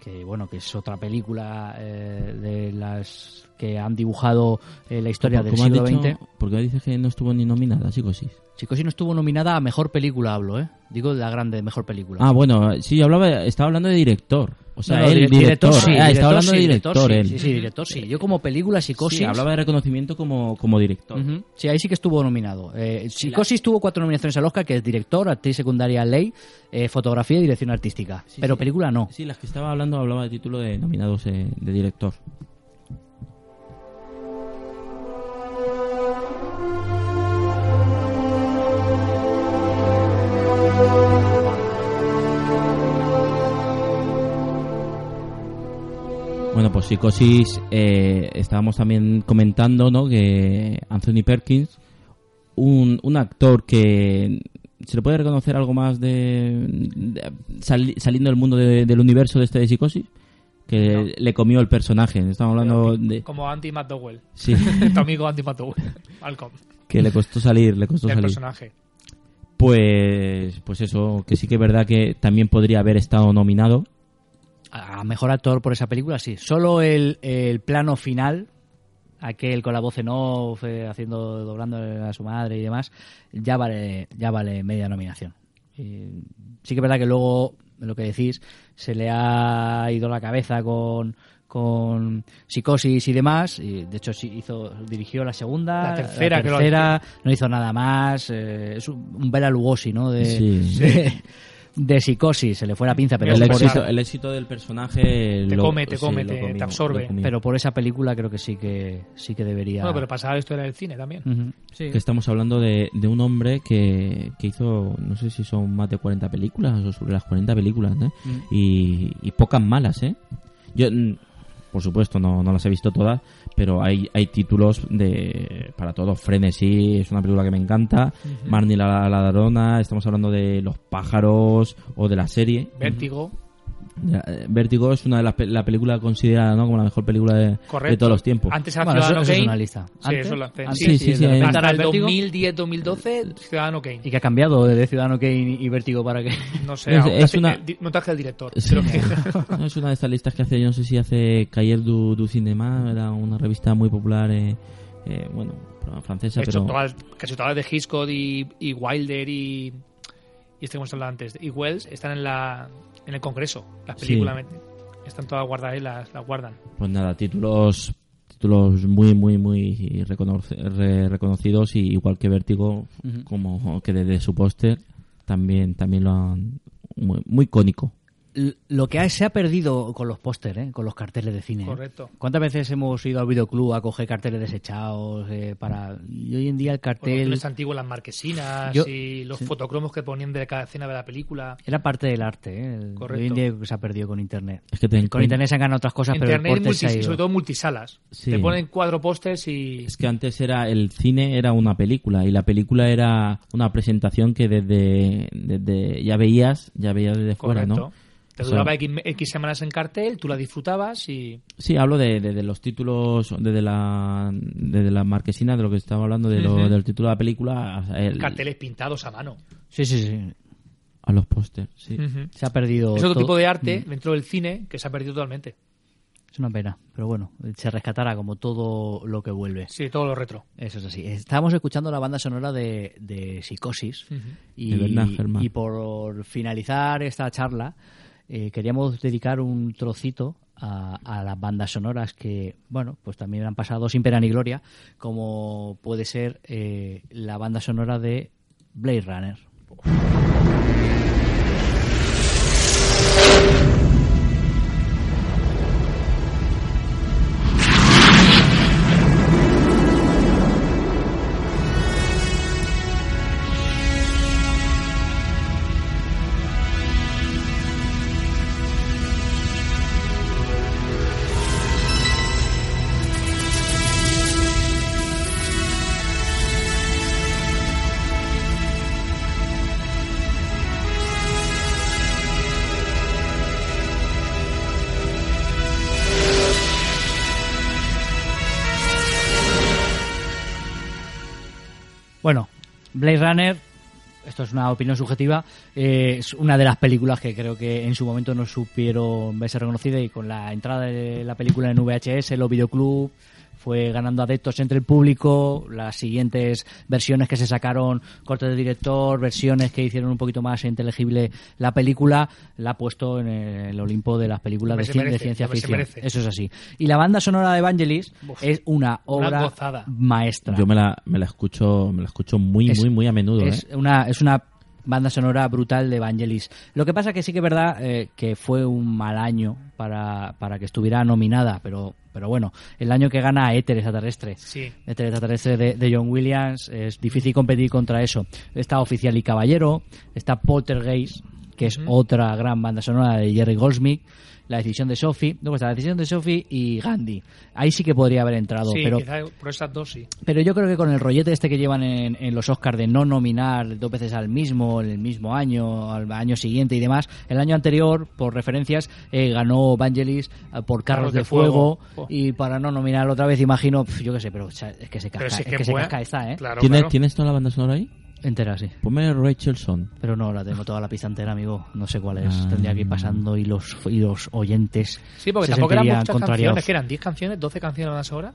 que bueno, que es otra película eh, de las que han dibujado eh, la historia del
¿Cómo has
siglo
dicho?
XX.
¿Por qué dices que no estuvo ni nominada Psicosis?
Psicosis no estuvo nominada a mejor película, hablo, ¿eh? Digo de la grande mejor película.
Ah, bueno, sí, yo hablaba, estaba hablando de director. O sea,
No, no,
él,
dire-
director.
sí,
Ah, estaba hablando
sí,
de director,
sí,
él.
sí, sí, director, sí. Yo como película Psicosis...
Sí, hablaba de reconocimiento como, como director.
Ujú. Sí, ahí sí que estuvo nominado. Eh, Psicosis tuvo cuatro nominaciones al Oscar, que es director, actriz secundaria, ley, eh, fotografía y dirección artística. Pero
sí.
película no.
Sí, las que estaba hablando hablaba de título de nominados eh, de director. Bueno, pues Psicosis, eh, estábamos también comentando ¿no? que Anthony Perkins, un, un actor que se le puede reconocer algo más de, de- sali- saliendo del mundo de- del universo de este de Psicosis, que le comió el personaje. Estamos hablando de
Como Andy McDowell.
Sí.
tu amigo Andy McDowell. Malcolm.
que le costó salir, le costó
<laughs> Del
salir.
personaje.
Pues, pues eso, que sí que es verdad que también podría haber estado nominado.
A mejor actor por esa película, sí. Solo el, el plano final, aquel con la voz en off, eh, haciendo, doblando a su madre y demás, ya vale, ya vale media nominación. Y sí que es verdad que luego, lo que decís, se le ha ido la cabeza con con psicosis y demás y de hecho sí hizo dirigió la segunda
La tercera, creo.
tercera, no hizo nada más eh, es un, un Bela Lugosi no de,
Sí.
de, de psicosis se le fue la pinza pero
el,
por
éxito,
esa-
el éxito del personaje
Te
lo-
come, te
sí,
come,
lo
te- te
comió,
absorbe.
lo comió.
pero por esa película creo que sí que sí que debería
Bueno, pero pasaba esto en el cine también.
Ujú.
Sí.
que estamos hablando de, de un hombre que, que hizo, no sé si son más de 40 películas o sobre las 40 películas, ¿eh?
Mm.
y, y pocas malas, ¿eh? Yo, mm, por supuesto, no, no las he visto todas, pero hay, hay títulos de para todos. Frenesí es una película que me encanta,
Ujú.
Marnie la la ladrona, estamos hablando de Los pájaros o de la serie.
Vértigo.
Ya, eh, Vértigo es una de las pe- la película considerada ¿no? como la mejor película de,
Correcto.
de todos los tiempos.
Antes era
Bueno, eso-
Ciudadano
eso es
Kane.
una lista.
Sí,
Antes-
eso lo hacen.
antes
Sí, sí, sí,
Hasta
hay-
Hasta
el
Vértigo.
2010-2012, Ciudadano Kane.
y que ha cambiado de Ciudadano Kane y Vértigo para que <laughs>
No sé,
Es-
aún
es
así,
una-
el di- montaje del director.
Sí. <laughs>
Pero que-
No, es una de estas listas que hace, yo no sé si hace Cahiers du, du Cinema, era una revista muy popular, eh, eh, bueno, francesa,
<laughs> de hecho,
pero...
todas- casi todas de Hitchcock y, y Wilder y, y este que hemos hablado antes, y Wells, están en la en el Congreso, las
Sí.
películas. Están todas guardadas ahí, las, las guardan.
Pues nada, títulos títulos muy, muy, muy reconoce- re- reconocidos y igual que Vértigo,
Ujú.
como que desde su póster también, también lo han... Muy, muy cónico.
L- lo que ha- se ha perdido con los pósteres, ¿eh? con los carteles de cine. ¿eh?
Correcto.
¿Cuántas veces hemos ido al videoclub a coger carteles desechados eh, para y hoy en día el
Por los
cartel
antiguos antiguas, las marquesinas
Yo-
y los
sí.
fotocromos que ponían de cada escena de la película.
era parte del arte, ¿eh? El-
Correcto.
hoy en día se ha perdido con internet.
Es que te
Con
encuent-
internet se han ganado otras cosas, pero
Internet
el
y,
porte se ha
multi- y
ido.
sobre todo multisalas.
Sí.
Te ponen cuatro pósters y
Es que antes era el cine era una película y la película era una presentación que desde, desde ya veías, ya veías desde fuera,
correcto.
¿no?
Te
O sea,
duraba X, X semanas en cartel, tú la disfrutabas y
Sí, hablo de, de- de los títulos, desde la, desde la marquesina, de lo que estaba hablando, de lo-
Ujú.
del título de la película. el-
carteles pintados a mano.
Sí, sí, sí.
A los pósters, sí.
Ujú.
Se ha perdido.
Es otro
todo. Mm.
tipo de arte dentro del cine que se ha perdido totalmente.
Es una pena, pero bueno, se rescatará como todo lo que vuelve.
Sí, todo lo retro.
Eso es así. Estábamos escuchando la banda sonora de, de Psicosis
Ujú.
y,
De Bernard Herrmann.
y por finalizar esta charla eh, queríamos dedicar un trocito a, a las bandas sonoras que, bueno, pues también han pasado sin pena ni gloria, como puede ser eh, la banda sonora de Blade Runner. Bueno, Blade Runner, esto es una opinión subjetiva, eh, es una de las películas que creo que en su momento no supieron verse reconocida y con la entrada de la película en VHS, los videoclub, fue ganando adeptos entre el público, las siguientes versiones que se sacaron, cortes de director, versiones que hicieron un poquito más inteligible la película, la ha puesto en el Olimpo de las películas de,
Hombre, se
cien- de
merece,
ciencia
hombre, se
ficción.
merece.
Eso es así. Y la banda sonora de Evangelis es una
una
obra
gozada.
maestra.
Yo me la, me la escucho, me la escucho muy,
Es-
muy, muy a menudo,
Es
¿eh?
una, es una banda sonora brutal de Evangelis. Lo que pasa que sí que es verdad eh, que fue un mal año para, para que estuviera nominada, pero, pero bueno, el año que gana Éter extraterrestre.
Sí.
Éter extraterrestre de, de John Williams, es difícil competir contra eso. Está Oficial y Caballero, está Poltergeist, que es
Ujú.
otra gran banda sonora de Jerry Goldsmith. La decisión de Sophie, luego está la decisión de Sophie y Gandhi. Ahí sí que podría haber entrado,
sí,
pero
quizá por esas dos sí.
pero yo creo que con el rollete este que llevan en, en los Oscars de no nominar dos veces al mismo, en el mismo año, al año siguiente y demás, el año anterior, por referencias, eh, ganó Vangelis eh, por Carros de, Fuego,
Jo.
y para no nominar otra vez, imagino, pf, yo qué sé, pero o sea, es que se casca,
Pero si
es
es
que,
que
se
fue-
casca esta, ¿eh?
claro,
¿Tienes, ¿Tienes toda la banda sonora ahí?
Entera, sí.
Ponme Rachelson.
Pero no, la tengo toda la pista entera, amigo. No sé cuál es.
Ah.
Tendría que ir pasando y los, y los oyentes.
Sí, porque
se
tampoco eran
sentirían
muchas
contrariados.
canciones, que eran 10 canciones, 12 canciones más ahora.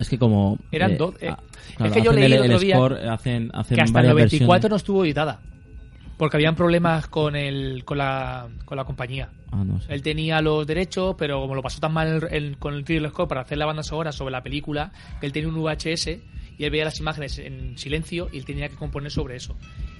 Es que como...
Eran
eh,
dos, eh,
ah,
es
claro,
que yo
hacen
leí
el,
el otro día
score, hacen, hacen
que hasta el
varias
94
versiones.
no estuvo editada. Porque habían problemas con el con la, con la compañía.
Ah, no sé.
Él tenía los derechos, pero como lo pasó tan mal el- el- con el Thriller Score para hacer la banda sonora sobre la película, que él tenía un VHS y él veía las imágenes en silencio y él tenía que componer sobre eso.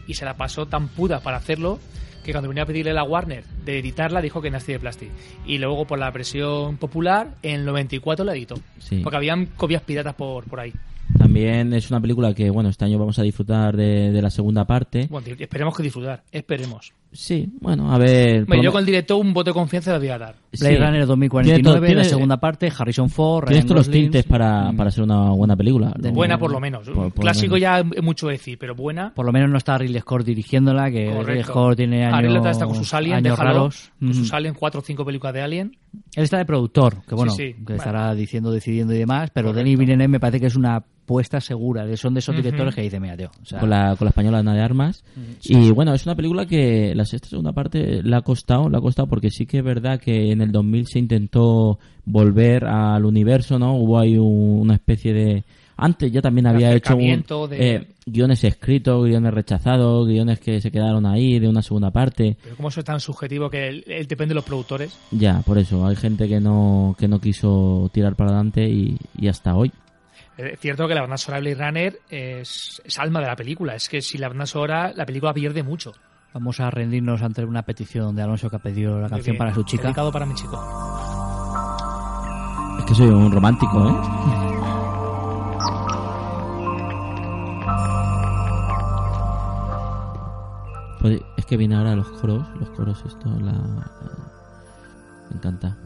Y se la pasó tan puta para hacerlo que cuando venía a pedirle a la Warner de editarla dijo que nací de plástico. Y luego por la presión popular, en el 94 la editó.
Sí.
Porque habían copias piratas por, por ahí.
También es una película que, bueno, este año vamos a disfrutar de, de la segunda parte.
Bueno, di- esperemos que disfrutar, esperemos.
Sí, bueno, a ver... por
Hombre,
lo
yo
me-
con el director un voto de confianza le voy a dar.
Blade Runner
Sí. Tiene todo-
2049,
tiene-
la segunda parte, Harrison Ford,
Tienes
Ryan
todos los
Gosling.
tintes para, para ser una buena película.
De
Luego-
Mm. Buena por lo menos.
Mm. por- por lo
Clásico
menos.
ya es mucho decir, pero buena.
Por lo menos no está Ridley Scott dirigiéndola, que Ridley
Correcto. Ah,
Scott tiene años,
Arréglate hasta con sus aliens,
años
déjalo,
raros. Mm.
Con sus
Ujú.
aliens, cuatro o cinco películas de Alien.
Él está de productor, que bueno,
Sí, sí,
que
vale.
estará diciendo, decidiendo y demás, pero Denis Villeneuve me parece que es una apuesta segura. de- Son de esos
Ujú.
directores que dice, mira, tío, o sea,
con, la, con la española Ana de Armas.
Mm,
Y bueno, es una película que la sexta segunda parte la ha costado, la ha costado porque sí que es verdad que en el 2000 se intentó volver al universo, ¿no? Hubo ahí un- una especie de... Antes ya también había hecho un,
acercamiento de-
eh, guiones escritos, guiones rechazados, guiones que se quedaron ahí de una segunda parte.
Pero como eso es tan subjetivo que él, él depende de los productores.
Ya, por eso, hay gente que no, que no quiso tirar para adelante y, y hasta hoy.
Eh, Es cierto que la banda sonora de Blade Runner es, es alma de la película. Es que si la banda sonora, la película pierde mucho.
vamos a rendirnos ante una petición de Alonso que ha pedido la canción
Porque
para su chica.
Dedicado para mi chico.
Es que soy un romántico, ¿eh? Pues es que viene ahora los coros, los coros esto, la... Me encanta.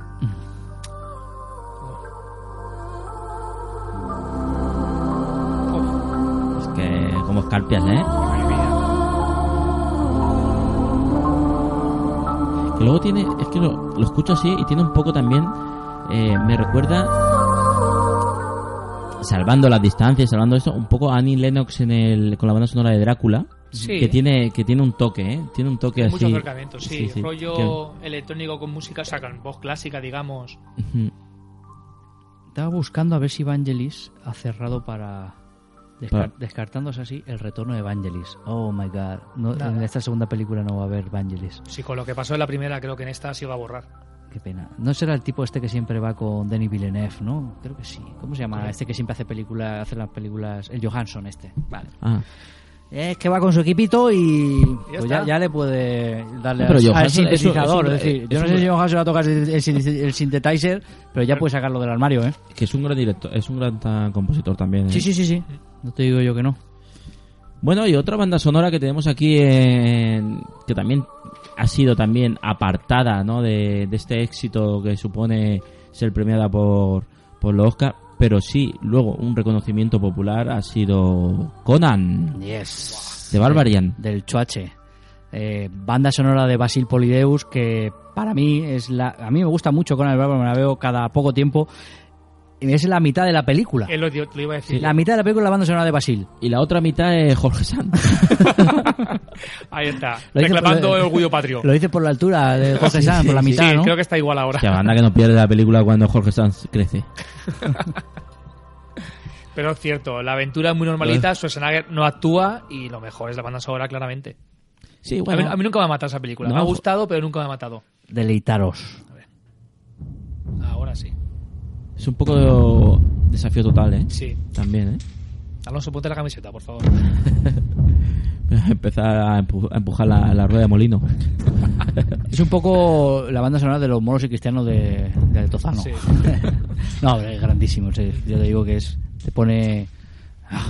Es que como escarpias, ¿eh? Que luego tiene, es que lo, lo escucho así y tiene un poco también, eh, me recuerda, salvando las distancias, salvando esto, un poco a Annie Lennox en el, con la banda sonora de Drácula.
Sí.
que tiene que tiene un toque, ¿eh? Tiene un toque así.
Mucho acercamiento, sí.
sí,
rollo electrónico con música, o sea, con voz clásica, digamos.
que-
Estaba buscando a ver si Vangelis ha cerrado para. descar-
Para-
Descartándose así el retorno de Vangelis. Oh my god. No,
Nada.
en esta segunda película no va a haber Vangelis.
Sí, con lo que pasó en la primera, creo que en esta se iba a borrar.
Qué pena. No será el tipo este que siempre va con Denis Villeneuve, ¿no? Creo que sí. ¿Cómo se llama?
Correcto.
Este que siempre hace películas, hace las películas. El Johansson, este. Vale.
Ah.
Es que va con su equipito y
Ya
pues ya,
está.
ya le puede darle
No, pero
al- al,
Johansson es un-
sintetizador.
es
Es, eh.
un-
decir, yo no
es un-
sé si Johansson va a tocar el, el- el sintetizer, pero ya puede sacarlo del armario, ¿eh?
Que es un gran director, es un gran ah, compositor también. ¿eh?
Sí, sí, sí, sí. No te digo yo que no.
Bueno, y otra banda sonora que tenemos aquí en- que también ha sido también apartada ¿no? de, de este éxito que supone ser premiada por, por los Oscar, pero sí, luego un reconocimiento popular ha sido Conan,
Yes.
de Barbarian.
Del Choache. Eh, banda sonora de Basil Polideus que para mí es la... A mí me gusta mucho Conan el Bárbaro, me la veo cada poco tiempo. Y Es la mitad de la película.
Él lo, lo iba a decir.
La mitad de la película es la banda sonora de Basil.
Y la otra mitad es Jorge
<laughs>
Sanz.
Ahí está.
Lo dice por-
Reclamando el orgullo patrio.
Lo dices por la altura de Jorge
Sí,
Sanz,
sí,
por la
sí.
mitad,
Sí,
¿no?
creo que está igual ahora.
Hostia, banda que no pierde la película cuando Jorge Sanz crece.
Pero es cierto, la aventura es muy
Eh.
normalita, Schwarzenegger no actúa y lo mejor es la banda sonora, claramente.
Sí,
A,
bueno.
mí, a mí nunca me ha matado esa película.
No,
me ha
jo-
gustado, pero nunca me ha matado.
Deleitaros.
Ahora sí.
Es un poco desafío total, ¿eh?
Sí.
También, ¿eh? <laughs>
Alonso, ponte la camiseta, por favor.
Empezar a empu- a empujar la, la rueda de molino.
Es un poco la banda sonora de los moros y cristianos de, de Altozano.
Sí.
<laughs> no, hombre, es grandísimo. o sea, Yo te digo que es. Te pone. ah,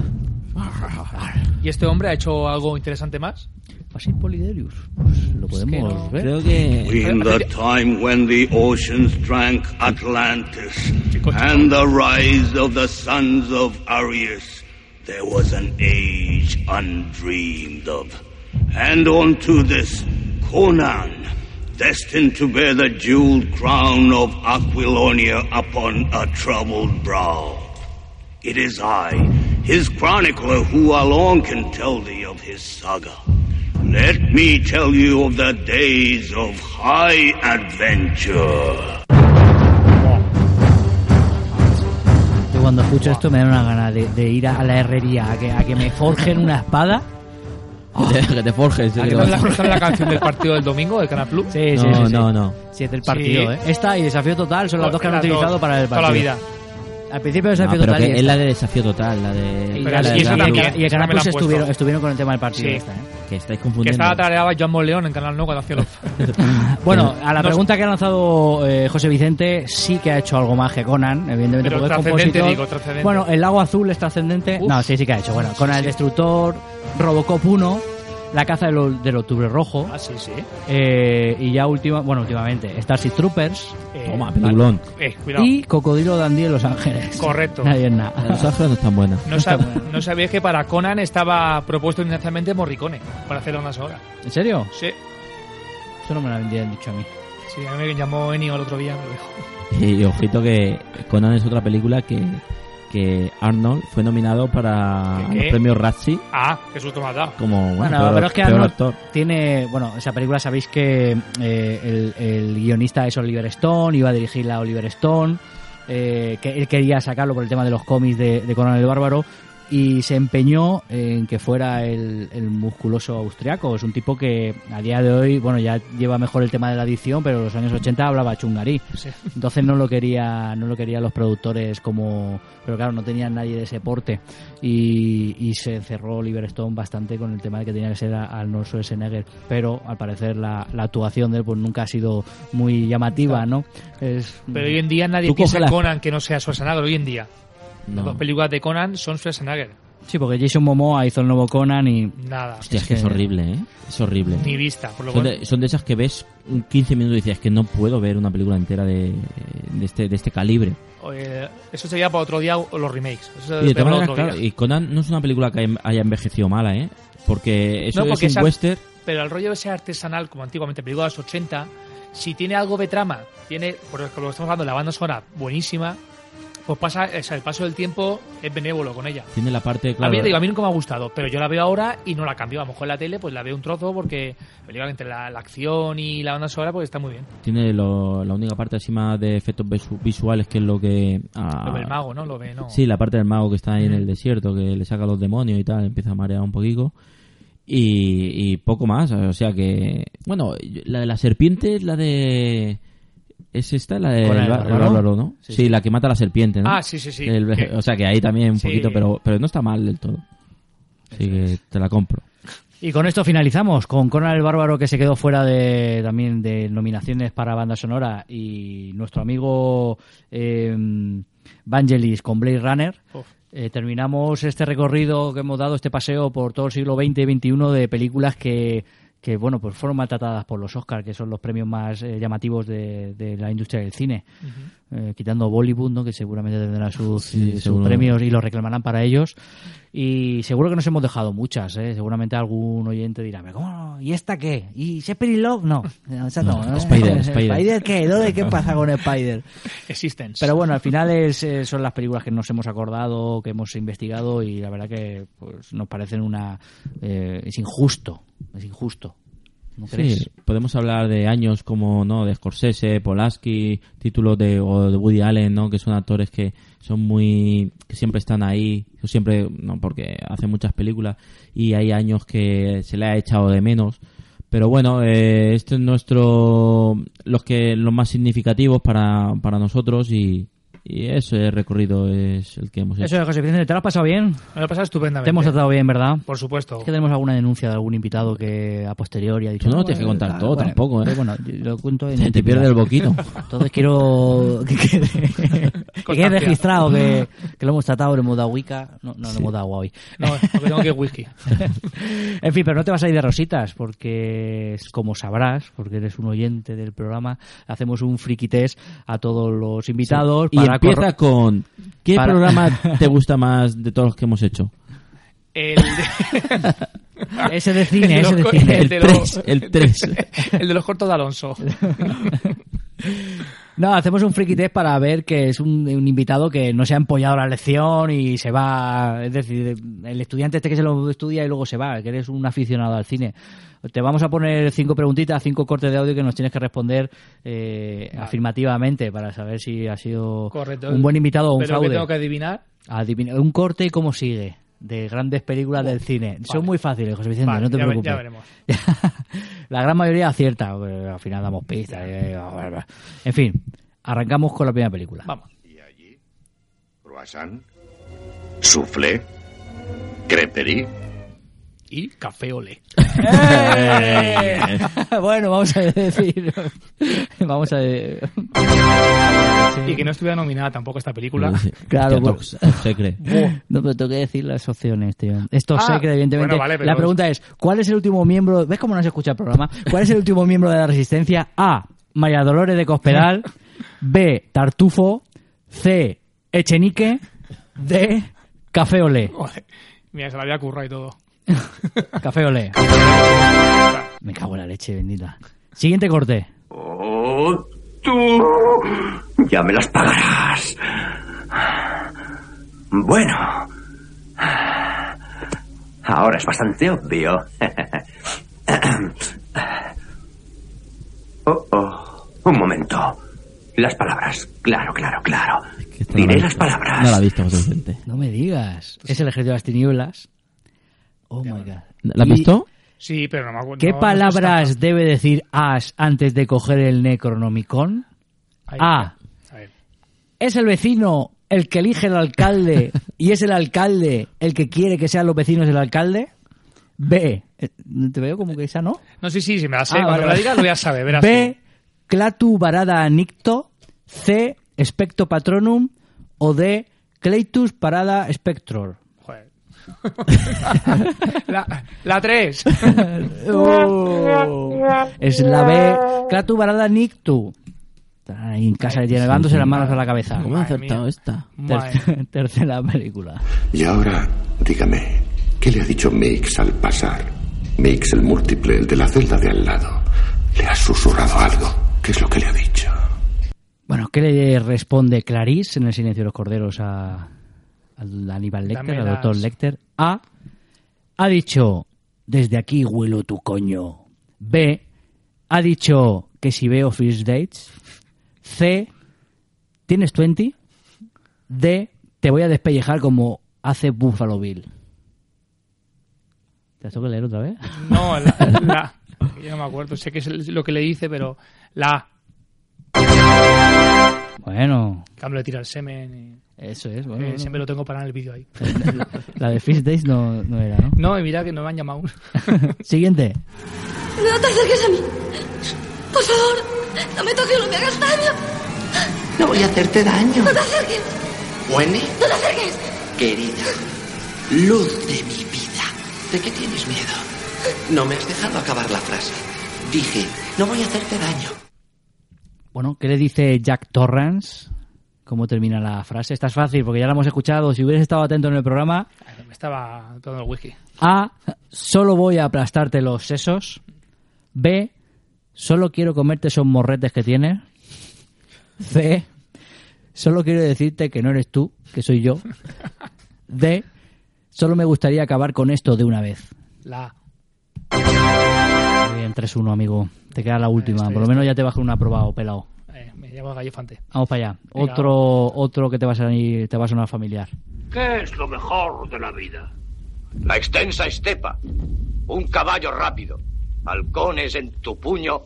¿Y este hombre ha hecho algo interesante más?
Basil Poliderius. Pues lo podemos
no.
ver.
Creo que...
In the time when the oceans drank Atlantis and the rise of the sons of Arius, there was an age undreamed of. And onto this, Conan, destined to bear the jeweled crown of Aquilonia upon a troubled brow. It is I, his chronicler, who alone can tell thee of his saga. Let me tell you of the days of high adventure.
Yo cuando escucho esto me da una gana de, de ir a la herrería a que, a que me forjen una espada.
Ah.
Que te- <laughs> que te forjes. yo
¿A qué
digo.
tal la, esta es la canción del partido del domingo de Canal Plus?
Sí, sí,
No,
sí, sí.
no, no.
Sí, es del partido,
Sí.
¿eh? Esta y Desafío Total son las dos que han
Las
utilizado
dos,
para el
Toda
partido.
la vida.
Al principio
No,
Desafío
pero
Total y
que es
esta.
la de desafío total, la de...
Y
la
Pero
la
de-
de-
y esa
y el-
también,
y el
esa
Canal
me la
Plus
han puesto.
estuvieron, estuvieron con el tema del partido.
Sí.
esta, ¿eh?
Que estáis
Que
confundiendo.
estaba tareaba Joan León en Canal No
<laughs>
cuando hacía los...
Bueno, a la
No-
pregunta que ha lanzado eh, José Vicente, sí que ha hecho algo más que Conan, evidentemente,
Pero
porque es
trascendente,
compositor.
digo, trascendente.
Bueno, El Lago Azul es trascendente.
Uf.
no, sí, sí que ha hecho. Bueno,
Sí,
Conan
sí.
el Destructor, Robocop 1, La Caza del, O- del Octubre Rojo,
Ah, sí, sí.
eh, y ya última, bueno, últimamente, Starship Troopers
Eh,
Toma, peliculón.
Eh, cuidado.
y Cocodrilo Dandy en Los Ángeles. <laughs>
Correcto.
Nadie es
La de
<laughs>
nada.
Los <laughs> Ángeles no es tan buena.
No, sab- no sabíais que para Conan estaba propuesto inicialmente Morricone para hacer una sola.
¿En serio?
Sí,
Eso no me lo habían dicho a mí.
sí, a mí me llamó Ennio el otro día, me lo dijo.
Y ojito que Conan es otra película que, que Arnold fue nominado para
¿Qué, qué?
los premios Razzie
Ah, qué susto me has dado.
como bueno,
Bueno,
peor,
pero es que
peor
Arnold
actor.
tiene. Bueno, esa película sabéis que eh, el, el guionista es Oliver Stone, iba a dirigirla Oliver Stone, eh, que él quería sacarlo por el tema de los cómics de, de Conan el Bárbaro y se empeñó en que fuera el, el musculoso austriaco. Es un tipo que a día de hoy, bueno, ya lleva mejor el tema de la adicción, pero en los años 80 hablaba chungarí.
Sí.
Entonces no lo quería, no lo querían los productores como, pero claro, no tenía nadie de ese porte y, y se encerró Oliver Stone bastante con el tema de que tenía que ser a- Arnold Schwarzenegger, pero al parecer la, la actuación de él pues nunca ha sido muy llamativa, ¿no? Es,
Pero hoy en día nadie
Tú
piensa
coge
en
la-
Conan que no sea Schwarzenegger. Hoy en día, las
No.
dos películas de Conan son Schwarzenegger.
sí, porque Jason Momoa hizo el nuevo Conan y
Nada.
Hostia, es que es
que-
horrible, ¿eh? Es horrible.
Ni vista, por lo
Son
cual.
de, son de esas que ves un 15 minutos y dices, es que no puedo ver una película entera de, de este, de este calibre.
eh, eso sería para otro día o los remakes. Eso
Y, de
sería
todas
para
maneras,
otro
claro,
día.
y Conan no es una película que haya envejecido mala, ¿eh? Porque eso
No, porque
es un
esa-
western.
Pero el rollo ese artesanal, como antiguamente, películas 80, si tiene algo de trama, tiene, por lo que estamos hablando, la banda sonora buenísima, Pues pasa, o sea, el paso del tiempo es benévolo con ella.
Tiene la parte,
A
claro.
mí, te digo, a mí nunca me ha gustado, pero yo la veo ahora y no la cambio. A lo mejor en la tele pues la veo un trozo porque me digo, entre la, la acción y la banda sonora pues está muy bien.
Tiene lo- la única parte encima de efectos visu- visuales que es lo que... ah,
Lo del mago, ¿no? Lo ve, ¿no?
Sí, la parte del mago que está ahí en el desierto, que le saca los demonios y tal, empieza a marear un poquito. Y, y poco más, o sea que... Bueno, yo- la de la serpiente es la de... ¿Es esta la de
¿Con el
el ba- el
bárbaro?
bárbaro, no?
Sí,
Sí,
sí.
la que mata a la serpiente, ¿no?
Ah, sí, sí, sí.
El- <laughs>
Que-
o sea que ahí también un
Sí.
poquito, pero, pero no está mal del todo. Así que te la compro.
Y con esto finalizamos con Conan el Bárbaro que se quedó fuera de también de nominaciones para banda sonora y nuestro amigo eh, Vangelis con Blade Runner. Eh, terminamos este recorrido que hemos dado, este paseo por todo el siglo XX y XXI de películas que, que bueno, pues fueron maltratadas por los Oscars, que son los premios más eh, llamativos de, de la industria del cine. Eh, quitando Bollywood, ¿no? que seguramente tendrá sus, eh,
Sí,
sus
seguro.
premios y los reclamarán para ellos. Y seguro que nos hemos dejado muchas, ¿eh? seguramente algún oyente dirá, "Pero ¿cómo? no? ¿Y esta qué? ¿Y Shepard y Love?
<laughs>
No. No, esa no, ¿eh? <laughs>
Spider, Spider.
qué? ¿Dónde? ¿Qué pasa con Spider?
Existence.
Pero bueno, al final es, eh, son las películas que nos hemos acordado, que hemos investigado y la verdad que pues, nos parecen una... eh, es injusto, es injusto. ¿No crees?
Sí, podemos hablar de años como no de Scorsese, Polanski, títulos de, o de Woody Allen, ¿no? que son actores que son muy que siempre están ahí, o siempre no porque hacen muchas películas y hay años que se le ha echado de menos. Pero bueno, eh, este es nuestro los que los más significativos para, para nosotros y, y ese recorrido es el que hemos hecho.
Eso es, José Vicente, ¿te lo has pasado bien?
Me lo he pasado estupendamente. ¿eh?
Te hemos tratado bien, ¿verdad?
Por supuesto.
Es que tenemos alguna denuncia de algún invitado que a posteriori ha dicho...
Tú no lo tienes que
bueno,
contar
ah,
todo
bueno,
tampoco, ¿eh?
Bueno, lo cuento en...
<laughs> Te- te pierdes
<laughs>
el boquino.
Entonces quiero <laughs> que quede, que quede registrado
<laughs>
que, que lo hemos tratado, le hemos dado Wicca. No, no le hemos dado agua hoy.
No, porque tengo
<laughs>
que whisky.
en fin, pero no te vas a ir de rositas, porque es- como sabrás, porque eres un oyente del programa, hacemos un friki test a todos los invitados.
y
para corro-
empieza con ¿qué
para- <laughs>
programa te gusta más de todos los que hemos hecho?
El de... <laughs>
Ese de cine,
El
ese de
co-
cine.
El,
El
de los-
tres, el tres.
<laughs> el de los cortos de
<laughs>
Alonso.
No, hacemos un friki test para ver que es un, un invitado que no se ha empollado la lección y se va. Es decir, el estudiante este que se lo estudia y luego se va, que eres un aficionado al cine. Te vamos a poner cinco preguntitas, cinco cortes de audio que nos tienes que responder eh, afirmativamente para saber si ha sido
Correcto.
un buen invitado o un
Pero
fraude.
que tengo que adivinar.
Adivina- un corte y cómo sigue de grandes películas del cine. Son muy fáciles, José Vicente,
Vale,
no te
ya ve-
preocupes.
ya veremos.
<laughs> la gran mayoría acierta, pero al final damos pistas. eh, bla, bla, bla. En fin, arrancamos con la primera película.
Vamos.
Croissant, soufflé, creperie.
Y café ole.
<laughs> bueno, vamos a decir. <laughs> Vamos a.
Y que no estuviera nominada tampoco esta película. <laughs>
Claro, bueno.
se cree.
No, pero tengo que decir las opciones, tío. Esto
Ah,
sé que, evidentemente.
bueno, vale, pero-
La pregunta es: ¿cuál es el último miembro? ¿Ves cómo no se escucha el programa? ¿Cuál es el último miembro de la resistencia? A. María Dolores de Cospedal. B. Tartufo. C. Echenique. D. Café Olé.
Ole. Mira, se la había currado y todo.
Café Olé. Me cago en la leche, bendita. Siguiente corte.
Oh, tú. Ya me las pagarás. Bueno. Ahora es bastante obvio. <coughs> Oh, oh. Un momento. Las palabras. Claro, claro, claro. Diré las palabras.
No la he visto, José Vicente.
No me digas. Es el ejército de las tinieblas. Oh my god.
¿La has
Y-
visto?
Sí, pero no me acuerdo.
¿Qué
no, no sé
palabras debe decir Ash antes de coger el Necronomicon?
Ahí.
A.
si está- A ver.
Es el vecino el que elige el alcalde y es el alcalde el que quiere que sean los vecinos del alcalde. B. eh, Te veo como que esa no.
No, sí, sí, si me la sé.
Ah,
Cuando
vale,
me la
vale.
digas lo voy a saber, verás.
B. Clatu varada anicto. C. Specto patronum. O D. Cleitus parada spectror.
Joder. <laughs> la,
<laughs>
la 3.
Es la B. Clatu varada nictu. Ahí en casa llevándose las manos a la cabeza.
¿Cómo he acertado esta?
Ter- <laughs> tercera película.
Y ahora, dígame, ¿qué le ha dicho Mix al pasar? Mix, el múltiple, el de la celda de al lado. ¿Le ha susurrado algo? ¿Qué es lo que le ha dicho?
Bueno, ¿qué le responde Clarice en el silencio de los corderos a, al Aníbal Lecter,
Dame
al
las-
doctor Lecter? A. Ha dicho, desde aquí huelo tu coño. B. Ha dicho que si veo First Dates. C. ¿Tienes 20? D. Te voy a despellejar como hace Buffalo Bill. ¿Te has que leer otra vez? <laughs>
No, la, la- yo no me acuerdo, sé que es el- lo que le dice, pero la A.
Bueno,
Cambio le tira el semen.
Eso es,
bueno.
bueno.
Siempre lo tengo parado en el vídeo ahí.
la de First Dates no, no era, ¿no?
No, y mira que no me han llamado.
Siguiente.
No te acerques a mí. Por favor, no me toques, no me hagas daño.
No voy a hacerte daño.
No te acerques,
Wendy,
no te acerques.
querida, luz de mi vida, ¿de qué tienes miedo? No me has dejado acabar la frase. Dije, no voy a hacerte daño.
Bueno, ¿qué le dice Jack Torrance? ¿Cómo termina la frase? Esta es fácil porque ya la hemos escuchado. Si hubieras estado atento en el programa,
<laughs> Me estaba tomando el whisky.
A. Solo voy a aplastarte los sesos. B. Solo quiero comerte esos morretes que tienes. C. Solo quiero decirte que no eres tú, que soy yo. D. Solo me gustaría acabar con esto de una vez.
La A.
Muy bien, 3-1, amigo. Te queda la última. Por lo menos ya te bajo una aprobado, pelado.
Eh, me llamo Gallofante.
Vamos para allá.
Venga.
Otro, otro que te va a salir- te va a sonar familiar.
¿Qué es lo mejor de la vida? La extensa estepa, un caballo rápido, halcones en tu puño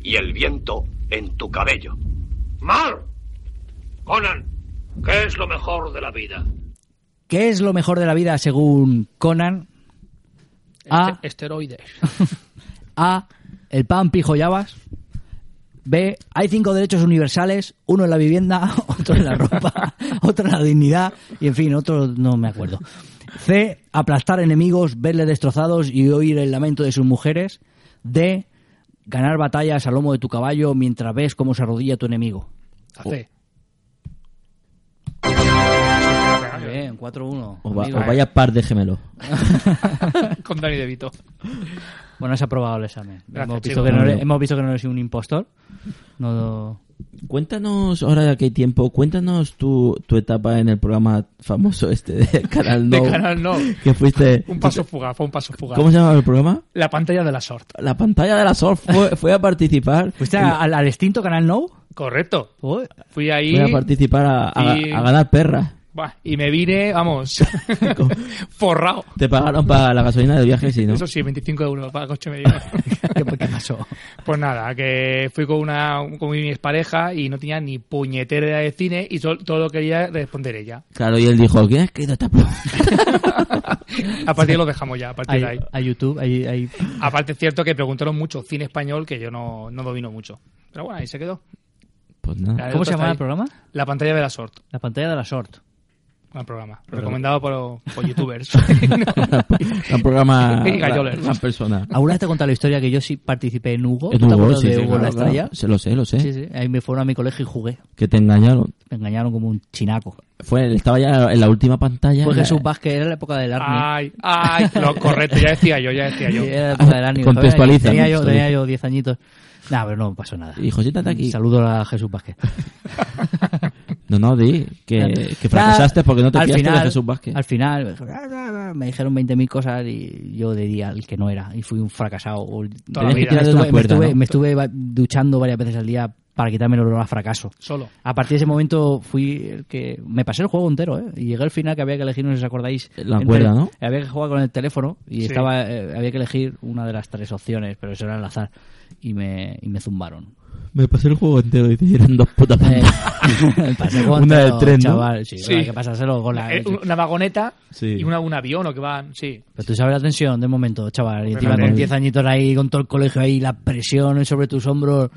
y el viento en tu cabello. ¡Mal! Conan, ¿qué es lo mejor de la vida?
¿Qué es lo mejor de la vida según Conan?
Este
A.
Esteroides.
A. El pan pijo llabas. B. Hay cinco derechos universales: uno en la vivienda, <laughs> otro en la ropa, <laughs> otro en la dignidad y, en fin, otro no me acuerdo. C. Aplastar enemigos, verles destrozados y oír el lamento de sus mujeres. D. Ganar batallas al lomo de tu caballo mientras ves cómo se arrodilla tu enemigo.
La C.
Muy
Eh,
bien, 4-1.
O, va-
amigo.
o vaya par de gemelo.
Con Dani De Vito.
Bueno, has aprobado el examen.
Gracias,
hemos, visto
chico.
que no eres, hemos visto que no eres un impostor. No,
Cuéntanos, ahora que hay tiempo, cuéntanos tu, tu etapa en el programa famoso este
<laughs>
de Canal No.
De Canal No.
Que fuiste...
Un paso fugaz, fue un paso fugaz.
¿Cómo se llamaba el programa?
La pantalla de la sort.
La pantalla de la Sol
<laughs>
fue, fue a participar.
¿Fuiste a- al, al extinto Canal No?
Correcto.
Joder.
Fui ahí.
Fue a participar a, a-
Y-
a ganar perra. <laughs>
Buah, y me vine, vamos, forrado.
Te pagaron para la gasolina del viaje, sí, ¿no?
Eso sí, 25 euros para el coche me dieron.
¿Qué, pasó?
Pues nada, que fui con una con mi expareja y no tenía ni puñetera idea de cine y sol- todo lo quería responder ella.
Claro, y él dijo, ¿quién ha escrito esta pro-?"
A partir de ahí lo dejamos ya, a partir de
Ahí-
ahí.
A YouTube, ahí, ahí.
Aparte es cierto que preguntaron mucho cine español que yo no, no domino mucho. Pero bueno, ahí se quedó.
<laughs> Pues nada.
La
¿Cómo se
anécdota está
llamaba
ahí.
el programa?
La pantalla de la sort.
La pantalla de la short.
Un programa. Recomendado por, por youtubers. <laughs>
<laughs> Un programa...
Y galloles.
Una persona.
¿Alguna vez te he contado la historia que yo sí participé en Hugo?
En
¿Tú te
Hugo,
acuerdas
sí,
de
sí,
Hugo la
claro, claro.
estrella?
Se lo sé, lo sé.
Sí, sí. Ahí me fueron a mi colegio y jugué.
Que te engañaron.
Me engañaron como un chinaco.
Fue, él estaba ya en la última pantalla.
Pues
Ya-
Jesús Vázquez era la época del Army.
Ay, ay, lo correcto, ya decía yo, ya decía
<laughs>
yo.
Era la época del Army.
Contextualiza,
Tenía
¿no?
yo, tenía yo 10 añitos. Nah, pero no pasó nada.
Y Josita está aquí.
Saludo a Jesús Vázquez.
No, no, di que, que fracasaste porque no te
al
fiaste
final,
de Jesús Vázquez.
Al final me dijeron, "Ah, ah, ah", me dijeron 20.000 cosas y yo de día el que no era. Y fui un fracasado.
Toda la
Me
vida.
estuve- me,
cuerda,
estuve,
¿no?
me estuve va- duchando varias veces al día para quitarme el olor a fracaso.
Solo.
A partir de ese momento fui el que... Me pasé el juego entero, ¿eh? Y llegué al final que había que elegir, no sé si os acordáis...
La
entre-
cuerda, ¿no?
Había que jugar con el teléfono y
Sí.
estaba eh, había que elegir una de las tres opciones, pero eso era al azar. Y me, y me
<laughs>
zumbaron. <laughs>
Me pasé el juego entero y te dieron dos putas
Eh, pasé con
Una de
todo,
tres, ¿no?
chaval. Sí,
Sí.
hay que pasárselo con la...
Eh, Una vagoneta
Sí.
y una, un avión o que van, sí.
Pero tú sabes la tensión del momento, chaval. Y encima
Hombre,
con
hombre.
10 añitos ahí, con todo el colegio ahí, la presión sobre tus hombros,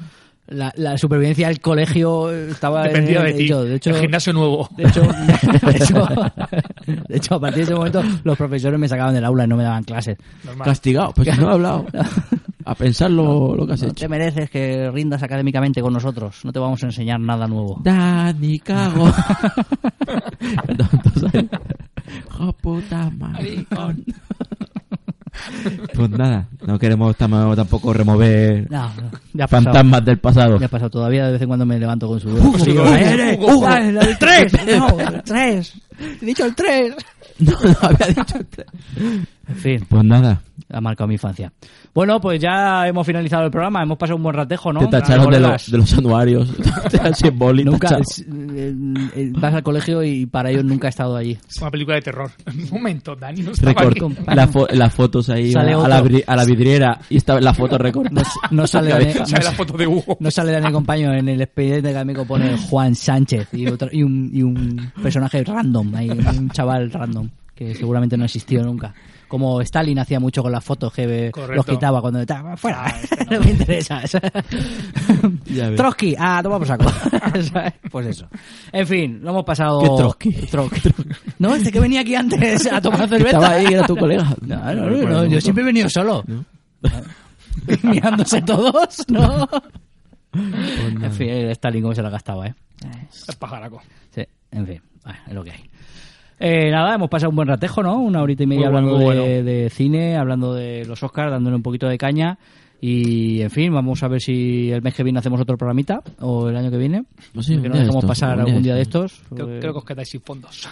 la, la supervivencia del colegio eh, estaba... en-
Dependía de ti.
yo, de hecho,
el gimnasio nuevo.
de hecho, de hecho, <laughs> de hecho, a partir de ese momento los profesores me sacaban del aula y no me daban clases.
<laughs> Normal.
Castigado, pues no
<laughs>
he hablado. A pensar lo, lo que has
No
hecho.
te mereces que rindas académicamente con nosotros. No te vamos a enseñar nada nuevo.
Dani, cago. <laughs> Perdón, entonces. Jo, puta maricón. Pues nada, No queremos tam- tampoco remover
No, no, ya ha pasado.
fantasmas del pasado.
Ya ha pasado todavía, de vez en cuando me levanto con sudor.
Hugo,
Sí,
Hugo,
ahora, ¡eh, eh,
Hugo,
Hugo!
Hugo.
¡El 3! ¡No, el 3! ¡He dicho el 3! <laughs>
No, no había dicho el 3.
En fin,
Pues nada,
ha marcado mi infancia. Bueno, pues ya hemos finalizado el programa. Hemos pasado un buen ratejo, ¿no?
te tacharon de,
Colegas.
los- de los anuarios. <laughs> te hacían boli,
Nunca,
tacharon.
es- eh, eh, vas al colegio y para ellos nunca he estado allí.
Una película de terror. <laughs> Un momento, Dani, no estaba
Recortó
<laughs> aquí.
la fo- las fotos ahí
Sale
a, a la,
otro.
bri- a la vidriera y estaba la foto recortada.
No
<laughs>
sale, Dani-
Cabeza.
no sa- No sale Dani Compaño en el expediente que amigo pone Juan Sánchez y, otro- y, un, y un personaje random, ahí, un chaval random que seguramente no existió nunca. Como Stalin hacía mucho con las fotos que eh, los
Correcto.
quitaba cuando estaba fuera, <laughs> no me interesas.
<laughs> Ya ves.
Trotsky, ah, toma por saco. <laughs> ¿Sabes? pues eso. En fin, lo hemos pasado.
¿Qué Trotsky?
Trotsky. No, este que venía aquí antes a
<laughs>
tomar cerveza.
Estaba ahí, era tu colega.
No, no, no, no, yo siempre he venido solo. <laughs> Mirándose todos, ¿no? en fin, el Stalin cómo se la gastaba, ¿eh?
El pajaraco.
Sí, en fin, bueno, es lo que hay. Eh, nada, hemos pasado un buen ratejo, ¿no? Una horita y media
Muy bueno,
hablando
muy
de, de cine, hablando de los Oscars, dándole un poquito de caña. Y, en fin, vamos a ver si el mes que viene hacemos otro programita, o el año que viene.
No sé, un
que
día
nos
de
dejamos
estos,
pasar algún día de estos.
Creo,
Eh,
creo que os quedáis sin
<laughs>
fondos.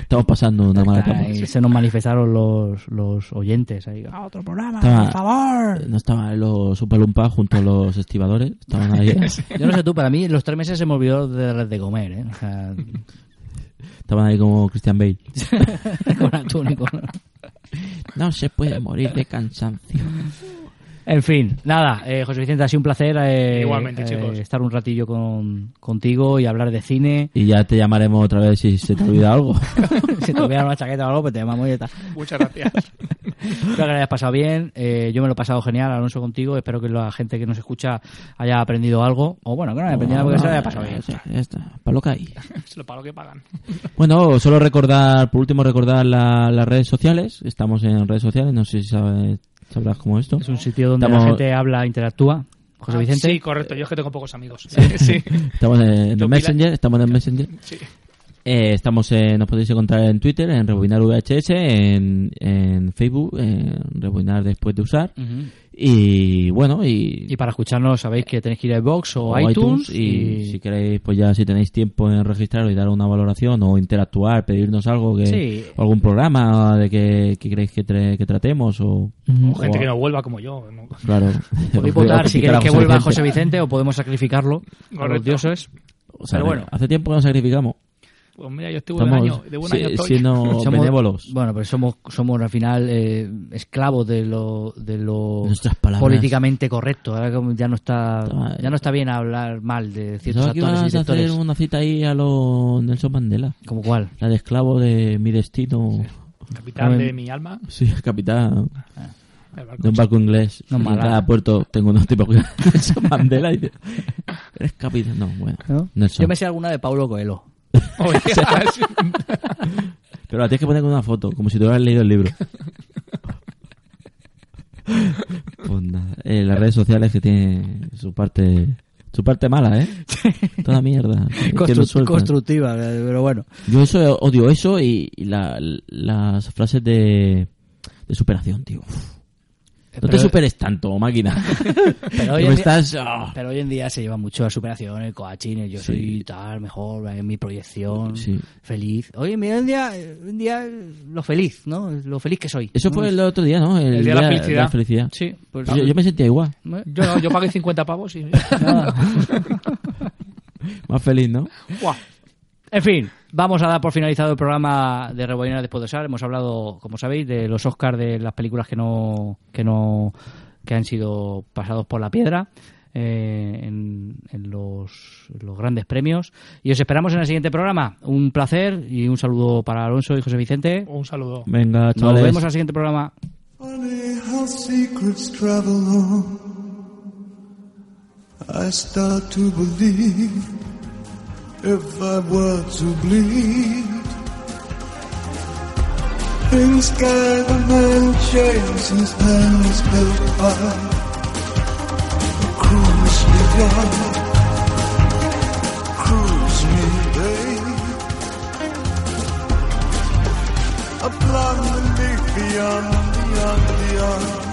Estamos pasando una mala etapa.
ahí se nos manifestaron los, los oyentes. Ahí, "Ah, otro programa,
Estaba-
por favor.
No estaban los Upalumpa junto a los estibadores. Estaban ahí.
<laughs> Yo no sé tú, para mí los tres meses se me olvidó de darles de comer, ¿eh? O
<laughs>
sea,
Estaban ahí como Christian Bale.
con atún y con-
No se puede morir de cansancio.
En fin, nada, eh, José Vicente, ha sido un placer eh,
Igualmente,
eh,
chicos.
estar un ratillo con, contigo y hablar de cine.
<laughs>
Y ya te llamaremos otra vez si se te
<laughs>
olvida algo.
si te hubiera una chaqueta o algo, pues te llamamos y tal.
Muchas gracias. <laughs>
Espero que lo hayas pasado bien. Eh, yo me lo he pasado genial, Alonso, contigo. Espero que la gente que nos escucha haya aprendido algo. O bueno, que no haya aprendido algo, que se lo haya pasado bien.
Ya está, Ah, ya está. Pa' lo que hay.
Se lo pago que pagan.
Bueno, solo recordar, por último, recordar la- las redes sociales. Estamos en redes sociales, no sé si sabe- sabrás cómo esto.
Es un sitio donde la
Estamos-
gente habla, interactúa. José
Ah,
Vicente.
Sí, correcto. Yo es que tengo pocos amigos. <laughs> Sí.
Estamos en el
Los
Messenger, estamos en el Messenger. Eh, estamos en- nos podéis encontrar en Twitter, en Rebobinar VHS, en, en Facebook, en Rebobinar después de usar.
Ujú.
Y bueno, y,
Y para escucharnos sabéis que tenéis que ir a Vox o,
o
iTunes,
y, si queréis, pues ya si tenéis tiempo en registraros y dar una valoración o interactuar, pedirnos algo, que,
Sí.
o algún programa de que, que queréis que, tra- que tratemos o...
Mm.
O gente
o-
que no vuelva como yo. ¿no?
Claro.
<laughs>
<laughs>
Podéis votar si queréis que vuelva José
Vicente.
Vicente o podemos sacrificarlo a los
Correcto.
dioses.
O sea,
Pero bueno.
Hace tiempo que nos sacrificamos.
Pues mira, yo estuve un
Estamos
año. De un
si-
año estoy.
siendo
<laughs> Somos-
benévolos.
Bueno, pero somos, somos al final eh, esclavos de lo, de lo
Nuestras palabras.
políticamente correcto. Ahora como ya no está
Toma,
ya no está bien hablar mal de ciertos
Pensaba que
actores y
ibas a hacer
directores.
una cita ahí a lo Nelson Mandela.
¿Como cuál?
La de esclavo de mi destino.
Capital de mi alma.
Sí, capitán
El barco.
de un barco inglés.
No,
en
mala.
cada puerto tengo unos tipos que... <laughs> Nelson Mandela y dice, Eres capitán. No, bueno.
¿No?
Nelson.
Yo me sé alguna de Paulo <laughs> Coelho.
Pero la tienes que poner con una foto, como si te hubieras leído el libro.
<laughs>
Pues nada, eh, las redes sociales que tienen su parte su parte
<laughs>
mala, ¿eh? Toda mierda. que
Constru-
no sueltan.
constructiva, eh, pero <laughs> bueno.
Yo eso odio eso y, y la- las frases de, de superación, tío. Uf. No
Eh, Pero-
te superes
<laughs>
tanto, máquina.
Pero hoy,
Tú
en
estás...
día,
ah.
pero hoy en día se lleva mucho la superación, el coaching, el yo
Sí.
soy tal, mejor, eh, mi proyección,
Sí.
feliz. Hoy en día, hoy en día, eh, hoy en día, eh, lo feliz, ¿no? Lo feliz que soy.
Eso
¿no?
fue el otro día, ¿no? El,
El día de la felicidad.
Sí, pues- <laughs>
yo, yo me sentía igual,
<laughs> Yo no, yo pagué 50 pavos y.
más feliz, ¿no?
Guau.
En fin, vamos a dar por finalizado el programa de Rebobinera después de Osar. Hemos hablado, como sabéis, de los Oscars de las películas que no que no que han sido pasados por la piedra eh, en, en los, los grandes premios. Y os esperamos en el siguiente programa. Un placer y un saludo para Alonso y José Vicente.
Un saludo.
Venga,
Nos
chavales.
vemos al siguiente programa.
Funny how secrets travel on. I start to believe if I were to bleed, in sky the man shaves his hands built by cruise me, God, cruise me, babe. A blonde and big beyond the beyond the earth.